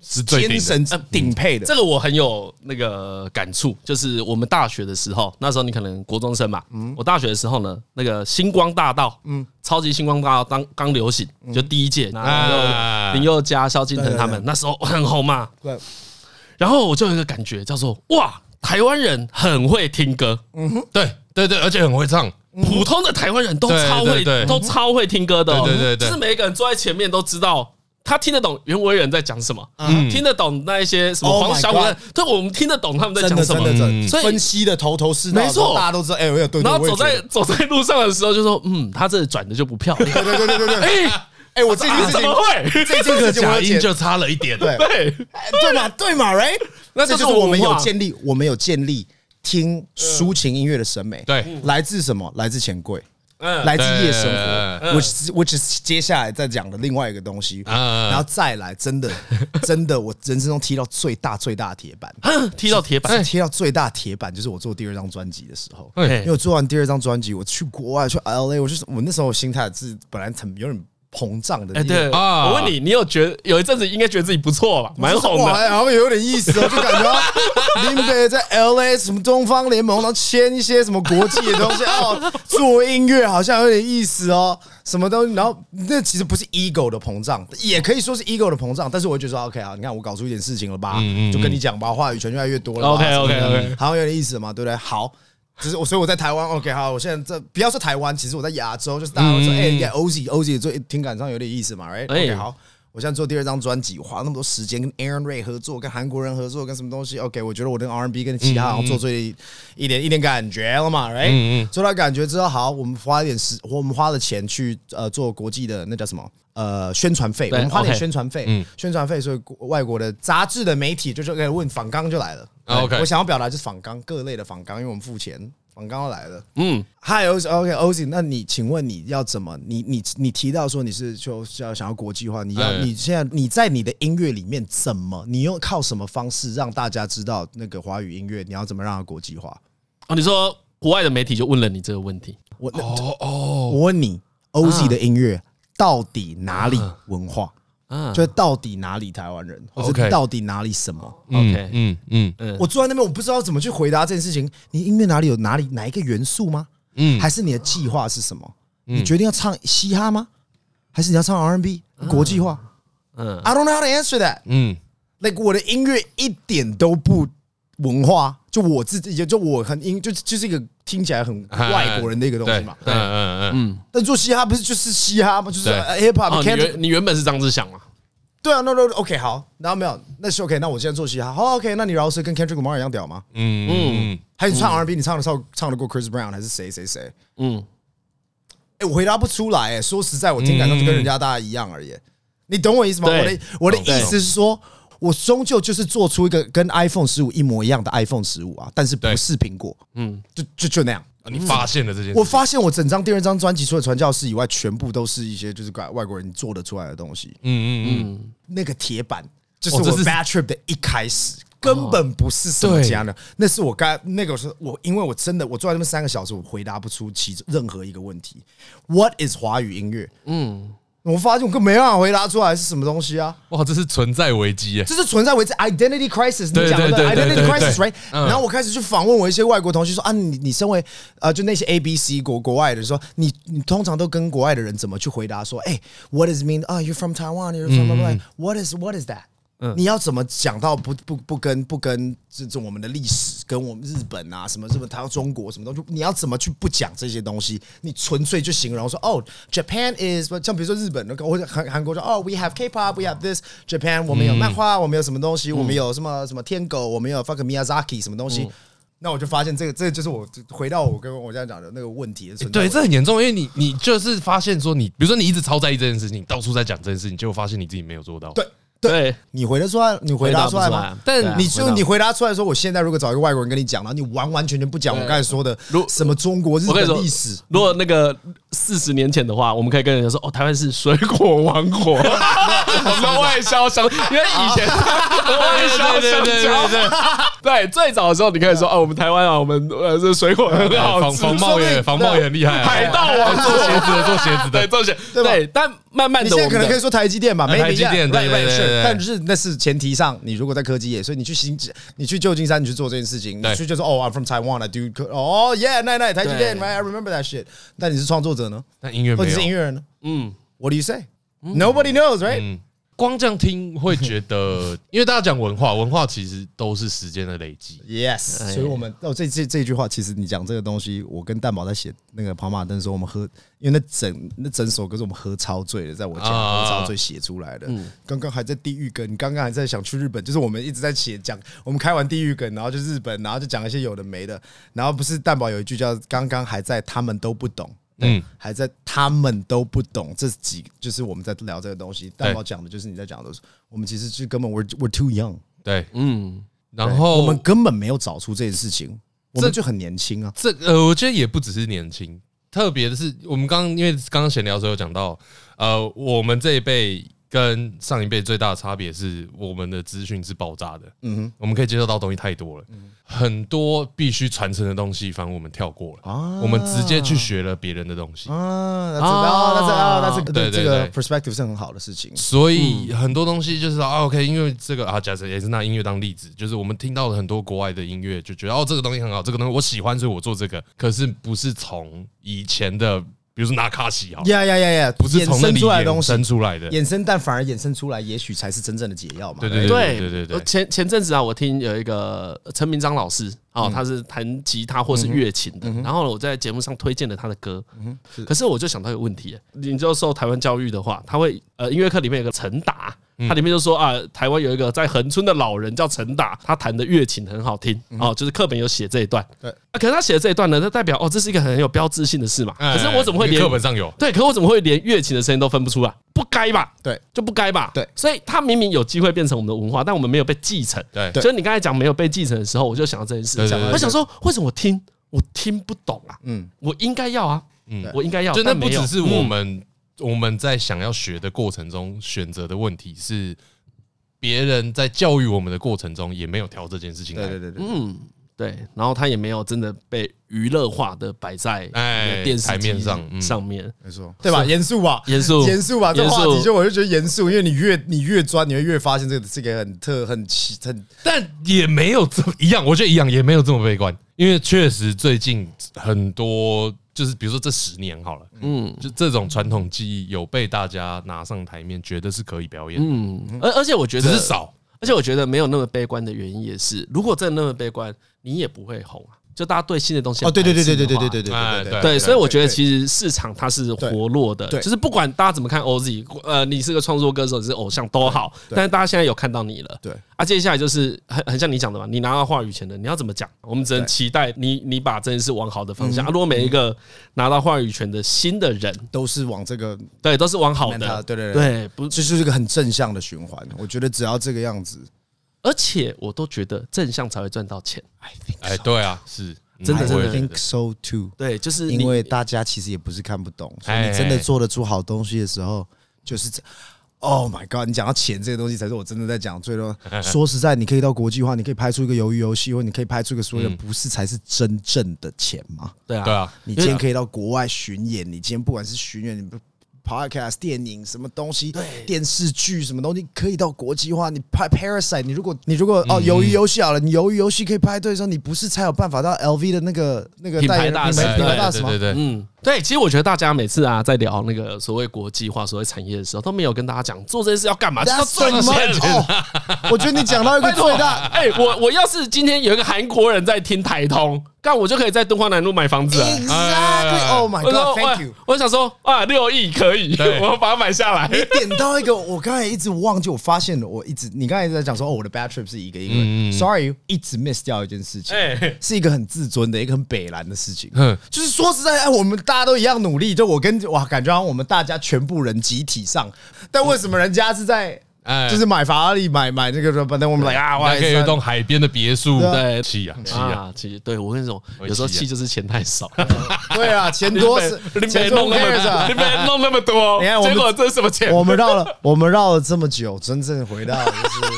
[SPEAKER 2] 是最
[SPEAKER 4] 天
[SPEAKER 2] 顶
[SPEAKER 4] 神顶配的
[SPEAKER 3] 这。个我很有那个感触，就是我们大学的时候，那时候你可能国中生嘛，我大学的时候呢，那个星光大道，嗯，超级星光大道当刚流行，就第一届，然
[SPEAKER 2] 啊
[SPEAKER 3] 后林宥嘉、萧敬腾他们那时候很红嘛，
[SPEAKER 4] 对，
[SPEAKER 3] 然后我就有一个感觉叫做哇，台湾人很会听歌，
[SPEAKER 2] 对对对，而且很会唱，
[SPEAKER 4] 嗯
[SPEAKER 3] 普通的台湾人都
[SPEAKER 2] 对
[SPEAKER 3] 超
[SPEAKER 2] 对
[SPEAKER 3] 会
[SPEAKER 2] 对
[SPEAKER 3] 都超会听歌的哦，
[SPEAKER 2] 对对对对
[SPEAKER 3] 就是每一个人坐在前面都知道。他听得懂原文人在讲什么，听得懂那一些什么
[SPEAKER 4] 嗯 Oh my
[SPEAKER 3] 黄小虎
[SPEAKER 4] God，
[SPEAKER 3] 对，我们听得懂他们在
[SPEAKER 4] 真
[SPEAKER 3] 讲
[SPEAKER 4] 的
[SPEAKER 3] 什
[SPEAKER 4] 真
[SPEAKER 3] 么。
[SPEAKER 4] 的
[SPEAKER 2] 嗯
[SPEAKER 4] 真的，
[SPEAKER 3] 所以
[SPEAKER 4] 分析的头头是道，
[SPEAKER 3] 没错
[SPEAKER 4] 大家都知道。哎，我也对，对
[SPEAKER 3] 然后
[SPEAKER 4] 我也
[SPEAKER 3] 走在
[SPEAKER 4] 觉得
[SPEAKER 3] 走在路上的时候就说，嗯，他这转的就不漂 亮。
[SPEAKER 4] 对对对对对对，
[SPEAKER 3] 哎，
[SPEAKER 4] 哎，我这件
[SPEAKER 3] 啊
[SPEAKER 4] 事
[SPEAKER 3] 怎
[SPEAKER 4] 情
[SPEAKER 3] 么，会？
[SPEAKER 4] 这件事情我
[SPEAKER 2] 假
[SPEAKER 4] 有
[SPEAKER 2] 音
[SPEAKER 4] 解，
[SPEAKER 2] 就差了一点，
[SPEAKER 4] 对
[SPEAKER 3] 对，
[SPEAKER 4] 哎对嘛对嘛，right？
[SPEAKER 3] 那
[SPEAKER 4] 这
[SPEAKER 3] 这
[SPEAKER 4] 就是是我们
[SPEAKER 3] 文化
[SPEAKER 4] 有建立，我们有建立听抒情音乐的审美，
[SPEAKER 2] 对，
[SPEAKER 4] 来自什么？来自钱柜。
[SPEAKER 3] 嗯
[SPEAKER 4] 来自夜生
[SPEAKER 2] 对
[SPEAKER 4] 活，which is- which is 接下来再讲的另外一个东西，
[SPEAKER 2] 嗯
[SPEAKER 4] 然后再来，真的 真的，我人生中踢到最大最大的铁板，
[SPEAKER 2] 啊
[SPEAKER 3] 踢到铁板，
[SPEAKER 4] 踢到最大铁板就是我做第二张专辑的时候，
[SPEAKER 2] 哎
[SPEAKER 4] 因为我做完第二张专辑，我去国外去 L A，我就是我那时候心态是本来很有点膨胀的
[SPEAKER 3] 哎，
[SPEAKER 4] 那种
[SPEAKER 3] 对
[SPEAKER 2] 啊
[SPEAKER 3] 我问你，你有觉得有一阵子应该觉得自己不错吧？蛮红
[SPEAKER 4] 哇
[SPEAKER 3] 的，
[SPEAKER 4] 然后有点意思哦，就感觉林北在 L A 什么东方联盟，然后签一些什么国际的东 西哦，做音乐好像有点意思哦，什么东西，然后那其实不是 ego 的膨胀，也可以说是 ego 的膨胀，但是我会觉得说 OK 啊，你看我搞出一点事情了吧，就跟你讲吧，话语权越来越多了吧
[SPEAKER 3] 嗯 OK，OK，OK
[SPEAKER 4] 什么的好像有点意思嘛，对不对？好。只是我，所以我在台湾，OK，好，我现在这不要说台湾，其实我在亚洲，就是大家会说，哎、你看 OZ OZ 做听感上有点意思嘛
[SPEAKER 3] 嗯
[SPEAKER 4] ，right？OK，、
[SPEAKER 3] 哎
[SPEAKER 4] 好，我现在做第二张专辑，我花那么多时间跟 Aaron Ray 合作，跟韩国人合作，跟什么东西？OK，我觉得我跟 R&B 跟其
[SPEAKER 3] 嗯
[SPEAKER 4] 他好像做出一一点一点感觉了嘛，right？、做到感觉之后，好，我们花一点时，我们花了钱去呃做国际的那叫什么？呃，宣传费，我
[SPEAKER 3] 对
[SPEAKER 4] 们花点
[SPEAKER 3] OK
[SPEAKER 4] 宣传费，
[SPEAKER 2] 嗯
[SPEAKER 4] 宣传费，所以国外国的杂志的媒体就是哎问仿纲就来了。
[SPEAKER 2] 啊，OK
[SPEAKER 4] 我想要表达就是仿纲各类的仿纲，因为我们付钱，仿纲要来了。
[SPEAKER 3] 嗯，
[SPEAKER 4] 嗨，Oz，OK，Oz，那你请问你要怎么？你你你提到说你是就是要想要国际化，你要
[SPEAKER 2] 哎
[SPEAKER 4] 你现在你在你的音乐里面怎么？你用靠什么方式让大家知道那个华语音乐？你要怎么让它国际化？
[SPEAKER 3] 哦，你说国外的媒体就问了你这个问题，
[SPEAKER 4] 我
[SPEAKER 2] 哦哦，啊
[SPEAKER 4] 我问你，Oz 的音乐到底哪里文化？
[SPEAKER 3] 啊
[SPEAKER 4] 就是到底哪里台湾人，或
[SPEAKER 2] OK
[SPEAKER 4] 者到底哪里什么？
[SPEAKER 2] 嗯
[SPEAKER 3] OK
[SPEAKER 2] 嗯嗯
[SPEAKER 3] 嗯
[SPEAKER 4] 我坐在那边，我不知道怎么去回答这件事情。你音乐哪里有哪里哪一个元素吗？
[SPEAKER 2] 嗯
[SPEAKER 4] 还是你的计划是什么？你决定要唱嘻哈吗？还是你要唱 R&B 国际化
[SPEAKER 3] 嗯，
[SPEAKER 4] ？I don't know how to answer that。
[SPEAKER 2] 嗯
[SPEAKER 4] like 我的音乐一点都不文化，就我自己就就我很音，就就是一个听起来很外国人的一个东
[SPEAKER 2] 哎对，嗯
[SPEAKER 4] 西嘛。
[SPEAKER 2] 嗯嗯
[SPEAKER 4] 但做嘻哈不是就是嘻哈吗？就是
[SPEAKER 2] 对
[SPEAKER 4] 呃 hip
[SPEAKER 3] 哦，
[SPEAKER 4] hop
[SPEAKER 3] 你
[SPEAKER 4] can't
[SPEAKER 3] 原你原本是张志祥嘛？
[SPEAKER 4] 对啊，no no OK 好，然后没有，那是 OK，那我现在做嘻哈，好 OK，那你饶舌跟 Kendrick Lamar 一样屌吗？
[SPEAKER 2] 嗯嗯
[SPEAKER 4] 还是你唱 R&B，你唱得唱唱得过 Chris Brown 还是谁谁谁？
[SPEAKER 3] 嗯，
[SPEAKER 4] 哎，我回答不出来，哎，说实在，我听感上就跟
[SPEAKER 2] 嗯
[SPEAKER 4] 人家大家一样而已，欸你懂我意思吗？
[SPEAKER 3] 对
[SPEAKER 4] 我的我的
[SPEAKER 2] 懂
[SPEAKER 4] 意思是说。我终究就是做出一个跟 iPhone 十五一模一样的 iPhone 十五啊，但是不
[SPEAKER 2] 对
[SPEAKER 4] 是苹果，嗯，就就就那样。
[SPEAKER 2] 啊你发现了这件事，
[SPEAKER 4] 嗯我发现我整张第二张专辑，除了传教士以外，全部都是一些就是外外国人做得出来的东西。
[SPEAKER 2] 嗯嗯嗯，
[SPEAKER 4] 那个铁板，就是
[SPEAKER 2] 哦这
[SPEAKER 4] 我
[SPEAKER 2] 是
[SPEAKER 4] bad trip 的一开始，根本不是什么
[SPEAKER 2] 哦对
[SPEAKER 4] 家的，那是我该那个是我，因为我真的我坐在那边三个小时，我回答不出其中任何一个问题。What is 华语音乐？嗯，我发现我根本没办法回答出来是什么东西啊！
[SPEAKER 2] 哇，这是存在危机耶，
[SPEAKER 4] 这是存在为止 identity crisis，
[SPEAKER 2] 对
[SPEAKER 4] 你讲的
[SPEAKER 2] 对对对
[SPEAKER 4] identity
[SPEAKER 2] 对嗯
[SPEAKER 4] crisis
[SPEAKER 2] 对
[SPEAKER 4] right？然后我开始去访问我一些外国同学，说啊，你你身为呃就那些 A B C 国国外的，说你你通常都跟国外的人怎么去回答说，哎，what is mean 啊，you're from Taiwan，you're from blah,
[SPEAKER 2] 嗯
[SPEAKER 4] blah, blah. what is what is that？你要怎么讲到不不不跟不跟这种我们的历史跟我们日本啊什么日本台湾中国什么东西，你要怎么去不讲这些东西？你纯粹就形容说哦，Japan is 像比如说日本那个或者韩韩国说哦，we have K-pop，we have this Japan，我们
[SPEAKER 3] 嗯
[SPEAKER 4] 有漫画，我们有什么东西，我们有什么什么天狗，我们有 fuck Miyazaki 什么东西。
[SPEAKER 3] 嗯
[SPEAKER 4] 那我就发现这个，这就是我回到我跟我这样讲的那个问题的存在
[SPEAKER 2] 对，
[SPEAKER 4] 问题。
[SPEAKER 2] 这很严重，因为你你就是发现说你，比如说你一直超在意这件事情，到处在讲这件事情，结果发现你自己没有做到。
[SPEAKER 4] 对
[SPEAKER 3] 对，
[SPEAKER 4] 你回得出来，你回答出
[SPEAKER 3] 回
[SPEAKER 4] 来吗？
[SPEAKER 3] 答不出来但
[SPEAKER 4] 你
[SPEAKER 3] 对啊回
[SPEAKER 4] 就
[SPEAKER 3] 答
[SPEAKER 4] 你回答出来说，我现在如果找一个外国人跟你讲，然后你完完全全不讲我刚才说的
[SPEAKER 3] 如
[SPEAKER 4] 什么中国、日
[SPEAKER 3] 我跟
[SPEAKER 4] 本
[SPEAKER 3] 你说
[SPEAKER 4] 历史，，
[SPEAKER 3] 如果那个四十年前的话，我们可以跟人家说，哦，台湾是水果王国，我们外销香，因为以前外销香蕉， 对，最早的时候你可以说，哦，我们台湾啊，我们呃这水果很
[SPEAKER 2] 哎，
[SPEAKER 3] 好
[SPEAKER 2] 防
[SPEAKER 3] 吃，
[SPEAKER 2] 防
[SPEAKER 3] 说
[SPEAKER 2] 冒
[SPEAKER 3] 不定
[SPEAKER 2] 也防冒也很厉害啊，
[SPEAKER 3] 海盗王
[SPEAKER 2] 做鞋子的做鞋子
[SPEAKER 3] 对，
[SPEAKER 2] 的，
[SPEAKER 3] 这些
[SPEAKER 4] 对吧
[SPEAKER 3] 对，但慢慢
[SPEAKER 4] 你
[SPEAKER 3] 的
[SPEAKER 4] 现
[SPEAKER 3] 我们
[SPEAKER 4] 在可能可以
[SPEAKER 3] 的。
[SPEAKER 4] 说台积电吧，
[SPEAKER 2] 呃
[SPEAKER 4] 没
[SPEAKER 2] 台积电对对对对
[SPEAKER 4] 但是那是前提上，你如果在科技业，所以你去新，你去旧金山，你去做这件事情，
[SPEAKER 2] 对
[SPEAKER 4] 你去就说哦，I'm from Taiwan，I do，哦，yeah，那那台积电
[SPEAKER 3] 对
[SPEAKER 4] ，right，I remember that shit。但你是创作者呢，
[SPEAKER 2] 但音乐
[SPEAKER 4] 或
[SPEAKER 2] 没
[SPEAKER 4] 者是音
[SPEAKER 2] 有。
[SPEAKER 4] 乐人呢
[SPEAKER 3] 嗯，
[SPEAKER 4] ？What do you say？Nobody knows，right？
[SPEAKER 2] 嗯，光这样听会觉得，因为大家讲文化，文化其实都是时间的累积。
[SPEAKER 4] Yes，所以我们哦，这这这一句话，其实你讲这个东西，我跟蛋宝在写那个跑马灯的时候，我们喝，因为那整那整首歌是我们喝超醉的，在我家
[SPEAKER 2] 啊
[SPEAKER 4] 喝超醉写出来的。刚刚还在地狱梗，刚刚还在想去日本，就是我们一直在写讲，我们开完地狱梗，然后就日本，然后就讲一些有的没的，然后不是蛋宝有一句叫“刚刚还在，他们都不懂”。
[SPEAKER 2] 嗯
[SPEAKER 4] 嗯，还在他们都不懂这几，就是我们在聊这个东西。蛋宝讲的就是你在讲的，我们其实是根本 we're we're too young，
[SPEAKER 2] 对，
[SPEAKER 3] 嗯，
[SPEAKER 2] 然后
[SPEAKER 4] 我们根本没有找出这件事情，我们就很年轻啊。
[SPEAKER 2] 这呃，我觉得也不只是年轻，特别的是我们刚刚因为刚刚闲聊的时候有讲到，呃，我们这一辈跟上一辈最大的差别是，我们的资讯是爆炸的，嗯哼，我们可以接受到的东西太多了，很多必须传承的东西，反而我们跳过
[SPEAKER 4] 啊
[SPEAKER 2] 了，我们直接去学了别人的东西，
[SPEAKER 4] 啊，那这哦，那这哦，那这个
[SPEAKER 2] 对
[SPEAKER 4] 对
[SPEAKER 2] 对
[SPEAKER 4] 这个
[SPEAKER 2] 对
[SPEAKER 4] perspective 是很好的事情。
[SPEAKER 2] 所
[SPEAKER 3] 嗯
[SPEAKER 2] 以很多东西就是说啊，OK，因为这个啊，假设也是拿音乐当例子，就是我们听到了很多国外的音乐，就觉得哦，这个东西很好，这个东西我喜欢，所以我做这个。可是不是从以前的，比如说纳卡西好了，
[SPEAKER 4] 呀呀呀呀，
[SPEAKER 2] 不是
[SPEAKER 4] 衍
[SPEAKER 2] 从那
[SPEAKER 4] 生
[SPEAKER 2] 里
[SPEAKER 4] 出来的东
[SPEAKER 2] 衍
[SPEAKER 4] 西，
[SPEAKER 2] 生出来的，
[SPEAKER 4] 衍生，但反而衍生出来，也许才是真正的解药嘛。
[SPEAKER 2] 对对
[SPEAKER 3] 对
[SPEAKER 2] 对对对
[SPEAKER 3] 呃前前阵子啊，我听有一个呃陈明章老师哦，他是弹吉他或是乐琴的，然后我在节目上推荐了他的歌，可是我就想到一个问题，你就受台湾教育的话，他会呃音乐课里面有个陈达。他里面就说啊，台湾有一个在恒春的老人叫陈达，他弹的乐琴很好听哦，就是课本有写这一段。
[SPEAKER 4] 对
[SPEAKER 3] 啊，可是他写的这一段呢，那代表哦，这是一个很有标志性的事嘛。哎可是我怎么会
[SPEAKER 2] 因为
[SPEAKER 3] 连
[SPEAKER 2] 哎课本上有？
[SPEAKER 3] 对，可我怎么会连乐琴的声音都分不出来？不该吧？
[SPEAKER 4] 对，
[SPEAKER 3] 就不该吧？
[SPEAKER 4] 对
[SPEAKER 3] 所以它明明有机会变成我们的文化，但我们没有被继承。
[SPEAKER 2] 对
[SPEAKER 4] 对
[SPEAKER 3] 所以你刚才讲没有被继承的时候，我就想到这件事
[SPEAKER 2] 对对
[SPEAKER 3] 情
[SPEAKER 2] 对。对
[SPEAKER 3] 我想说，为什么我听我听不懂啊？
[SPEAKER 4] 嗯，
[SPEAKER 3] 我应该要啊，
[SPEAKER 2] 嗯
[SPEAKER 3] 我应该要，
[SPEAKER 2] 就那
[SPEAKER 3] 但
[SPEAKER 2] 不
[SPEAKER 3] 没有嗯
[SPEAKER 2] 只是我们我们在想要学的过程中选择的问题，是别人在教育我们的过程中也没有调这件事情来
[SPEAKER 4] 对对对对，
[SPEAKER 3] 嗯，对，然后它也没有真的被娱乐化的摆在
[SPEAKER 2] 哎
[SPEAKER 3] 电视
[SPEAKER 2] 台面
[SPEAKER 3] 机
[SPEAKER 2] 上嗯
[SPEAKER 3] 上面。
[SPEAKER 4] 没错，对吧？严肃吧，
[SPEAKER 3] 严肃
[SPEAKER 4] 严肃吧。这
[SPEAKER 3] 严
[SPEAKER 4] 个
[SPEAKER 3] 肃
[SPEAKER 4] 话题就我就觉得严肃，因为你越你越钻，你会越发现这个这个很特很奇很
[SPEAKER 2] 但也没有这么一样，我觉得一样也没有这么悲观，因为确实最近很多就是比如说这十年好了，
[SPEAKER 3] 嗯
[SPEAKER 2] 就这种传统技艺有被大家拿上台面，觉得是可以表演，
[SPEAKER 3] 嗯，而而且我觉
[SPEAKER 2] 只
[SPEAKER 3] 得
[SPEAKER 2] 是少。
[SPEAKER 3] 而且我觉得没有那么悲观的原因也是，如果真的那么悲观，你也不会红啊。就大家对新的东西
[SPEAKER 4] 哦，对对对对对对
[SPEAKER 3] 很排斥的话
[SPEAKER 4] 对对对
[SPEAKER 2] 哎
[SPEAKER 4] 对
[SPEAKER 3] 对，
[SPEAKER 2] 对
[SPEAKER 3] 所以我觉得
[SPEAKER 4] 对
[SPEAKER 3] 其实市场它是活络的，
[SPEAKER 4] 对
[SPEAKER 3] 就是不管大家怎么看 OZ，呃，你是个创作歌手，你是偶像都好，
[SPEAKER 4] 对
[SPEAKER 3] 但是大家现在有看到你了，
[SPEAKER 4] 对。
[SPEAKER 3] 啊，接下来就是很很像你讲的嘛，你拿到话语权的，你要怎么讲？我们只能期待你你把这件事往好的方向。啊，如果每一个拿到话语权的新的人，
[SPEAKER 4] 都是往这个
[SPEAKER 3] 对，都是往好
[SPEAKER 4] 那他
[SPEAKER 3] 的，
[SPEAKER 4] 对对对，
[SPEAKER 3] 对，不，
[SPEAKER 4] 这就是一个很正向的循环。我觉得只要这个样子，
[SPEAKER 3] 而且我都觉得正向才会赚到钱，
[SPEAKER 2] 哎，对啊，是
[SPEAKER 3] 真的
[SPEAKER 2] 嗯
[SPEAKER 3] 真的
[SPEAKER 2] 我也
[SPEAKER 4] I
[SPEAKER 2] 觉得
[SPEAKER 4] think so too。
[SPEAKER 3] 对，就是你
[SPEAKER 4] 因为大家其实也不是看不懂，所以
[SPEAKER 2] 哎
[SPEAKER 4] 你真的做得出好东西的时候，就是这。Oh my god！你讲到钱这个东西，才是我真的在讲最多。说实在，你可以到国际化，你可以拍出一个鱿鱼游戏，或你可以拍出一个所有的，不是才是真正的钱吗？
[SPEAKER 3] 对啊，
[SPEAKER 2] 对啊，
[SPEAKER 4] 你今天可以到国外巡演，你今天不管是巡演，你不 podcast 电影什么东西，电视剧什么东西，可以到国际化。你拍 Parasite，你如果你如果哦，鱿鱼游戏好了，你鱿鱼游戏可以拍对的时候，你不是才有办法到 LV 的那个那个
[SPEAKER 3] 品牌
[SPEAKER 4] 代言人
[SPEAKER 3] 大使
[SPEAKER 4] 品牌品牌大使
[SPEAKER 2] 哎对
[SPEAKER 4] 吗？
[SPEAKER 2] 对对，对
[SPEAKER 3] 嗯，对，其实我觉得大家每次啊在聊那个所谓国际化、所谓产业的时候，都没有跟大家讲做这件事要干嘛，就是要赚
[SPEAKER 4] 什么
[SPEAKER 3] 钱。
[SPEAKER 4] 哦，我觉得你讲到一个
[SPEAKER 3] 拜托
[SPEAKER 4] 最，大。
[SPEAKER 3] 哎、我我要是今天有一个韩国人在听台通，干我就可以在敦化南路买房子了。
[SPEAKER 4] Exactly. 哎 Oh my
[SPEAKER 3] 我说，
[SPEAKER 4] god.
[SPEAKER 3] 我
[SPEAKER 4] Thank you.
[SPEAKER 3] 我想说啊，六亿可以，
[SPEAKER 2] 对
[SPEAKER 3] 我把它买下来。
[SPEAKER 4] 你点到一个，我刚才一直忘记，我发现了，我一直你刚才一直在讲说，哦，我的 bad trip 是一个
[SPEAKER 3] 嗯
[SPEAKER 4] 一个、sorry，一直 miss 掉一件事情，
[SPEAKER 3] 哎
[SPEAKER 4] 是一个很自尊的，一个很北蓝的事情。
[SPEAKER 2] 哼
[SPEAKER 4] 就是说实在，哎，我们大家都一样努力，就我跟哇，感觉好像我们大家全部人集体上，但为什么人家是在？
[SPEAKER 2] 哎
[SPEAKER 4] 就是买法拉利，买买那个什么，反正我们来啊，哇
[SPEAKER 2] 还可以有一栋海边的别墅，
[SPEAKER 3] 对
[SPEAKER 2] 气
[SPEAKER 4] 嗯
[SPEAKER 2] 啊气啊，
[SPEAKER 3] 啊，其实对我跟你说，
[SPEAKER 2] 我
[SPEAKER 3] 有时候
[SPEAKER 2] 气啊
[SPEAKER 3] 气就是钱太 少，
[SPEAKER 4] 对啊，钱
[SPEAKER 3] 你
[SPEAKER 4] 多
[SPEAKER 3] 别
[SPEAKER 4] 是
[SPEAKER 3] 你别
[SPEAKER 4] 钱多
[SPEAKER 3] 弄那
[SPEAKER 4] cares 啊
[SPEAKER 3] 么，你别弄那么多，
[SPEAKER 4] 你看我
[SPEAKER 3] 结
[SPEAKER 4] 们
[SPEAKER 3] 果这是什么钱？
[SPEAKER 4] 我们绕了，我们绕了这么久，真正回到就是。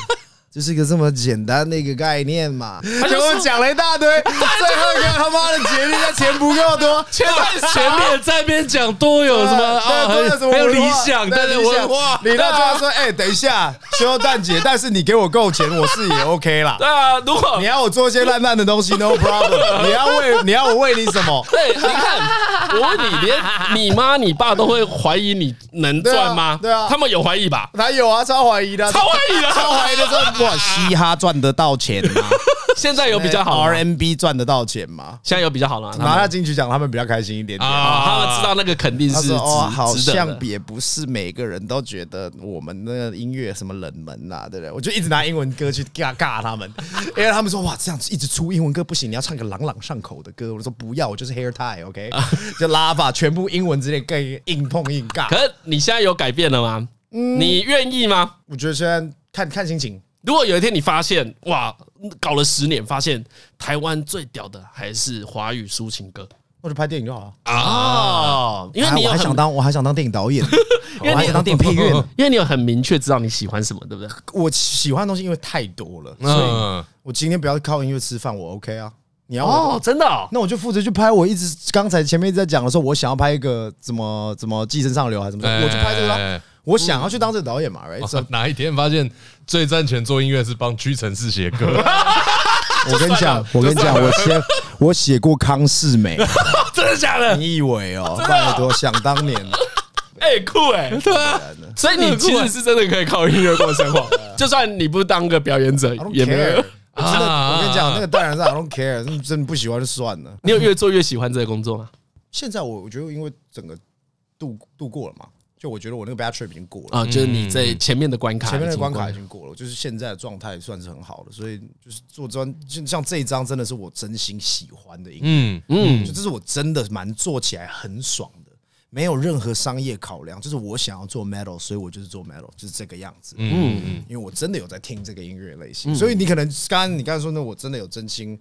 [SPEAKER 4] 就是一个这么简单的一个概念嘛，他
[SPEAKER 3] 就
[SPEAKER 4] 就
[SPEAKER 3] 说
[SPEAKER 4] 跟我讲了一大堆，最后一个他妈的结论，他钱不够多，
[SPEAKER 2] 前面前面在那边讲多有
[SPEAKER 4] 对
[SPEAKER 2] 什么
[SPEAKER 4] 对
[SPEAKER 3] 哦
[SPEAKER 2] 啊，
[SPEAKER 4] 多了什
[SPEAKER 2] 很
[SPEAKER 4] 么
[SPEAKER 2] 还有
[SPEAKER 4] 文
[SPEAKER 2] 理
[SPEAKER 4] 化
[SPEAKER 2] 想，
[SPEAKER 4] 对
[SPEAKER 2] 但是文化，
[SPEAKER 4] 理想你到最
[SPEAKER 2] 对啊
[SPEAKER 4] 后说，哎，等一下，修蛋姐，但是你给我够钱，我是也 OK 啦
[SPEAKER 3] 对。啊，如果
[SPEAKER 4] 你要我做一些烂烂的东西，no problem。你要为你要我为你什么？
[SPEAKER 3] 对，你看，我问你，连你妈你爸都会怀疑你能赚吗？
[SPEAKER 4] 对啊对啊
[SPEAKER 3] 他们有怀疑吧？
[SPEAKER 4] 他有啊，超怀疑的，
[SPEAKER 3] 超怀疑啊的
[SPEAKER 4] 超怀疑的 说，哇，嘻哈赚得到钱啊吗？
[SPEAKER 3] 现在有比较好吗
[SPEAKER 4] RMB 赚得到钱吗？
[SPEAKER 3] 现在有比较好了，他
[SPEAKER 4] 拿
[SPEAKER 3] 们
[SPEAKER 4] 下金曲奖，他们比较开心一点点。
[SPEAKER 2] 啊
[SPEAKER 3] 他们知道那个肯定
[SPEAKER 4] 他
[SPEAKER 3] 是值
[SPEAKER 4] 说：“哦，好
[SPEAKER 3] 值得
[SPEAKER 4] 像
[SPEAKER 3] 的。
[SPEAKER 4] 也不是每个人都觉得我们那个音乐什么冷门呐、对不对？”我就一直拿英文歌去尬尬他们，因为他们说：“哇，这样子一直出英文歌不行，你要唱个朗朗上口的歌。”我就说：“不要，我就是 hair tie，OK，、就
[SPEAKER 3] 啊
[SPEAKER 4] 拉吧，全部英文之类，更硬碰硬尬
[SPEAKER 3] 可。是你现在有改变了吗？
[SPEAKER 4] 嗯
[SPEAKER 3] 你愿意吗？”
[SPEAKER 4] 我觉得现在看看心情，
[SPEAKER 3] 如果有一天你发现，哇，搞了十年，发现台湾最屌的还是华语抒情歌
[SPEAKER 4] 我就拍电影就好了。
[SPEAKER 3] 哦，因为
[SPEAKER 4] 啊
[SPEAKER 3] 你有
[SPEAKER 4] 我还
[SPEAKER 3] 很
[SPEAKER 4] 想当，我还想当电影导演，
[SPEAKER 3] 因为
[SPEAKER 1] 我还
[SPEAKER 3] 你
[SPEAKER 1] 想当电影配乐 呢。
[SPEAKER 3] 因为你有很明确知道你喜欢什么，对不对？
[SPEAKER 4] 我喜欢的东西因为太多了，啊所以
[SPEAKER 2] 嗯，
[SPEAKER 4] 我今天不要靠音乐吃饭，我 OK 啊。你要我
[SPEAKER 3] 哦，真的 哦，
[SPEAKER 4] 那我就负责去拍。我一直刚才前面一直在讲的时候，我想要拍一个怎么怎么寄生上流还是怎么，我就拍这个啊。
[SPEAKER 2] 哎
[SPEAKER 4] 我想要去当这个导演嘛 ，right？
[SPEAKER 2] 哦哪一天发现最赚钱做音乐是帮屈臣氏写歌，
[SPEAKER 4] 我跟你讲，我跟你讲，我写我写过康世美，
[SPEAKER 3] 真的假的？
[SPEAKER 4] 你以为哦？拜托，想当年，
[SPEAKER 3] 哎，酷哎，对啊。 所以你
[SPEAKER 4] 哎
[SPEAKER 3] 其实是真的可以靠音乐过生 活，就算你不当个表演者
[SPEAKER 4] I don't
[SPEAKER 3] 也没有
[SPEAKER 4] care。。我真的，
[SPEAKER 2] 啊
[SPEAKER 4] 我跟你讲，那个当然是 I don't care，你真的不喜欢就算了。
[SPEAKER 3] 你有越做越喜欢这个工作吗？
[SPEAKER 4] 现在我我觉得，因为整个度度过了嘛，就我觉得我那个 bad trip 已经过了，
[SPEAKER 3] 啊，就是你在前面的关卡，
[SPEAKER 4] 前面的关卡已，经过了，就是现在的状态算是很好了，所以就是做专，就像这一张真的是我真心喜欢的音乐，
[SPEAKER 2] 嗯，
[SPEAKER 3] 嗯
[SPEAKER 4] 就，这是我真的蛮做起来很爽的，没有任何商业考量，就是我想要做 metal，所以我就是做 metal，就是这个样子。嗯嗯，因为我真的有在听这个音乐类型，
[SPEAKER 3] 嗯
[SPEAKER 4] 所以你可能刚刚你刚才说那我真的有真心。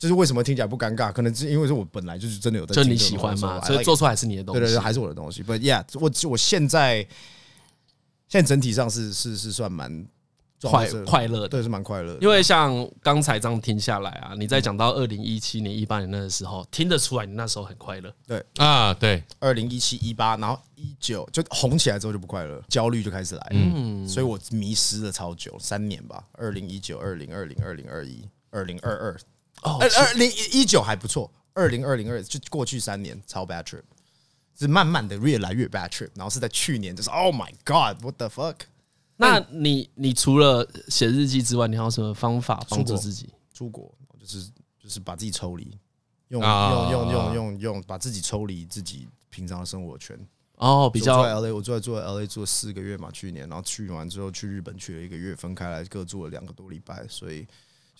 [SPEAKER 4] 就是为什么听起来不尴尬，可能是因为是我本来就是真的有在
[SPEAKER 3] 就
[SPEAKER 4] 听
[SPEAKER 3] 你
[SPEAKER 4] 这个
[SPEAKER 3] 喜欢
[SPEAKER 4] 东西
[SPEAKER 3] 嘛，
[SPEAKER 4] I
[SPEAKER 3] 所以
[SPEAKER 4] like
[SPEAKER 3] 做出来是你的东西。
[SPEAKER 4] 对对对，还是我的东西。But yeah，我我现在现在整体上是是是算蛮
[SPEAKER 3] 快
[SPEAKER 4] 装饰
[SPEAKER 3] 快乐的。
[SPEAKER 4] 对，是蛮快乐的。
[SPEAKER 3] 因为像刚才这样听下来啊，你在讲到二零一七年、一八年那个时候，听得出来你那时候很快乐。
[SPEAKER 2] 啊，对，
[SPEAKER 4] 二零一七一八，然后一九就红起来之后就不快乐，焦虑就开始来了。嗯，所以我迷失了超久，三年吧，二零一九、二零二零、二零二一、二零二二，
[SPEAKER 3] 哦
[SPEAKER 4] 二二零一九还不错，二零二零二就过去三年超 bad trip，是慢慢的越来越 bad trip，然后是在去年就是 Oh my God，what the fuck。
[SPEAKER 3] 那你你除了写日记之外，你还有什么方法帮助
[SPEAKER 4] 出国
[SPEAKER 3] 自己？
[SPEAKER 4] 出国，就是就是把自己抽离，用、
[SPEAKER 2] 啊
[SPEAKER 4] 用用用用用把自己抽离自己平常的生活圈。
[SPEAKER 3] 哦，比
[SPEAKER 4] 我住在
[SPEAKER 3] 较
[SPEAKER 4] LA，我住在住在 LA 住了四个月嘛，去年，然后去完之后去日本去了一个月，分开来各住了两个多礼拜，所以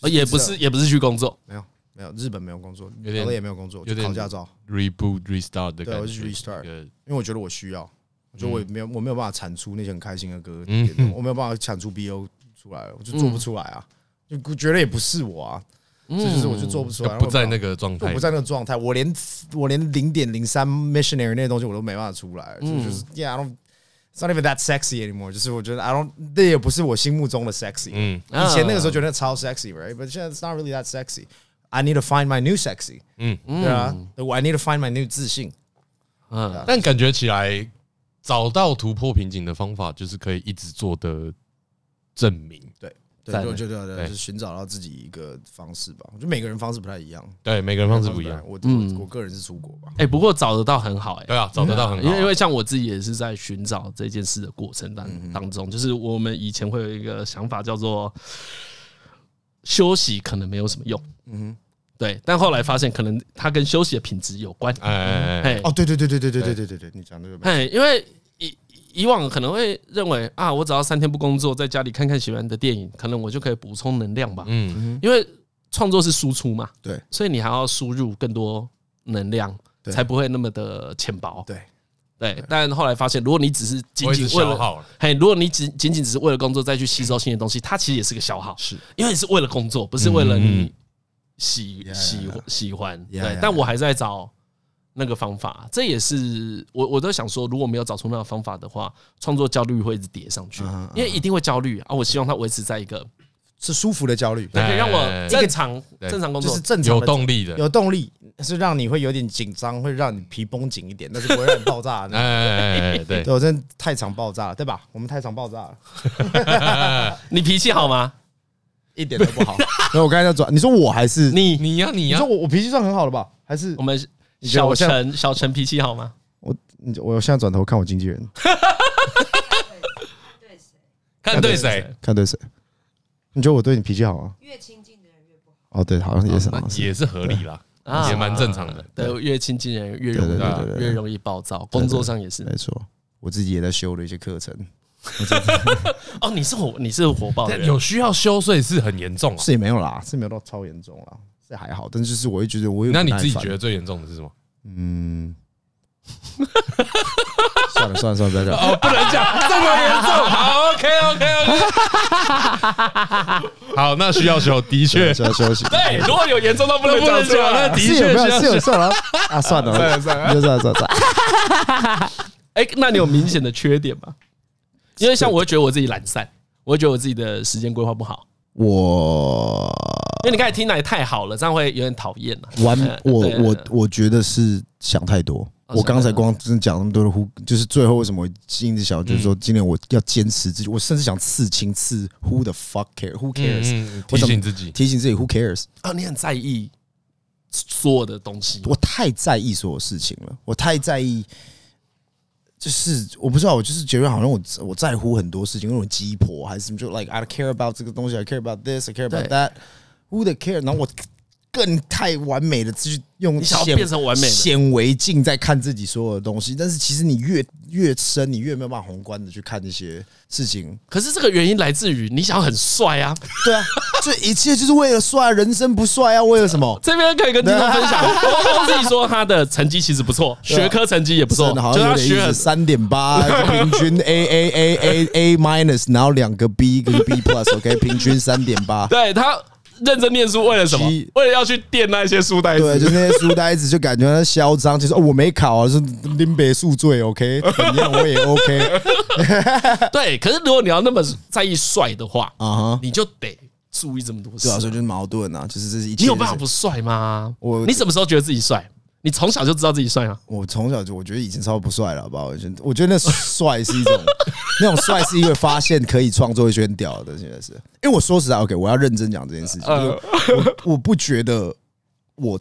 [SPEAKER 3] 呃也不
[SPEAKER 4] 就是
[SPEAKER 3] 也不是去工作，
[SPEAKER 4] 没有没有日本没有工作
[SPEAKER 2] 有点
[SPEAKER 4] ，LA 也没有工作，
[SPEAKER 2] 有
[SPEAKER 4] 就
[SPEAKER 2] 点
[SPEAKER 4] 考驾照，
[SPEAKER 2] reboot restart 的
[SPEAKER 4] 对
[SPEAKER 2] 感
[SPEAKER 4] 我
[SPEAKER 2] 觉
[SPEAKER 4] 是 restart
[SPEAKER 2] 一个
[SPEAKER 4] 因为我觉得我需要，我觉得我也没有我没有办法产出那些很开心的歌，
[SPEAKER 2] 嗯
[SPEAKER 4] 我没有办法产出 BO 出来，我就做不出来啊，就觉得也不是我啊，
[SPEAKER 3] 嗯
[SPEAKER 4] 这就是我就做不出来，
[SPEAKER 2] 就不在
[SPEAKER 4] 啊然后
[SPEAKER 2] 那个状
[SPEAKER 4] 我
[SPEAKER 2] 态
[SPEAKER 4] 不，在那个状态，我连我连零点零三 missionary 那些东西我都没办法出来，就
[SPEAKER 2] 嗯
[SPEAKER 4] 就是 yeah I don't it's not even that sexy anymore，就是我觉得 I don't 那也不是我心目中的 sexy。
[SPEAKER 2] 嗯
[SPEAKER 3] 啊
[SPEAKER 4] 以前那个时候觉得超 sexy，right？But 现在 it's not really that sexy。I need to find my new sexy，
[SPEAKER 2] 嗯，
[SPEAKER 4] 对啊，我 I need to find my new 自信。
[SPEAKER 3] 嗯，
[SPEAKER 2] 但感觉起来找到突破瓶颈的方法，就是可以一直做的证明。
[SPEAKER 4] 对，
[SPEAKER 3] 赞
[SPEAKER 4] 对，就就对对，
[SPEAKER 2] 对
[SPEAKER 4] 就是寻找到自己一个方式吧。我觉得每个人方式不太一样，
[SPEAKER 2] 对，每个人方式不一样。嗯
[SPEAKER 4] 我我我个人是出国吧，
[SPEAKER 3] 哎，不过找得到很好，哎，
[SPEAKER 2] 对
[SPEAKER 4] 嗯
[SPEAKER 2] 啊，找得到很好
[SPEAKER 3] 因
[SPEAKER 2] 啊。
[SPEAKER 3] 为因为像我自己也是在寻找这件事的过程当当中，就是我们以前会有一个想法叫做休息可能没有什么用，嗯对，但后来发现可能它跟休息的品质有关，
[SPEAKER 2] 哎哎哎，
[SPEAKER 3] 哎
[SPEAKER 4] 哦，对对对对对对对对对对，你讲这个没错
[SPEAKER 3] 哎，因为以以往可能会认为啊，我只要三天不工作，在家里看看喜欢的电影，可能我就可以补充能量吧，
[SPEAKER 2] 嗯，
[SPEAKER 3] 因为创作是输出嘛，
[SPEAKER 4] 对，
[SPEAKER 3] 所以你还要输入更多能量，
[SPEAKER 4] 对
[SPEAKER 3] 才不会那么的浅薄，
[SPEAKER 4] 对。
[SPEAKER 3] 对，但后来发现，如果你只是仅
[SPEAKER 2] 我一
[SPEAKER 3] 仅
[SPEAKER 2] 直
[SPEAKER 3] 为
[SPEAKER 2] 消
[SPEAKER 3] 了
[SPEAKER 2] 耗了。
[SPEAKER 3] 嘿，如果你仅仅仅只是为了工作再去吸收新的东西，它其实也是个消耗，是因为你是为了工作，不是为
[SPEAKER 4] 嗯
[SPEAKER 3] 了你喜
[SPEAKER 4] Yeah,
[SPEAKER 3] 喜
[SPEAKER 4] yeah.
[SPEAKER 3] 喜欢。对
[SPEAKER 4] Yeah, yeah,，
[SPEAKER 3] 但我还在找那个方法，这也是我我都想说，如果没有找出那个方法的话，创作焦虑会一直叠上
[SPEAKER 4] 嗯
[SPEAKER 3] 去，因为一定会焦虑啊。我希望它维持在一个
[SPEAKER 4] 是舒服的焦虑，
[SPEAKER 3] 对可以让
[SPEAKER 2] 哎
[SPEAKER 3] 我
[SPEAKER 2] 哎
[SPEAKER 3] 正常
[SPEAKER 2] 对
[SPEAKER 3] 正常工
[SPEAKER 4] 就
[SPEAKER 3] 作
[SPEAKER 4] 是，正常
[SPEAKER 2] 有
[SPEAKER 4] 的
[SPEAKER 2] 动力的，。
[SPEAKER 4] 有动力是让你会有点紧张，会让你皮绷紧一点，但是不会让你爆 炸
[SPEAKER 2] 哎哎 哎哎，对，
[SPEAKER 4] 对我真的太常爆炸了，对吧？我们太常爆炸了，
[SPEAKER 3] 你脾气好吗？
[SPEAKER 4] 一点都 不好。所以我刚才在转，你说我还是你？
[SPEAKER 2] 你啊嗯你呀你
[SPEAKER 4] 你
[SPEAKER 2] 呀
[SPEAKER 4] 说，我我脾气算很好了吧？还是
[SPEAKER 3] 我们
[SPEAKER 4] 觉得
[SPEAKER 3] 小
[SPEAKER 4] 我像
[SPEAKER 3] 陈小陈脾气好吗？
[SPEAKER 4] 我你我现在转头看我经纪人，
[SPEAKER 5] 对谁
[SPEAKER 2] 看对谁，
[SPEAKER 4] 看对谁？你觉得我对你脾气好吗？
[SPEAKER 5] 越亲近的人越不好。
[SPEAKER 4] 哦，对，好像也是，好
[SPEAKER 2] 啊那
[SPEAKER 4] 像是
[SPEAKER 2] 也是合理啦，
[SPEAKER 3] 啊
[SPEAKER 2] 也蛮正常的。
[SPEAKER 3] 对，越亲近的人越容
[SPEAKER 4] 对对对对
[SPEAKER 3] 易
[SPEAKER 4] 对
[SPEAKER 3] 越容易暴躁，工作上也是。
[SPEAKER 4] 没错。我自己也在修了一些课程，
[SPEAKER 3] 哦，你是火，你是火
[SPEAKER 4] 啊
[SPEAKER 3] 爆的
[SPEAKER 2] 但
[SPEAKER 3] 人，
[SPEAKER 2] 有需要休税是很严重啊。
[SPEAKER 4] 是也没有啦，是没有到超严重啦，是还好，但就是我会觉得我有
[SPEAKER 2] 那
[SPEAKER 4] 点
[SPEAKER 2] 你
[SPEAKER 4] 不耐
[SPEAKER 2] 自己
[SPEAKER 4] 烦
[SPEAKER 2] 觉得最严重的是什么？
[SPEAKER 4] 嗯， 算了算了算了，不要讲。
[SPEAKER 2] 不能讲这么严重。好，OK OK OK。好，那需要修，的确，
[SPEAKER 4] 需要休息。
[SPEAKER 3] 对，如果有严重到不能
[SPEAKER 2] 不能
[SPEAKER 3] 讲出
[SPEAKER 2] 讲，那
[SPEAKER 3] 来。
[SPEAKER 2] 的
[SPEAKER 4] 是有
[SPEAKER 2] 确
[SPEAKER 4] 没 有
[SPEAKER 2] 需要
[SPEAKER 4] 是有算了啊？算了算了算了算了。
[SPEAKER 3] 哎、那你有明显的缺点吗？因为像我会觉得我自己懒散，我会觉得我自己的时间规划不好。
[SPEAKER 4] 我
[SPEAKER 3] 因为你刚才听来太好了，这样会有点讨厌了。
[SPEAKER 4] 玩
[SPEAKER 3] 嗯
[SPEAKER 4] 我
[SPEAKER 3] 对
[SPEAKER 4] 我我觉得是想太多。我刚才光真的讲那么多的呼，就是最后为什么我今直想，就是说今年我要坚持自己，我甚至想刺青刺 Who the fuck care Who
[SPEAKER 2] 嗯
[SPEAKER 4] cares，
[SPEAKER 2] 嗯，
[SPEAKER 4] 我
[SPEAKER 2] 提
[SPEAKER 4] 想
[SPEAKER 2] 醒自己，
[SPEAKER 4] 提醒自己 Who cares，
[SPEAKER 3] 啊，你很在意所有的东西，
[SPEAKER 4] 我太在意所有事情了，我太在意，就是我不知道，我就是觉得好像我我在乎很多事情，因为我鸡婆还是什么，就 like I don't care about 这个东西，I care about this，I care about
[SPEAKER 3] 对
[SPEAKER 4] that，who the care？然后我更太完美的去用
[SPEAKER 3] 你想要
[SPEAKER 4] 显
[SPEAKER 3] 变成完美的
[SPEAKER 4] 显微镜在看自己所有的东西，但是其实你越越深，你越没有办法宏观的去看这些事情。
[SPEAKER 3] 可是这个原因来自于你想要很帅啊。
[SPEAKER 4] 对啊， 这一切就是为了帅，人生不帅啊，为了什么？
[SPEAKER 3] 这边可以跟听众分 享，我自己说他的成绩其实不错，学科成绩也不错
[SPEAKER 4] 啊真的，好
[SPEAKER 3] 就是
[SPEAKER 4] 像
[SPEAKER 3] 他
[SPEAKER 4] 有点意
[SPEAKER 3] 学很
[SPEAKER 4] 思，三 点八平均 A A A A A minus，然后两个 B 一个 B plus，OK，、平均三点 八。
[SPEAKER 3] 对他认真念书为了什么
[SPEAKER 4] 其？
[SPEAKER 3] 为了要去垫那些书呆
[SPEAKER 4] 对，
[SPEAKER 3] 子。
[SPEAKER 4] 就那些书呆子就感觉他嚣张，就是哦我没考啊，是 林北宿醉，OK，怎样我也 OK
[SPEAKER 3] 对，可是如果你要那么在意帅的话，
[SPEAKER 4] 啊哈。
[SPEAKER 3] 你就得注意这么多事
[SPEAKER 4] 对啊，。所以就是矛盾啊，就是这是一切。
[SPEAKER 3] 你有办法不？帅吗？
[SPEAKER 4] 我
[SPEAKER 3] 你什么时候觉得自己帅？你从小就知道自己帅吗？
[SPEAKER 4] 我从小就我觉得以前超不帅了，好不好？我觉得我觉得那帅是一 种，那种帅是因为发现可以创作一些很屌的，现在是。因为我说实在，OK，我要认真讲这件
[SPEAKER 3] 呃
[SPEAKER 4] 事情，就是我不觉得我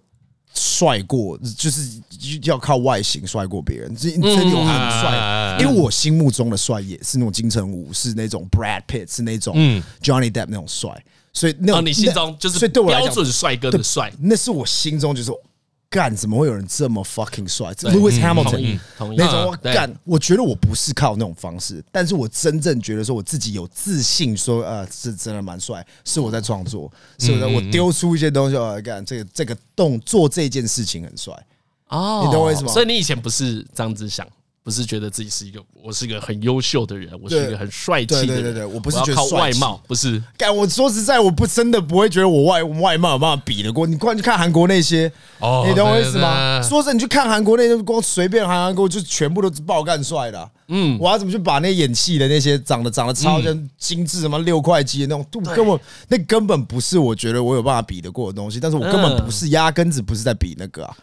[SPEAKER 4] 帅过，就是要靠外形帅过别人。
[SPEAKER 3] 嗯
[SPEAKER 4] 真真有很
[SPEAKER 3] 啊
[SPEAKER 4] 帅，
[SPEAKER 2] 嗯
[SPEAKER 4] 因为我心目中的帅也是那种金城武，是那种 Brad Pitt，是那种 Johnny Depp 那种帅。所以那
[SPEAKER 3] 哦，
[SPEAKER 4] 种
[SPEAKER 3] 嗯你心中就
[SPEAKER 4] 所
[SPEAKER 3] 是
[SPEAKER 4] 以对我来
[SPEAKER 3] 标
[SPEAKER 4] 讲
[SPEAKER 3] 准帅哥的帅。
[SPEAKER 4] 那是我心中就是干，怎么会有人这么 fucking 帅这？Lewis
[SPEAKER 3] 嗯
[SPEAKER 4] Hamilton，、
[SPEAKER 3] 同意同意
[SPEAKER 4] 那种我
[SPEAKER 3] 嗯对
[SPEAKER 4] 干，我觉得我不是靠那种方式，但是我真正觉得说我自己有自信说，呃，是真的蛮帅，是我在创作，是我在
[SPEAKER 3] 嗯
[SPEAKER 4] 我丢出一些东西，呃，干这个这个动做这件事情很帅，
[SPEAKER 3] 哦
[SPEAKER 4] 你懂我意思吗
[SPEAKER 3] 所以你以前不是这样子想，不是觉得自己是一个我是一个很优秀的人，我是一个很帅气的人，
[SPEAKER 4] 对对对对我不是
[SPEAKER 3] 要
[SPEAKER 4] 觉得
[SPEAKER 3] 靠
[SPEAKER 4] 帅
[SPEAKER 3] 外
[SPEAKER 4] 气
[SPEAKER 3] 貌，不是
[SPEAKER 4] 干我说实在，我不真的不会觉得我外外貌有办法比得过。你光去看韩国那些，
[SPEAKER 2] 哦
[SPEAKER 4] 你懂我意思吗？
[SPEAKER 2] 对对对
[SPEAKER 4] 说真的，你去看韩国那些，光随便韩韩国就全部都是爆干帅的啊、嗯，我要怎么去把那演戏的那些长得长得
[SPEAKER 2] 嗯
[SPEAKER 4] 超像精致什么六块肌的那种，都根本那根本不是我觉得我有办法比得过的东西。但是我根
[SPEAKER 2] 嗯
[SPEAKER 4] 本不是压根子不是在比那个啊，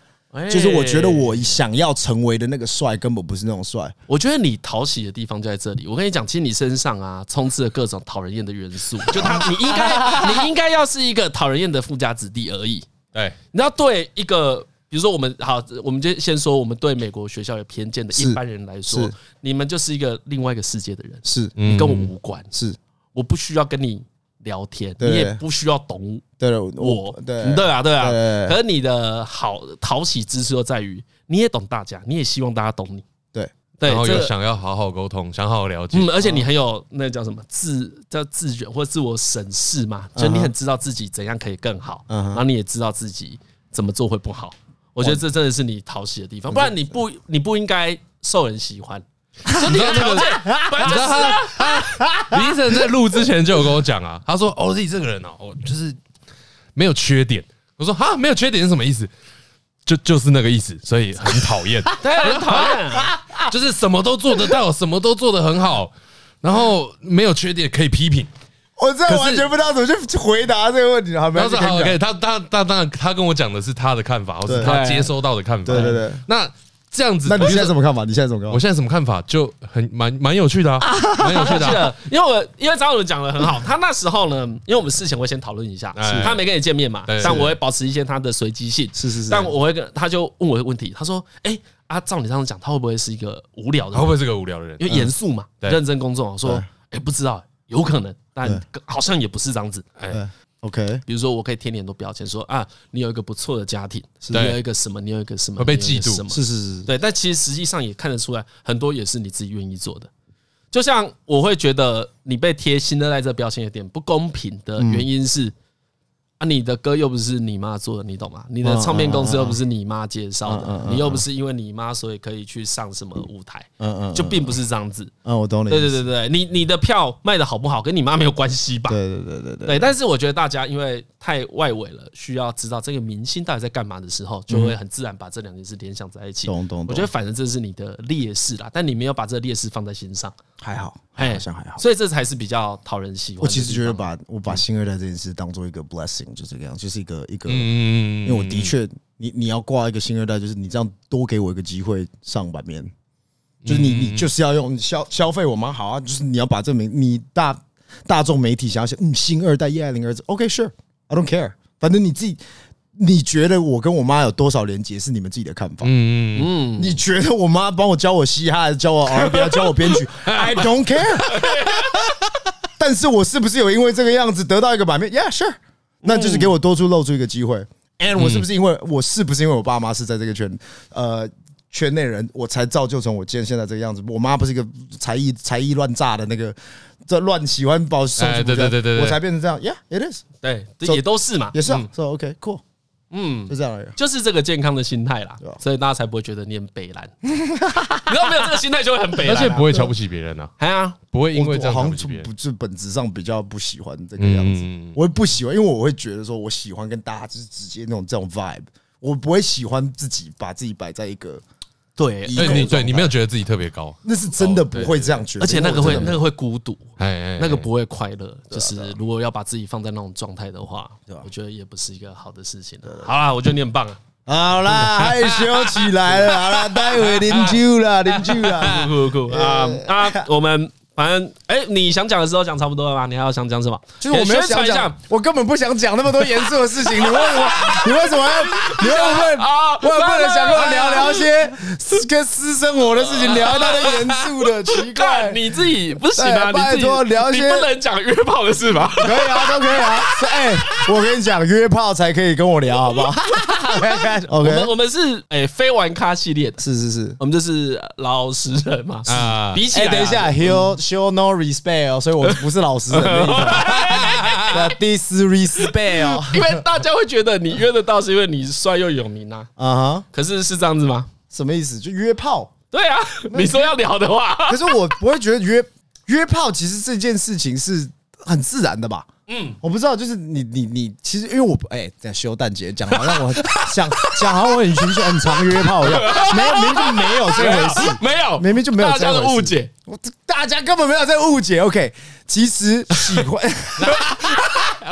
[SPEAKER 4] 就是我觉得
[SPEAKER 3] 哎
[SPEAKER 4] 我想要成为的那个帅根本不是那种帅。
[SPEAKER 3] 我觉得你讨喜的地方就在这里。我跟你讲，其实你身上啊，充斥了各种讨人厌的元素。就他，你应该，你应该要是一个讨人厌的富家子弟而已。
[SPEAKER 2] 对，
[SPEAKER 3] 你要对一个，比如说我们好，我们就先说，我们对美国学校有偏见的
[SPEAKER 4] 是
[SPEAKER 3] 一般人来说
[SPEAKER 4] 是，
[SPEAKER 3] 你们就是一个另外一个世界的人，
[SPEAKER 4] 是嗯
[SPEAKER 3] 你跟我无关，
[SPEAKER 4] 是，
[SPEAKER 3] 我不需要跟你聊天，
[SPEAKER 4] 对
[SPEAKER 3] 你也不需要懂
[SPEAKER 4] 对了，我
[SPEAKER 3] 我，
[SPEAKER 4] 对
[SPEAKER 3] 对啊，对啊
[SPEAKER 4] 对。
[SPEAKER 3] 可是你的好讨喜之处就在于，你也懂大家，你也希望大家懂你，
[SPEAKER 4] 对
[SPEAKER 3] 对，
[SPEAKER 2] 然后
[SPEAKER 3] 这
[SPEAKER 2] 有
[SPEAKER 3] 个
[SPEAKER 2] 想要好好沟通，想好好了解，
[SPEAKER 3] 嗯，而且你很有那叫什么自叫自觉或自我审视嘛，就你很知道自己怎样可以更好，然后你也知道自己怎么做会不好。我觉得这真的是你讨喜的地方，不然你不你不应该受人喜欢。就你的条件本来
[SPEAKER 2] 你
[SPEAKER 3] 就
[SPEAKER 2] 知
[SPEAKER 3] 是
[SPEAKER 2] 道
[SPEAKER 3] 啊
[SPEAKER 2] 他他李医生在录之前就有跟我讲啊，他说哦自己这个人哦，我就是没有缺点。我说哈，没有缺点是什么意思？就就是那个意思，所以很讨厌，
[SPEAKER 3] 对啊，很讨厌啊。
[SPEAKER 2] 就是什么都做得到，什么都做得很好，然后没有缺点可以批评。
[SPEAKER 4] 我真
[SPEAKER 2] 可
[SPEAKER 4] 的
[SPEAKER 2] 是
[SPEAKER 4] 完全不知道怎么去回答这个问题。好，没
[SPEAKER 2] 然
[SPEAKER 4] 有
[SPEAKER 2] 后说好 OK，他他他当然他跟我讲的是他的看法，或是
[SPEAKER 4] 对
[SPEAKER 2] 他接收到的看法。
[SPEAKER 4] 对对对，
[SPEAKER 2] 那这样子，
[SPEAKER 4] 那你现在怎
[SPEAKER 2] 么？
[SPEAKER 4] 么看法？你现在怎么看
[SPEAKER 2] 我
[SPEAKER 4] 法？
[SPEAKER 2] 现在什么看法？就很蛮蛮有趣的啊， 蛮有趣的
[SPEAKER 3] 是
[SPEAKER 2] 啊。
[SPEAKER 3] 的，因为我因为张伦讲的很好，他那时候呢，因为我们事前会先讨论一下
[SPEAKER 2] 哎，
[SPEAKER 3] 他没跟你见面嘛
[SPEAKER 2] 对，
[SPEAKER 3] 但我会保持一些他的随机性，
[SPEAKER 4] 是是是
[SPEAKER 3] 但我会跟他就问我问题，他说，哎，啊，照你这样讲，他会不会是一个无聊的
[SPEAKER 2] 他
[SPEAKER 3] 人
[SPEAKER 2] 会不会是个无聊的人？
[SPEAKER 3] 因为严肃嘛，
[SPEAKER 2] 对
[SPEAKER 3] 认真工作。我说
[SPEAKER 4] 嗯
[SPEAKER 3] 哎，
[SPEAKER 4] 对，
[SPEAKER 3] 不知道，有可能，但
[SPEAKER 4] 对
[SPEAKER 3] 好像也不是这样子。哎，
[SPEAKER 4] 对，OK，
[SPEAKER 3] 比如说，我可以贴你很多标签，说啊，你有一个不错的家庭，你
[SPEAKER 2] 对
[SPEAKER 3] 有一个什么，你有一个什么，
[SPEAKER 2] 会被
[SPEAKER 3] 你有一个
[SPEAKER 2] 嫉妒
[SPEAKER 3] 什么
[SPEAKER 4] 是是是是，
[SPEAKER 3] 对，但其实实际上也看得出来，很多也是你自己愿意做的。就像
[SPEAKER 4] 嗯
[SPEAKER 3] 我会觉得你被贴新的赖这标签有点不公平的原因是，啊，你的歌又不是你妈做的，你懂吗？你的唱片公司又不是你妈介绍
[SPEAKER 4] 嗯嗯
[SPEAKER 3] 的
[SPEAKER 4] 嗯，嗯
[SPEAKER 3] 你又不是因为你妈所以可以去上什么舞台，
[SPEAKER 4] 嗯嗯，
[SPEAKER 3] 就并不是这样子。
[SPEAKER 4] 嗯，我懂你。
[SPEAKER 3] 对对对对，你你的票卖的好不好跟你妈没有关系吧？
[SPEAKER 4] 对对对对对
[SPEAKER 3] 对，但是我觉得大家因为太外围了，需要知道这个明星到底在干嘛的时候，就会很自然把这两件事联想在一起。
[SPEAKER 4] 嗯懂懂懂
[SPEAKER 3] 我觉得反正这是你的劣势啦，但你没有把这个劣势放在心上，
[SPEAKER 4] 还好，
[SPEAKER 3] 哎
[SPEAKER 4] 好像还好。
[SPEAKER 3] 所以这才是比较讨人喜欢的地方。
[SPEAKER 4] 我其实觉得把我把星二代这件事当做一个 blessing，就这个样，就是一个一个，
[SPEAKER 2] 嗯
[SPEAKER 4] 因为我的确，你你要挂一个星二代，就是你这样多给我一个机会上版面，就是你你就是要用消消费我们好啊，就是你要把这名你大大众媒体想要写，嗯，星二代叶爱玲儿子，OK sure，I don't care，反正你自己你觉得我跟我妈有多少连结是你们自己的看法，
[SPEAKER 2] 嗯嗯
[SPEAKER 4] 你觉得我妈帮我教我嘻哈，还是教我 R&B，还是教我编曲？I don't care 。但是我是不是有因为这个样子得到一个版面？Yeah, sure。那就是给我多出露出一个机会。And
[SPEAKER 2] 嗯
[SPEAKER 4] 我是不是因为我是不是因为我爸妈是在这个圈呃圈内人，我才造就成我今天现在这个样子？我妈不是一个才艺才艺乱炸的那个，这乱喜欢把我送
[SPEAKER 2] 哎
[SPEAKER 4] 去
[SPEAKER 2] 对对对对对
[SPEAKER 4] 我才变成这样。Yeah, it is，
[SPEAKER 3] 对，这
[SPEAKER 4] 就
[SPEAKER 3] 也都是嘛，
[SPEAKER 4] 也是啊
[SPEAKER 3] 嗯。
[SPEAKER 4] So OK, cool，
[SPEAKER 3] 嗯，
[SPEAKER 4] 就这样而已。啊
[SPEAKER 3] 就是这个健康的心态啦
[SPEAKER 4] 对啊，
[SPEAKER 3] 所以大家才不会觉得你很北 蓝。你知道没有这个心态就会很北
[SPEAKER 2] 而且
[SPEAKER 3] 蓝啊。
[SPEAKER 2] 不会瞧不起别人啊，
[SPEAKER 3] 哎呀，
[SPEAKER 2] 不会因为这样
[SPEAKER 4] 我
[SPEAKER 2] 瞧不
[SPEAKER 4] 好像
[SPEAKER 2] 起别人
[SPEAKER 4] 不。是本质上比较不喜欢这个样子，
[SPEAKER 2] 嗯
[SPEAKER 4] 我不喜欢，因为我会觉得说我喜欢跟大家就是直接那种这种 vibe，我不会喜欢自己把自己摆在一个，
[SPEAKER 3] 对，
[SPEAKER 4] 一
[SPEAKER 2] 对哎你对
[SPEAKER 4] 一
[SPEAKER 2] 你没有哦觉得自己特别高，
[SPEAKER 4] 那是真的不会这样觉得，
[SPEAKER 3] 而且那个
[SPEAKER 4] 因为
[SPEAKER 3] 会
[SPEAKER 4] 我真
[SPEAKER 3] 那
[SPEAKER 4] 的
[SPEAKER 3] 个会孤独，
[SPEAKER 2] 哎哎，
[SPEAKER 3] 那个不会快乐，
[SPEAKER 4] 啊
[SPEAKER 3] 就是如果要把自己放在那种状态的话，我觉得也不是一个好的事情啊。好啦，我觉得你很 棒啊，
[SPEAKER 4] 好啦，害羞起来 了，好啦，待会零酒啦，零酒啦，
[SPEAKER 3] 酷酷酷啊
[SPEAKER 4] 呃
[SPEAKER 3] 啊！我们反正哎，你想讲的时候讲差不多了吧？你还要想讲什么？
[SPEAKER 4] 就是我没有
[SPEAKER 3] 宣
[SPEAKER 2] 哎
[SPEAKER 3] 传
[SPEAKER 4] 想
[SPEAKER 3] 一下
[SPEAKER 4] 讲，我根本不想讲那么多严肃的事情。你为什 么？你为什么要？你为什么？
[SPEAKER 3] 啊，
[SPEAKER 4] 我有不能想跟我聊聊些
[SPEAKER 2] 哎
[SPEAKER 4] 私跟私生活的事情，聊到的严肃 的，奇怪
[SPEAKER 3] 干。你自己不行啊！你自
[SPEAKER 4] 哎拜
[SPEAKER 3] 己
[SPEAKER 4] 托聊
[SPEAKER 3] 你
[SPEAKER 4] 些
[SPEAKER 3] 不能讲约炮的事吧？
[SPEAKER 4] 可以啊，都可以啊。是哎、我跟你讲，约炮才可以跟我聊，好不 好
[SPEAKER 3] 我们我
[SPEAKER 4] ？OK，
[SPEAKER 3] 们是哎非玩咖系列的，
[SPEAKER 4] 是是是。
[SPEAKER 3] 我们就是呃老实人嘛。
[SPEAKER 2] 啊
[SPEAKER 3] 比起
[SPEAKER 4] 哎、
[SPEAKER 3] 来啊，
[SPEAKER 4] 等一下，he'll show no respect 哦，所以我不是老实人的意思。对，disrespect 哦，
[SPEAKER 3] 因为大家会觉得你约得到是因为你帅又有名啊，
[SPEAKER 4] 啊哈，
[SPEAKER 3] 可是是这样子吗？
[SPEAKER 4] 什么意思？就约炮？
[SPEAKER 3] 对啊，你说要聊的话，
[SPEAKER 4] 可是我不会觉得约约炮，其实这件事情是很自然的吧？嗯，我不知道，就是你你你，其实因为我不哎，在修蛋姐讲得好像我想讲好像我很群很常约炮一样，没有，明明就没有这回事。
[SPEAKER 3] 没有，
[SPEAKER 4] 明明就没有
[SPEAKER 3] 哦大家
[SPEAKER 4] 这
[SPEAKER 3] 的
[SPEAKER 4] 回事
[SPEAKER 3] 误解。
[SPEAKER 4] 我这大家根本没有在误解。OK，其实喜 欢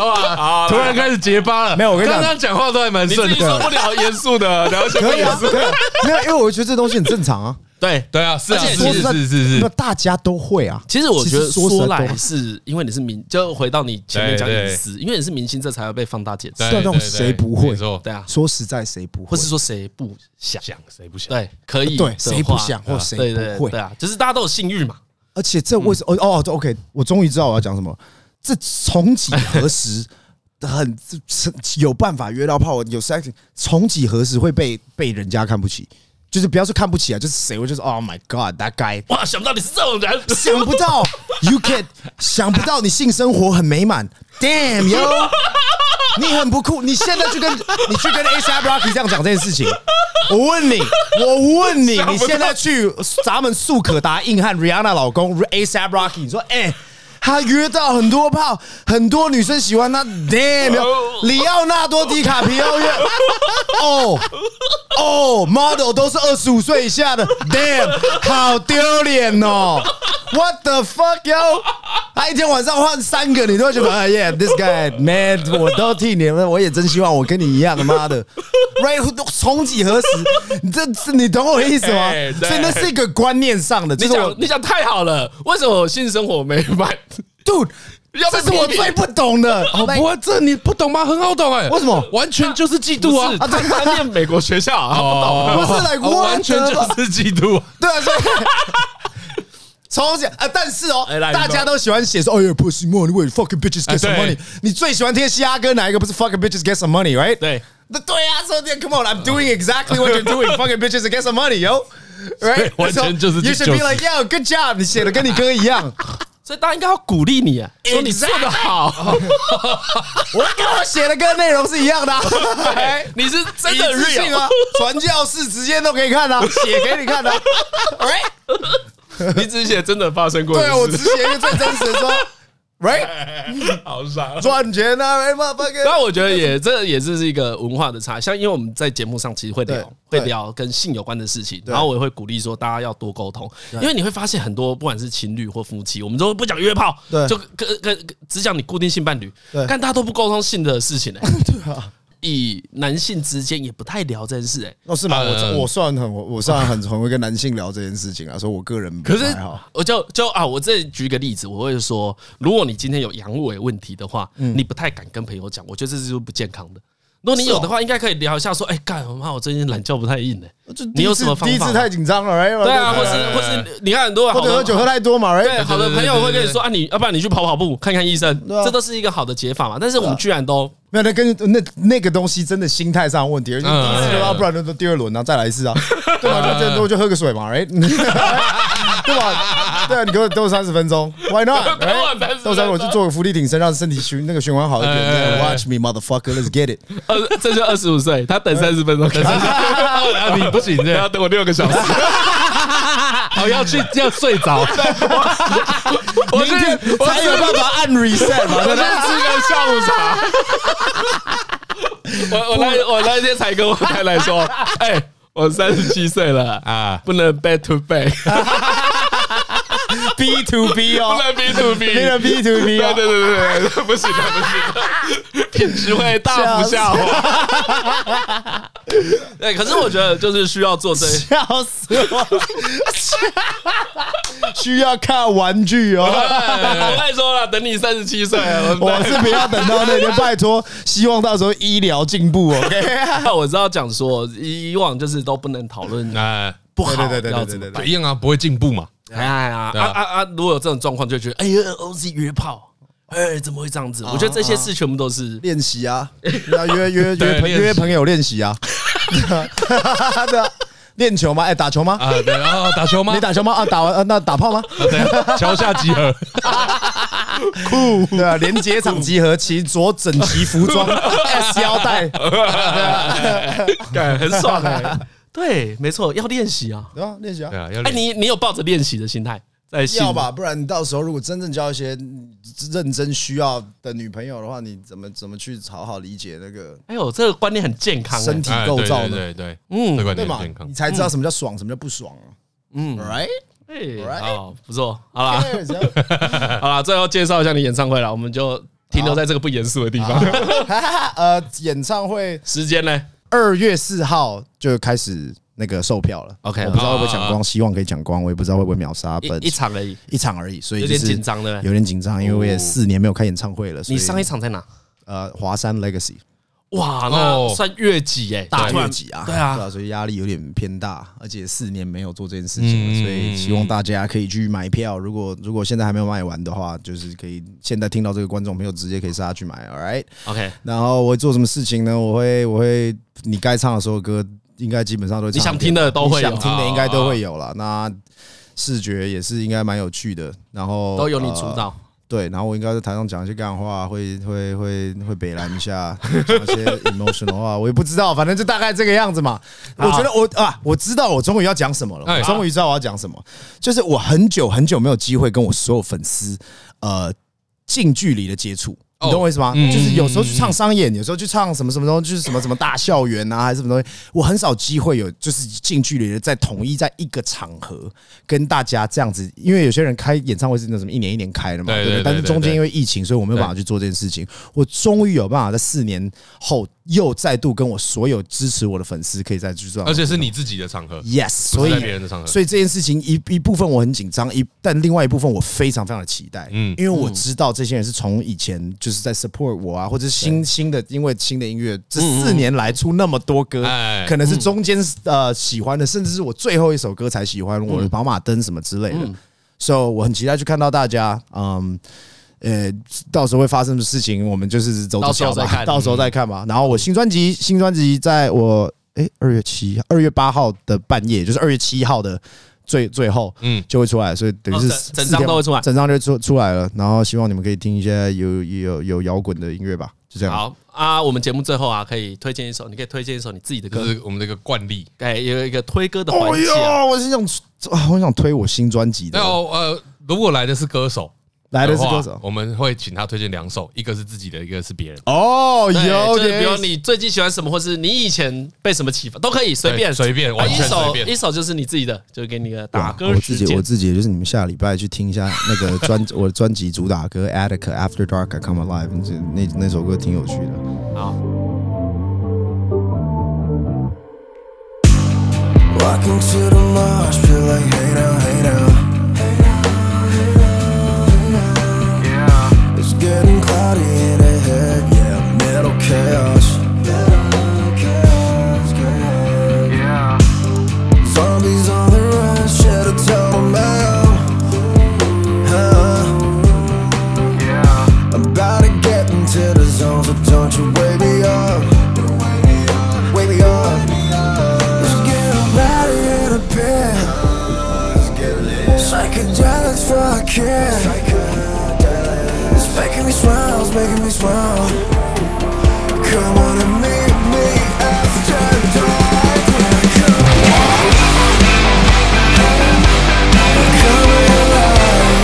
[SPEAKER 2] 哇，突然开始结巴了。
[SPEAKER 4] 没有我跟你讲
[SPEAKER 2] 刚刚讲话都还蛮
[SPEAKER 3] 你
[SPEAKER 2] 顺
[SPEAKER 3] 自己受
[SPEAKER 2] 的。
[SPEAKER 3] 不了严肃的，然后就
[SPEAKER 4] 可以啊，可以啊没有，因为我觉得这东西很正常啊。
[SPEAKER 3] 对。
[SPEAKER 2] 对啊，是啊，
[SPEAKER 3] 而且
[SPEAKER 2] 是
[SPEAKER 4] 说
[SPEAKER 2] 是
[SPEAKER 4] 实在
[SPEAKER 2] 是是是，
[SPEAKER 4] 那大家都会啊。
[SPEAKER 3] 其实我觉得
[SPEAKER 4] 其实说
[SPEAKER 3] 说
[SPEAKER 4] 实在
[SPEAKER 3] 来
[SPEAKER 4] 都
[SPEAKER 3] 是因为你是明，就回到你前面讲
[SPEAKER 2] 对对
[SPEAKER 3] 隐私，因为你是明星，这才会被放大检视
[SPEAKER 2] 对。
[SPEAKER 4] 这种
[SPEAKER 2] 对对
[SPEAKER 4] 谁不会
[SPEAKER 2] 没错
[SPEAKER 3] 对啊，
[SPEAKER 4] 说实在，谁不会？
[SPEAKER 3] 或是说谁不想？
[SPEAKER 2] 想谁不想？
[SPEAKER 3] 对，可以的话
[SPEAKER 4] 对，谁不想或谁
[SPEAKER 3] 对对
[SPEAKER 4] 不
[SPEAKER 3] 对
[SPEAKER 4] 会？
[SPEAKER 3] 啊，就是大家都有性欲嘛。
[SPEAKER 4] 而且这为什
[SPEAKER 3] 嗯
[SPEAKER 4] 么？哦哦对，OK，我终于知道我要讲什么了。这从几何时很很有办法约到炮？有 sex，从几何时会被被人家看不起？就是不要说看不起啊，就是谁会就是 Oh my God，that guy
[SPEAKER 3] 哇，想不到你是这种人，
[SPEAKER 4] 想不到 you can 想不到你性生活很美满，damn yo，你很不酷。你现在去跟你去跟 ASAP Rocky 这样讲这件事情，我问你，我问你，你现在去咱们速可达硬汉 Rihanna 老公 ASAP Rocky，你说哎。他约到很多炮，很多女生喜欢他。Damn，yo，里奥纳多·迪卡皮奥约， 哦哦，model 都是二十五岁以下的，damn，好丢脸哦！What the fuck yo？他一天晚上换三个，你都会觉得哎 yeah，this guy man，我都替你们，我也真希望我跟你一样，妈的，right？从几何时，你这这你懂我意思吗
[SPEAKER 2] 哎？对
[SPEAKER 4] 所以那是一个观念上的，就
[SPEAKER 3] 你
[SPEAKER 4] 是我
[SPEAKER 3] 讲你讲太好了，为什么我性生活美满？
[SPEAKER 4] ，dude，
[SPEAKER 3] 要被
[SPEAKER 4] 这是我
[SPEAKER 3] 批评
[SPEAKER 4] 最不懂的。
[SPEAKER 3] 啊
[SPEAKER 4] Oh
[SPEAKER 2] 哦，不过这你不懂吗？很好懂哎，
[SPEAKER 4] 为什么
[SPEAKER 2] 完全就是嫉
[SPEAKER 3] 不
[SPEAKER 2] 妒啊
[SPEAKER 3] 是，！他他念美国学校啊，他不懂。
[SPEAKER 2] 哦
[SPEAKER 4] 不是 like
[SPEAKER 2] 哦
[SPEAKER 4] what
[SPEAKER 2] 完全就是嫉妒啊。
[SPEAKER 4] 对啊，所以 从小啊，但是哦
[SPEAKER 3] 哎来，
[SPEAKER 4] 大
[SPEAKER 3] 你说
[SPEAKER 4] 家都喜欢写说，哎呀，pussy money，为 fucking bitches get some
[SPEAKER 2] 哎对
[SPEAKER 4] money。你最喜欢贴嘻哈歌，哪一个不是 fucking bitches get some money，right？
[SPEAKER 3] 对，
[SPEAKER 4] 那对啊，说 come on，I'm doing exactly what you're doing，fucking bitches get some money，yo。Right，
[SPEAKER 2] 完全就是
[SPEAKER 4] So you should
[SPEAKER 2] 就
[SPEAKER 4] be
[SPEAKER 2] 是
[SPEAKER 4] like yo，good job，你写的跟你哥一样。
[SPEAKER 3] 所以大家应该要鼓励你，啊，说你做的 好，
[SPEAKER 4] 我跟我写的歌内容是一样 的啊、
[SPEAKER 2] 哎
[SPEAKER 3] 哎你哦是真的
[SPEAKER 4] 一致性
[SPEAKER 3] real
[SPEAKER 4] 啊，传教士直接都可以看啊，写给你看的、啊。
[SPEAKER 3] 哎 你只写真的发生过
[SPEAKER 4] 对
[SPEAKER 3] 的
[SPEAKER 4] 啊，我只
[SPEAKER 3] 事，
[SPEAKER 4] 写一个最真实 的说，right
[SPEAKER 3] 好傻。哦
[SPEAKER 4] 赚钱啊，哎妈妈给。
[SPEAKER 3] 但我觉得也这也是一个文化的差，像因为我们在节目上其实会聊会
[SPEAKER 4] 对
[SPEAKER 3] 聊跟性有关的事情，然后我也会鼓励说大家要多沟通，因为你会发现很多不管是情侣或夫妻，我们都不讲约炮，
[SPEAKER 4] 对
[SPEAKER 3] 就跟跟只讲你固定性伴侣，
[SPEAKER 4] 对
[SPEAKER 3] 但大家都不沟通性的事 情哎，对啊，以男性之间也不太聊这件事哎，
[SPEAKER 4] 哦，是吗？
[SPEAKER 2] 呃
[SPEAKER 4] 我我算很我我算很很会跟男性聊这件事情啊，所以我个人
[SPEAKER 3] 可是
[SPEAKER 4] 还好。
[SPEAKER 3] 我就就啊，我这里举一个例子，我会说，如果你今天有阳痿问题的话，
[SPEAKER 4] 嗯
[SPEAKER 3] 你不太敢跟朋友讲，我觉得这是不健康的。如果你有的话，应该可以聊一下，说，哎，干妈，我最近懒觉不太硬哎，
[SPEAKER 4] 嗯就
[SPEAKER 3] 你有什么方
[SPEAKER 4] 第一次
[SPEAKER 3] 法？
[SPEAKER 4] 太紧张了，right？
[SPEAKER 3] 对啊，
[SPEAKER 4] 对
[SPEAKER 3] 或是或是，你看很多人
[SPEAKER 4] 或
[SPEAKER 3] 好
[SPEAKER 4] 者喝酒
[SPEAKER 3] 的。
[SPEAKER 4] 喝太多嘛
[SPEAKER 3] 对，
[SPEAKER 4] ，right？
[SPEAKER 3] 好的朋友会跟你说啊，你要不然你去跑跑步，看看医生，
[SPEAKER 4] 啊
[SPEAKER 3] 这都是一个好的解法嘛。但是我们居然都
[SPEAKER 4] 没有，那跟那那个东西真的心态上的问题，而且第一次
[SPEAKER 2] 嗯
[SPEAKER 4] 啊，
[SPEAKER 2] 嗯
[SPEAKER 4] 不然就第二轮啊，再来 一次啊，对吧？就最多就喝个水嘛，right？对吧？对啊，你给我都三十分钟，Why not？
[SPEAKER 3] 给我30分钟
[SPEAKER 4] 都三，我就做个浮力挺身，让身体循那个循环好一点。
[SPEAKER 2] 哎
[SPEAKER 4] Watch me, motherfucker，let's get it。
[SPEAKER 3] 二，这就二十五岁，他等三十分钟，等三十，
[SPEAKER 2] 嗯 啊，你不行这样，
[SPEAKER 3] 要等我六个小时。
[SPEAKER 2] 哦，要去要睡着，
[SPEAKER 3] 我去， 我
[SPEAKER 4] 才
[SPEAKER 3] 去
[SPEAKER 4] 有办法按 reset 嘛，
[SPEAKER 3] 我
[SPEAKER 4] 对不
[SPEAKER 3] 去
[SPEAKER 4] 对？
[SPEAKER 3] 吃个下午茶。我我那我那天才跟我太太说， 哎、我三十七岁了啊
[SPEAKER 2] 啊，
[SPEAKER 3] 不能 back to back，
[SPEAKER 4] B to B
[SPEAKER 3] 不
[SPEAKER 4] 哦，
[SPEAKER 3] 能 B to B，
[SPEAKER 4] 变成
[SPEAKER 3] 对
[SPEAKER 4] B to B
[SPEAKER 3] 对对
[SPEAKER 4] 哦。
[SPEAKER 3] 对对，不行的不 行的，品质会大幅下滑。 对，可是我觉得就是需要做这，
[SPEAKER 4] 笑死我！ 了！需要看玩具哦。
[SPEAKER 3] 哎我跟你说了，等你三十七岁，我
[SPEAKER 4] 我是不要等到那天，拜托，希望到时候医疗进步哦。OK，
[SPEAKER 3] 啊我知道讲说以往就是都不能讨论
[SPEAKER 2] 哎，
[SPEAKER 3] 不好，
[SPEAKER 4] 对对对对
[SPEAKER 3] 要怎么
[SPEAKER 4] 对对对
[SPEAKER 3] 办
[SPEAKER 2] 不一样啊，不会进步嘛。
[SPEAKER 3] 哎呀呀，啊
[SPEAKER 2] 对啊
[SPEAKER 3] 啊啊！如果有这种状况，就觉得哎呀，OZ 约炮，哎，怎么会这样子？我觉得
[SPEAKER 4] 啊
[SPEAKER 3] 这些事全部都是
[SPEAKER 4] 练习啊，要约约
[SPEAKER 2] 对
[SPEAKER 4] 约朋
[SPEAKER 2] 练习
[SPEAKER 4] 约朋友练习 啊。对啊，练球吗？哎，打球吗？
[SPEAKER 2] 啊，对啊，打球吗
[SPEAKER 4] 你？打球吗？啊，打完啊，那打 炮吗？
[SPEAKER 2] 啊 对啊，桥下集 合，
[SPEAKER 4] 对啊，连结场集合，齐着整齐服 装，S 腰 带，
[SPEAKER 3] 感很爽哎。 对，没错，要练习啊！
[SPEAKER 4] 对啊，练习啊
[SPEAKER 2] 对。啊，欸要
[SPEAKER 3] 哎，
[SPEAKER 2] 练
[SPEAKER 3] 你你有抱着练习的心态在性
[SPEAKER 4] 要吧，不然你到时候如果真正交一些嗯认真需要的女朋友的话，你怎么怎么去好好理解那个
[SPEAKER 3] 哎呦，这个观念很健康
[SPEAKER 4] 身
[SPEAKER 3] 哎。
[SPEAKER 4] 体
[SPEAKER 2] 哎
[SPEAKER 4] 构造呢？
[SPEAKER 2] 对对对，
[SPEAKER 3] 嗯
[SPEAKER 2] 嗯，这观
[SPEAKER 4] 对
[SPEAKER 2] 点
[SPEAKER 4] 嘛
[SPEAKER 2] 健，康
[SPEAKER 4] 你。才知道什么叫爽，什么叫不爽啊。
[SPEAKER 3] 嗯啊
[SPEAKER 4] 嗯，right，
[SPEAKER 3] 哎，
[SPEAKER 4] Right
[SPEAKER 3] 好，不错，好啦，
[SPEAKER 4] 只 要
[SPEAKER 3] 好啦，最后介绍一下你演唱会了，我们就停留在这个不严肃的地方。
[SPEAKER 4] 呃，演唱会
[SPEAKER 3] 时间呢？
[SPEAKER 4] 二月四号就开始那个售票了。
[SPEAKER 3] OK，啊
[SPEAKER 4] 我不知道会不会
[SPEAKER 2] 啊
[SPEAKER 4] 抢光，希望可以抢 光，我也不知道会不会秒杀本
[SPEAKER 3] 一一场而已，
[SPEAKER 4] 一场而已，所以
[SPEAKER 3] 有
[SPEAKER 4] 就是
[SPEAKER 3] 点紧张对不对
[SPEAKER 4] 有点紧张，因为我也
[SPEAKER 2] 哦
[SPEAKER 4] 四年没有开演唱会了。所以
[SPEAKER 3] 你上一场在哪？
[SPEAKER 4] 呃华山 Legacy
[SPEAKER 3] 哇，那
[SPEAKER 2] 哦
[SPEAKER 3] 算越级哎，
[SPEAKER 4] 大
[SPEAKER 3] 突
[SPEAKER 4] 月
[SPEAKER 3] 然
[SPEAKER 4] 级啊，
[SPEAKER 3] 对啊
[SPEAKER 4] 所以压力有点偏大，而且四年没有做这件事情了，
[SPEAKER 2] 嗯
[SPEAKER 4] 所以希望大家可以去买票。如果如果现在还没有卖完的话，就是可以现在听到这个观众朋友直接可以杀去买，All right。
[SPEAKER 3] OK，
[SPEAKER 4] 然后我会做什么事情呢？我会我会你该唱的所有歌，应该基本上都会唱
[SPEAKER 3] 你想
[SPEAKER 4] 遍
[SPEAKER 3] 听的都会有啊
[SPEAKER 4] 你想听的应该都会有了。那视觉也是应该蛮有趣的，然后
[SPEAKER 3] 都由你
[SPEAKER 4] 呃
[SPEAKER 3] 主导。
[SPEAKER 4] 对，然后我应该在台上讲一些干话，会会会会北兰一下，讲一些 emotional 话，我也不知道，反正就大概这个样子嘛。我觉得我啊，我知道我终于要讲什么了，
[SPEAKER 2] 哎
[SPEAKER 4] 我终于知道我要讲什么，就是我很久很久没有机会跟我所有粉丝呃近距离的接触。你懂我意思吗？
[SPEAKER 2] 嗯
[SPEAKER 4] 就是有时候去唱商演，有时候去唱什么什么东西，就是什么什么大校园啊，还是什么东西，我很少机会有就是近距离的在统一在一个场合跟大家这样子，因为有些人开演唱会是那种什么一年一年开的嘛，
[SPEAKER 2] 对
[SPEAKER 4] 对不
[SPEAKER 2] 对对
[SPEAKER 4] 但是
[SPEAKER 2] 对
[SPEAKER 4] 中间
[SPEAKER 2] 对
[SPEAKER 4] 因为疫情，所以我没有办法去做这件事情。我终于有办法在四年后又再度跟我所有支持我的粉丝可以再去做，
[SPEAKER 2] 而且是你自己的场合，
[SPEAKER 4] yes，
[SPEAKER 2] 不
[SPEAKER 4] 所
[SPEAKER 2] 是
[SPEAKER 4] 以
[SPEAKER 2] 在别人的场合。
[SPEAKER 4] 所以这件事情一一部分我很紧张，一但另外一部分我非常非常的期待，嗯
[SPEAKER 2] 嗯，
[SPEAKER 4] 因为我知道这些人是从以前就是在 support 我啊，或者是新新的，因为新的音乐这四年来出那么多
[SPEAKER 3] 嗯
[SPEAKER 4] 歌
[SPEAKER 2] 嗯哎，
[SPEAKER 4] 可能是中间呃喜欢的，甚至是我最后一首歌才喜欢，我的跑马灯什么之类的，
[SPEAKER 3] 嗯
[SPEAKER 4] 所以我很期待去看到大家，嗯。呃，到时候会发生的事情，我们就是走着
[SPEAKER 3] 到时候
[SPEAKER 4] 瞧吧
[SPEAKER 3] 再看嗯
[SPEAKER 4] 到时候再看吧。然后我新专辑，新专辑在我哎二月七、二月八号的半夜，就是二月七号的最最后，
[SPEAKER 2] 嗯
[SPEAKER 4] 嗯，就会出来，所以等于是
[SPEAKER 3] 哦整整张
[SPEAKER 4] 四天
[SPEAKER 3] 都会出来
[SPEAKER 4] 整张就出出来了。然后希望你们可以听一些有有有摇滚的音乐吧，就这样。
[SPEAKER 3] 好啊，我们节目最后啊，可以推荐一首，你可以推荐一首你自己的
[SPEAKER 2] 就
[SPEAKER 3] 歌，
[SPEAKER 2] 是我们的一个惯例。
[SPEAKER 3] 哎，有一个推歌的环
[SPEAKER 4] 哎
[SPEAKER 3] 节啊。
[SPEAKER 4] 呦，我是想啊，我想推我新专辑的
[SPEAKER 2] 那，呃，如果来的是歌手，
[SPEAKER 4] 来的是
[SPEAKER 2] 话
[SPEAKER 4] 歌手
[SPEAKER 2] 我们会请他推荐两首，一个是自己的，一个是别人。
[SPEAKER 4] 哦，
[SPEAKER 3] 对
[SPEAKER 4] 有
[SPEAKER 3] 就是比如
[SPEAKER 4] 点
[SPEAKER 3] 你最近喜欢什么，或是你以前被什么启发，都可以随便
[SPEAKER 2] 对随便
[SPEAKER 3] 啊
[SPEAKER 2] 完全
[SPEAKER 3] 一首
[SPEAKER 2] 随便
[SPEAKER 3] 一首就是你自己的，就给你个打
[SPEAKER 4] 哇
[SPEAKER 3] 歌
[SPEAKER 4] 啊我
[SPEAKER 3] 时
[SPEAKER 4] 自己
[SPEAKER 3] 间
[SPEAKER 4] 我。自己就是你们下礼拜去听一下那个专 我的专辑主打歌《Attic After Dark I Come Alive》，那那那首歌挺有趣的。
[SPEAKER 3] 好，
[SPEAKER 6] Walking to the marsh pit like hey now, hey now. It's getting cloudy in the head, yeah. Metal chaos. Yeah. Zombies on the run, shit to tell them I'm about to get into the zone, so don't you wake me up. Wake me up. Let's get up out of here to bed. Psychedelics for a kid. It's making me smile, it's making me smile. Come on and meet me after dark. When I come I'm coming alive.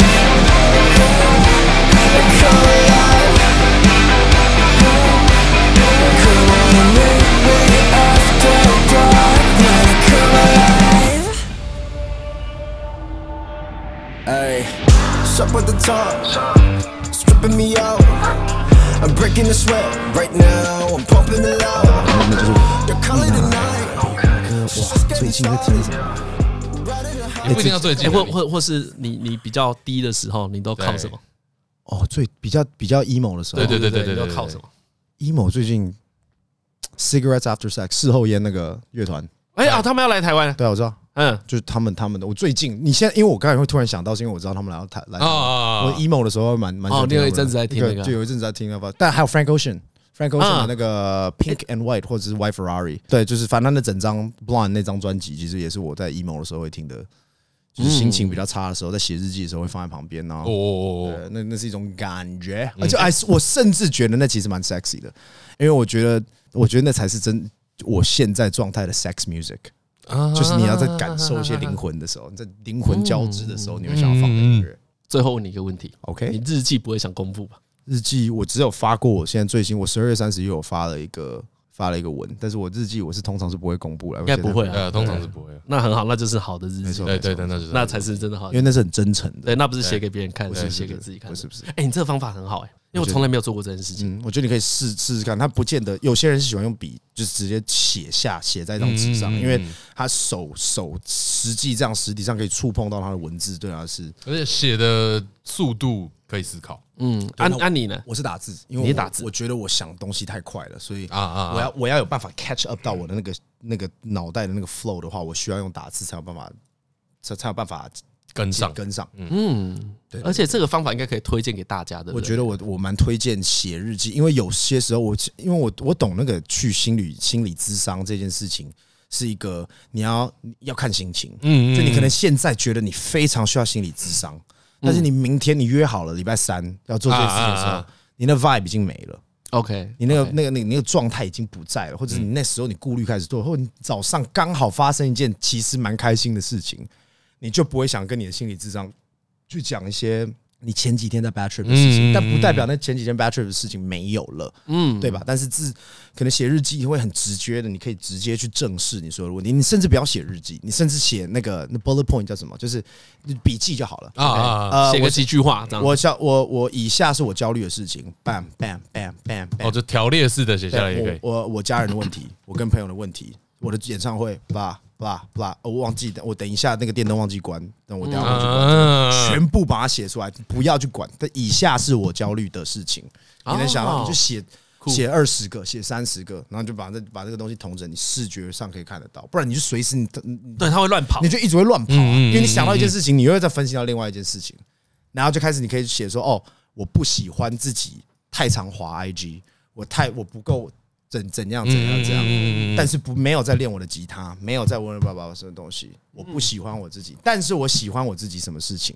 [SPEAKER 6] I'm coming alive. Come on and meet me after dark. When I come alive. Ayy, sup at the top, stripping me out. I'm breaking the sweat right now. I'm pumping it out. They're calling it night.
[SPEAKER 4] 最近在听什么？
[SPEAKER 2] 也不一定要最
[SPEAKER 3] 哎，
[SPEAKER 2] 近啊的，
[SPEAKER 3] 或或或是你你比较低的时候，你都靠什么？
[SPEAKER 4] 哦，最比较比较 emo 的时候
[SPEAKER 2] 对对对对对
[SPEAKER 3] 你
[SPEAKER 2] 对
[SPEAKER 3] 都
[SPEAKER 2] 对
[SPEAKER 3] 靠什么？
[SPEAKER 4] ，emo 最近 Cigarettes After Sex 事后烟那个乐团，
[SPEAKER 3] 哎啊，他们要来台湾，
[SPEAKER 4] 对啊，我知道，
[SPEAKER 3] 嗯，
[SPEAKER 4] 就是他们他们的。我最近你现在因为我刚才会突然想到，是因为我知道他们来到台来
[SPEAKER 2] 啊
[SPEAKER 4] 台
[SPEAKER 2] 啊啊
[SPEAKER 4] 湾，我 emo 的时候蛮蛮喜欢
[SPEAKER 3] 哦
[SPEAKER 4] 听
[SPEAKER 3] 你
[SPEAKER 4] 他
[SPEAKER 3] 有
[SPEAKER 4] 们
[SPEAKER 3] 一阵子在听那个
[SPEAKER 4] 对就有一阵子在听那个，但还有 Frank Ocean。Frank
[SPEAKER 3] 啊
[SPEAKER 4] Ocean 的那个 Pink and White 或者是 White Ferrari，对，就是反正那整张 Blonde 那张专辑，其实也是我在 emo 的时候会听的，就是心情比较差的时候，在写日记的时候会放在旁边然
[SPEAKER 2] 哦
[SPEAKER 4] 后
[SPEAKER 2] 哦哦
[SPEAKER 4] 对，那那是一种感觉，
[SPEAKER 3] 嗯
[SPEAKER 4] 而且哎，我甚至觉得那其实蛮 sexy 的，因为我觉得，我觉得那才是真我现在状态的 sex music，
[SPEAKER 2] 哦，
[SPEAKER 4] 就是你要在感受一
[SPEAKER 3] 嗯
[SPEAKER 4] 些灵魂的时候，你在灵魂交织的时候，你会想要放的音乐。
[SPEAKER 3] 最后问你一个问题，你
[SPEAKER 4] OK，
[SPEAKER 3] 日记不会想公布吧？
[SPEAKER 4] 日记我只有发过，我现在最新，我十二月三十又有发了一个发了一个文，但是我日记我是通常是不会公布了，
[SPEAKER 3] 应该不会
[SPEAKER 4] 我写
[SPEAKER 3] 啊。
[SPEAKER 2] 呃，通常是不会。
[SPEAKER 3] 那很好，那就是好的日
[SPEAKER 4] 没
[SPEAKER 3] 记
[SPEAKER 4] 错，
[SPEAKER 2] 对对对，那就是
[SPEAKER 3] 那才是真的好
[SPEAKER 4] 在，因为。那是很真诚的，
[SPEAKER 3] 对，那不是写给别人看，
[SPEAKER 4] 不
[SPEAKER 3] 是
[SPEAKER 4] 是
[SPEAKER 3] 写给自己看
[SPEAKER 4] 不
[SPEAKER 3] 的。
[SPEAKER 4] 是不是。
[SPEAKER 3] 哎，你这个方法很好哎，因为我从来没有做过这件事情。
[SPEAKER 4] 嗯，我觉得你可以试试试看，他不见得有些人是喜欢用笔，就是直接写下写在一张纸
[SPEAKER 2] 嗯
[SPEAKER 4] 上，
[SPEAKER 2] 嗯嗯
[SPEAKER 4] 因为他手手实际这样实体上可以触碰到他的文字，对他啊是
[SPEAKER 2] 而且写的速度可以思考
[SPEAKER 3] 嗯，按
[SPEAKER 4] 那我
[SPEAKER 3] 按你呢？
[SPEAKER 4] 我是打字，因为
[SPEAKER 3] 你
[SPEAKER 4] 我
[SPEAKER 3] 打字
[SPEAKER 4] 我觉得我想东西太快了，所以
[SPEAKER 2] 啊啊啊
[SPEAKER 4] 我要我要有办法 catch up 到我的那个那个脑袋的那个 flow 的话，我需要用打字才有办法才才有办法
[SPEAKER 2] 跟上。
[SPEAKER 4] 跟上。
[SPEAKER 3] 嗯，而且这个方法应该可以推荐给大家的。
[SPEAKER 4] 我觉
[SPEAKER 3] 得
[SPEAKER 4] 得我我蛮推荐写日记，因为有些时候我因为我我懂那个去心理心理咨商这件事情是一个你要要看心情，
[SPEAKER 2] 嗯嗯
[SPEAKER 4] 嗯，就你可能现在觉得你非常需要心理咨商，但是你明天你约好了礼拜三要做这件事情的时
[SPEAKER 2] 啊啊
[SPEAKER 4] 候
[SPEAKER 2] 啊，
[SPEAKER 4] 你的 vibe 已经没了。
[SPEAKER 3] OK，
[SPEAKER 4] 你那个、那个、那个、你那个状态已经不在了，或
[SPEAKER 2] 嗯
[SPEAKER 4] 者是你那时候你顾虑开始多，或者你早上刚好发生一件其实蛮开心的事情，你就不会想跟你的心理智商去讲一些你前几天在 bad trip 的事
[SPEAKER 2] 嗯
[SPEAKER 4] 情，但不代表那前几天 bad trip 的事情没有了，嗯，对吧？但是自可能写日记会很直觉的，你可以直接去正视你所有的问题，你甚至不要写日记，你甚至写那个那 bullet point 叫什么，就是笔记就好了
[SPEAKER 2] 啊啊啊
[SPEAKER 4] 呃
[SPEAKER 3] 写个几句话这样。
[SPEAKER 4] 我焦我我以下是我焦虑的事情，bam bam bam bam bam，
[SPEAKER 2] 哦，就条列式的写下来也可
[SPEAKER 4] 对
[SPEAKER 2] 以。
[SPEAKER 4] 我我我家人的问题，我跟朋友的问题，我的演唱会，blah blah blah，哦我忘记我等一下那个电灯忘记关，等我等一下忘记关，
[SPEAKER 2] 嗯，
[SPEAKER 4] 全部把它写出来，不要去管。但以下是我焦虑的事情，你能想
[SPEAKER 3] 哦
[SPEAKER 4] 到你就写写二十个，写三十个，然后就把这把这个东西统整，你视觉上可以看得到，不然你就随时你你
[SPEAKER 3] 对，他会乱跑
[SPEAKER 4] 你。就一直会乱跑、啊，
[SPEAKER 2] 嗯嗯嗯
[SPEAKER 4] 因为你想到一件事情，你又会再分析到另外一件事情，然后就开始你可以写说，哦，我不喜欢自己太常滑 IG，我太我不够怎怎样怎样怎
[SPEAKER 2] 嗯
[SPEAKER 4] 样，
[SPEAKER 2] 嗯嗯嗯
[SPEAKER 4] 但是不没有在练我的吉他，没有在温柔爸爸什么东西，我不喜欢我自己，但是我喜欢我自己什么事情，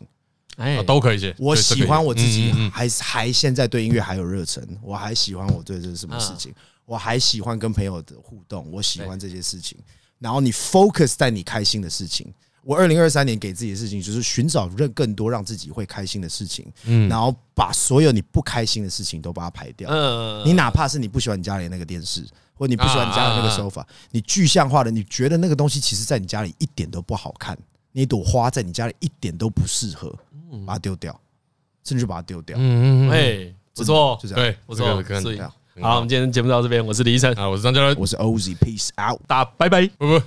[SPEAKER 3] 哎
[SPEAKER 2] 啊，都可以写。
[SPEAKER 4] 我
[SPEAKER 2] 对这个
[SPEAKER 4] 喜欢我自己啊
[SPEAKER 2] 嗯嗯嗯，
[SPEAKER 4] 还还现在对音乐还有热忱，我还喜欢我对这是什么事
[SPEAKER 2] 啊
[SPEAKER 4] 情，我还喜欢跟朋友的互动，我喜欢这些事情。然后你 focus 在你开心的事情。我二零二三年给自己的事情就是寻找更更多让自己会开心的事情，
[SPEAKER 2] 嗯
[SPEAKER 4] 然后把所有你不开心的事情都把它排掉。
[SPEAKER 3] 嗯
[SPEAKER 4] 你哪怕是你不喜欢你家里那个电视，或你不喜欢你家里那个
[SPEAKER 2] 啊
[SPEAKER 4] sofa，你具象化的，你觉得那个东西其实在你家里一点都不好看，那朵花在你家里一点都不适合，
[SPEAKER 2] 嗯
[SPEAKER 4] 把它丢掉，甚至把它丢掉。
[SPEAKER 2] 嗯嗯嗯，
[SPEAKER 3] 哎，不错，
[SPEAKER 4] 就这样。
[SPEAKER 2] 对，
[SPEAKER 3] 不
[SPEAKER 2] 这
[SPEAKER 3] 错
[SPEAKER 2] 个，跟
[SPEAKER 3] 所以
[SPEAKER 4] 好
[SPEAKER 3] 好，我们今天节目到这边，我是李医生，
[SPEAKER 2] 啊，我是张嘉伦，
[SPEAKER 4] 我是 OZ，Peace out。
[SPEAKER 3] 大家拜拜。
[SPEAKER 2] 不不。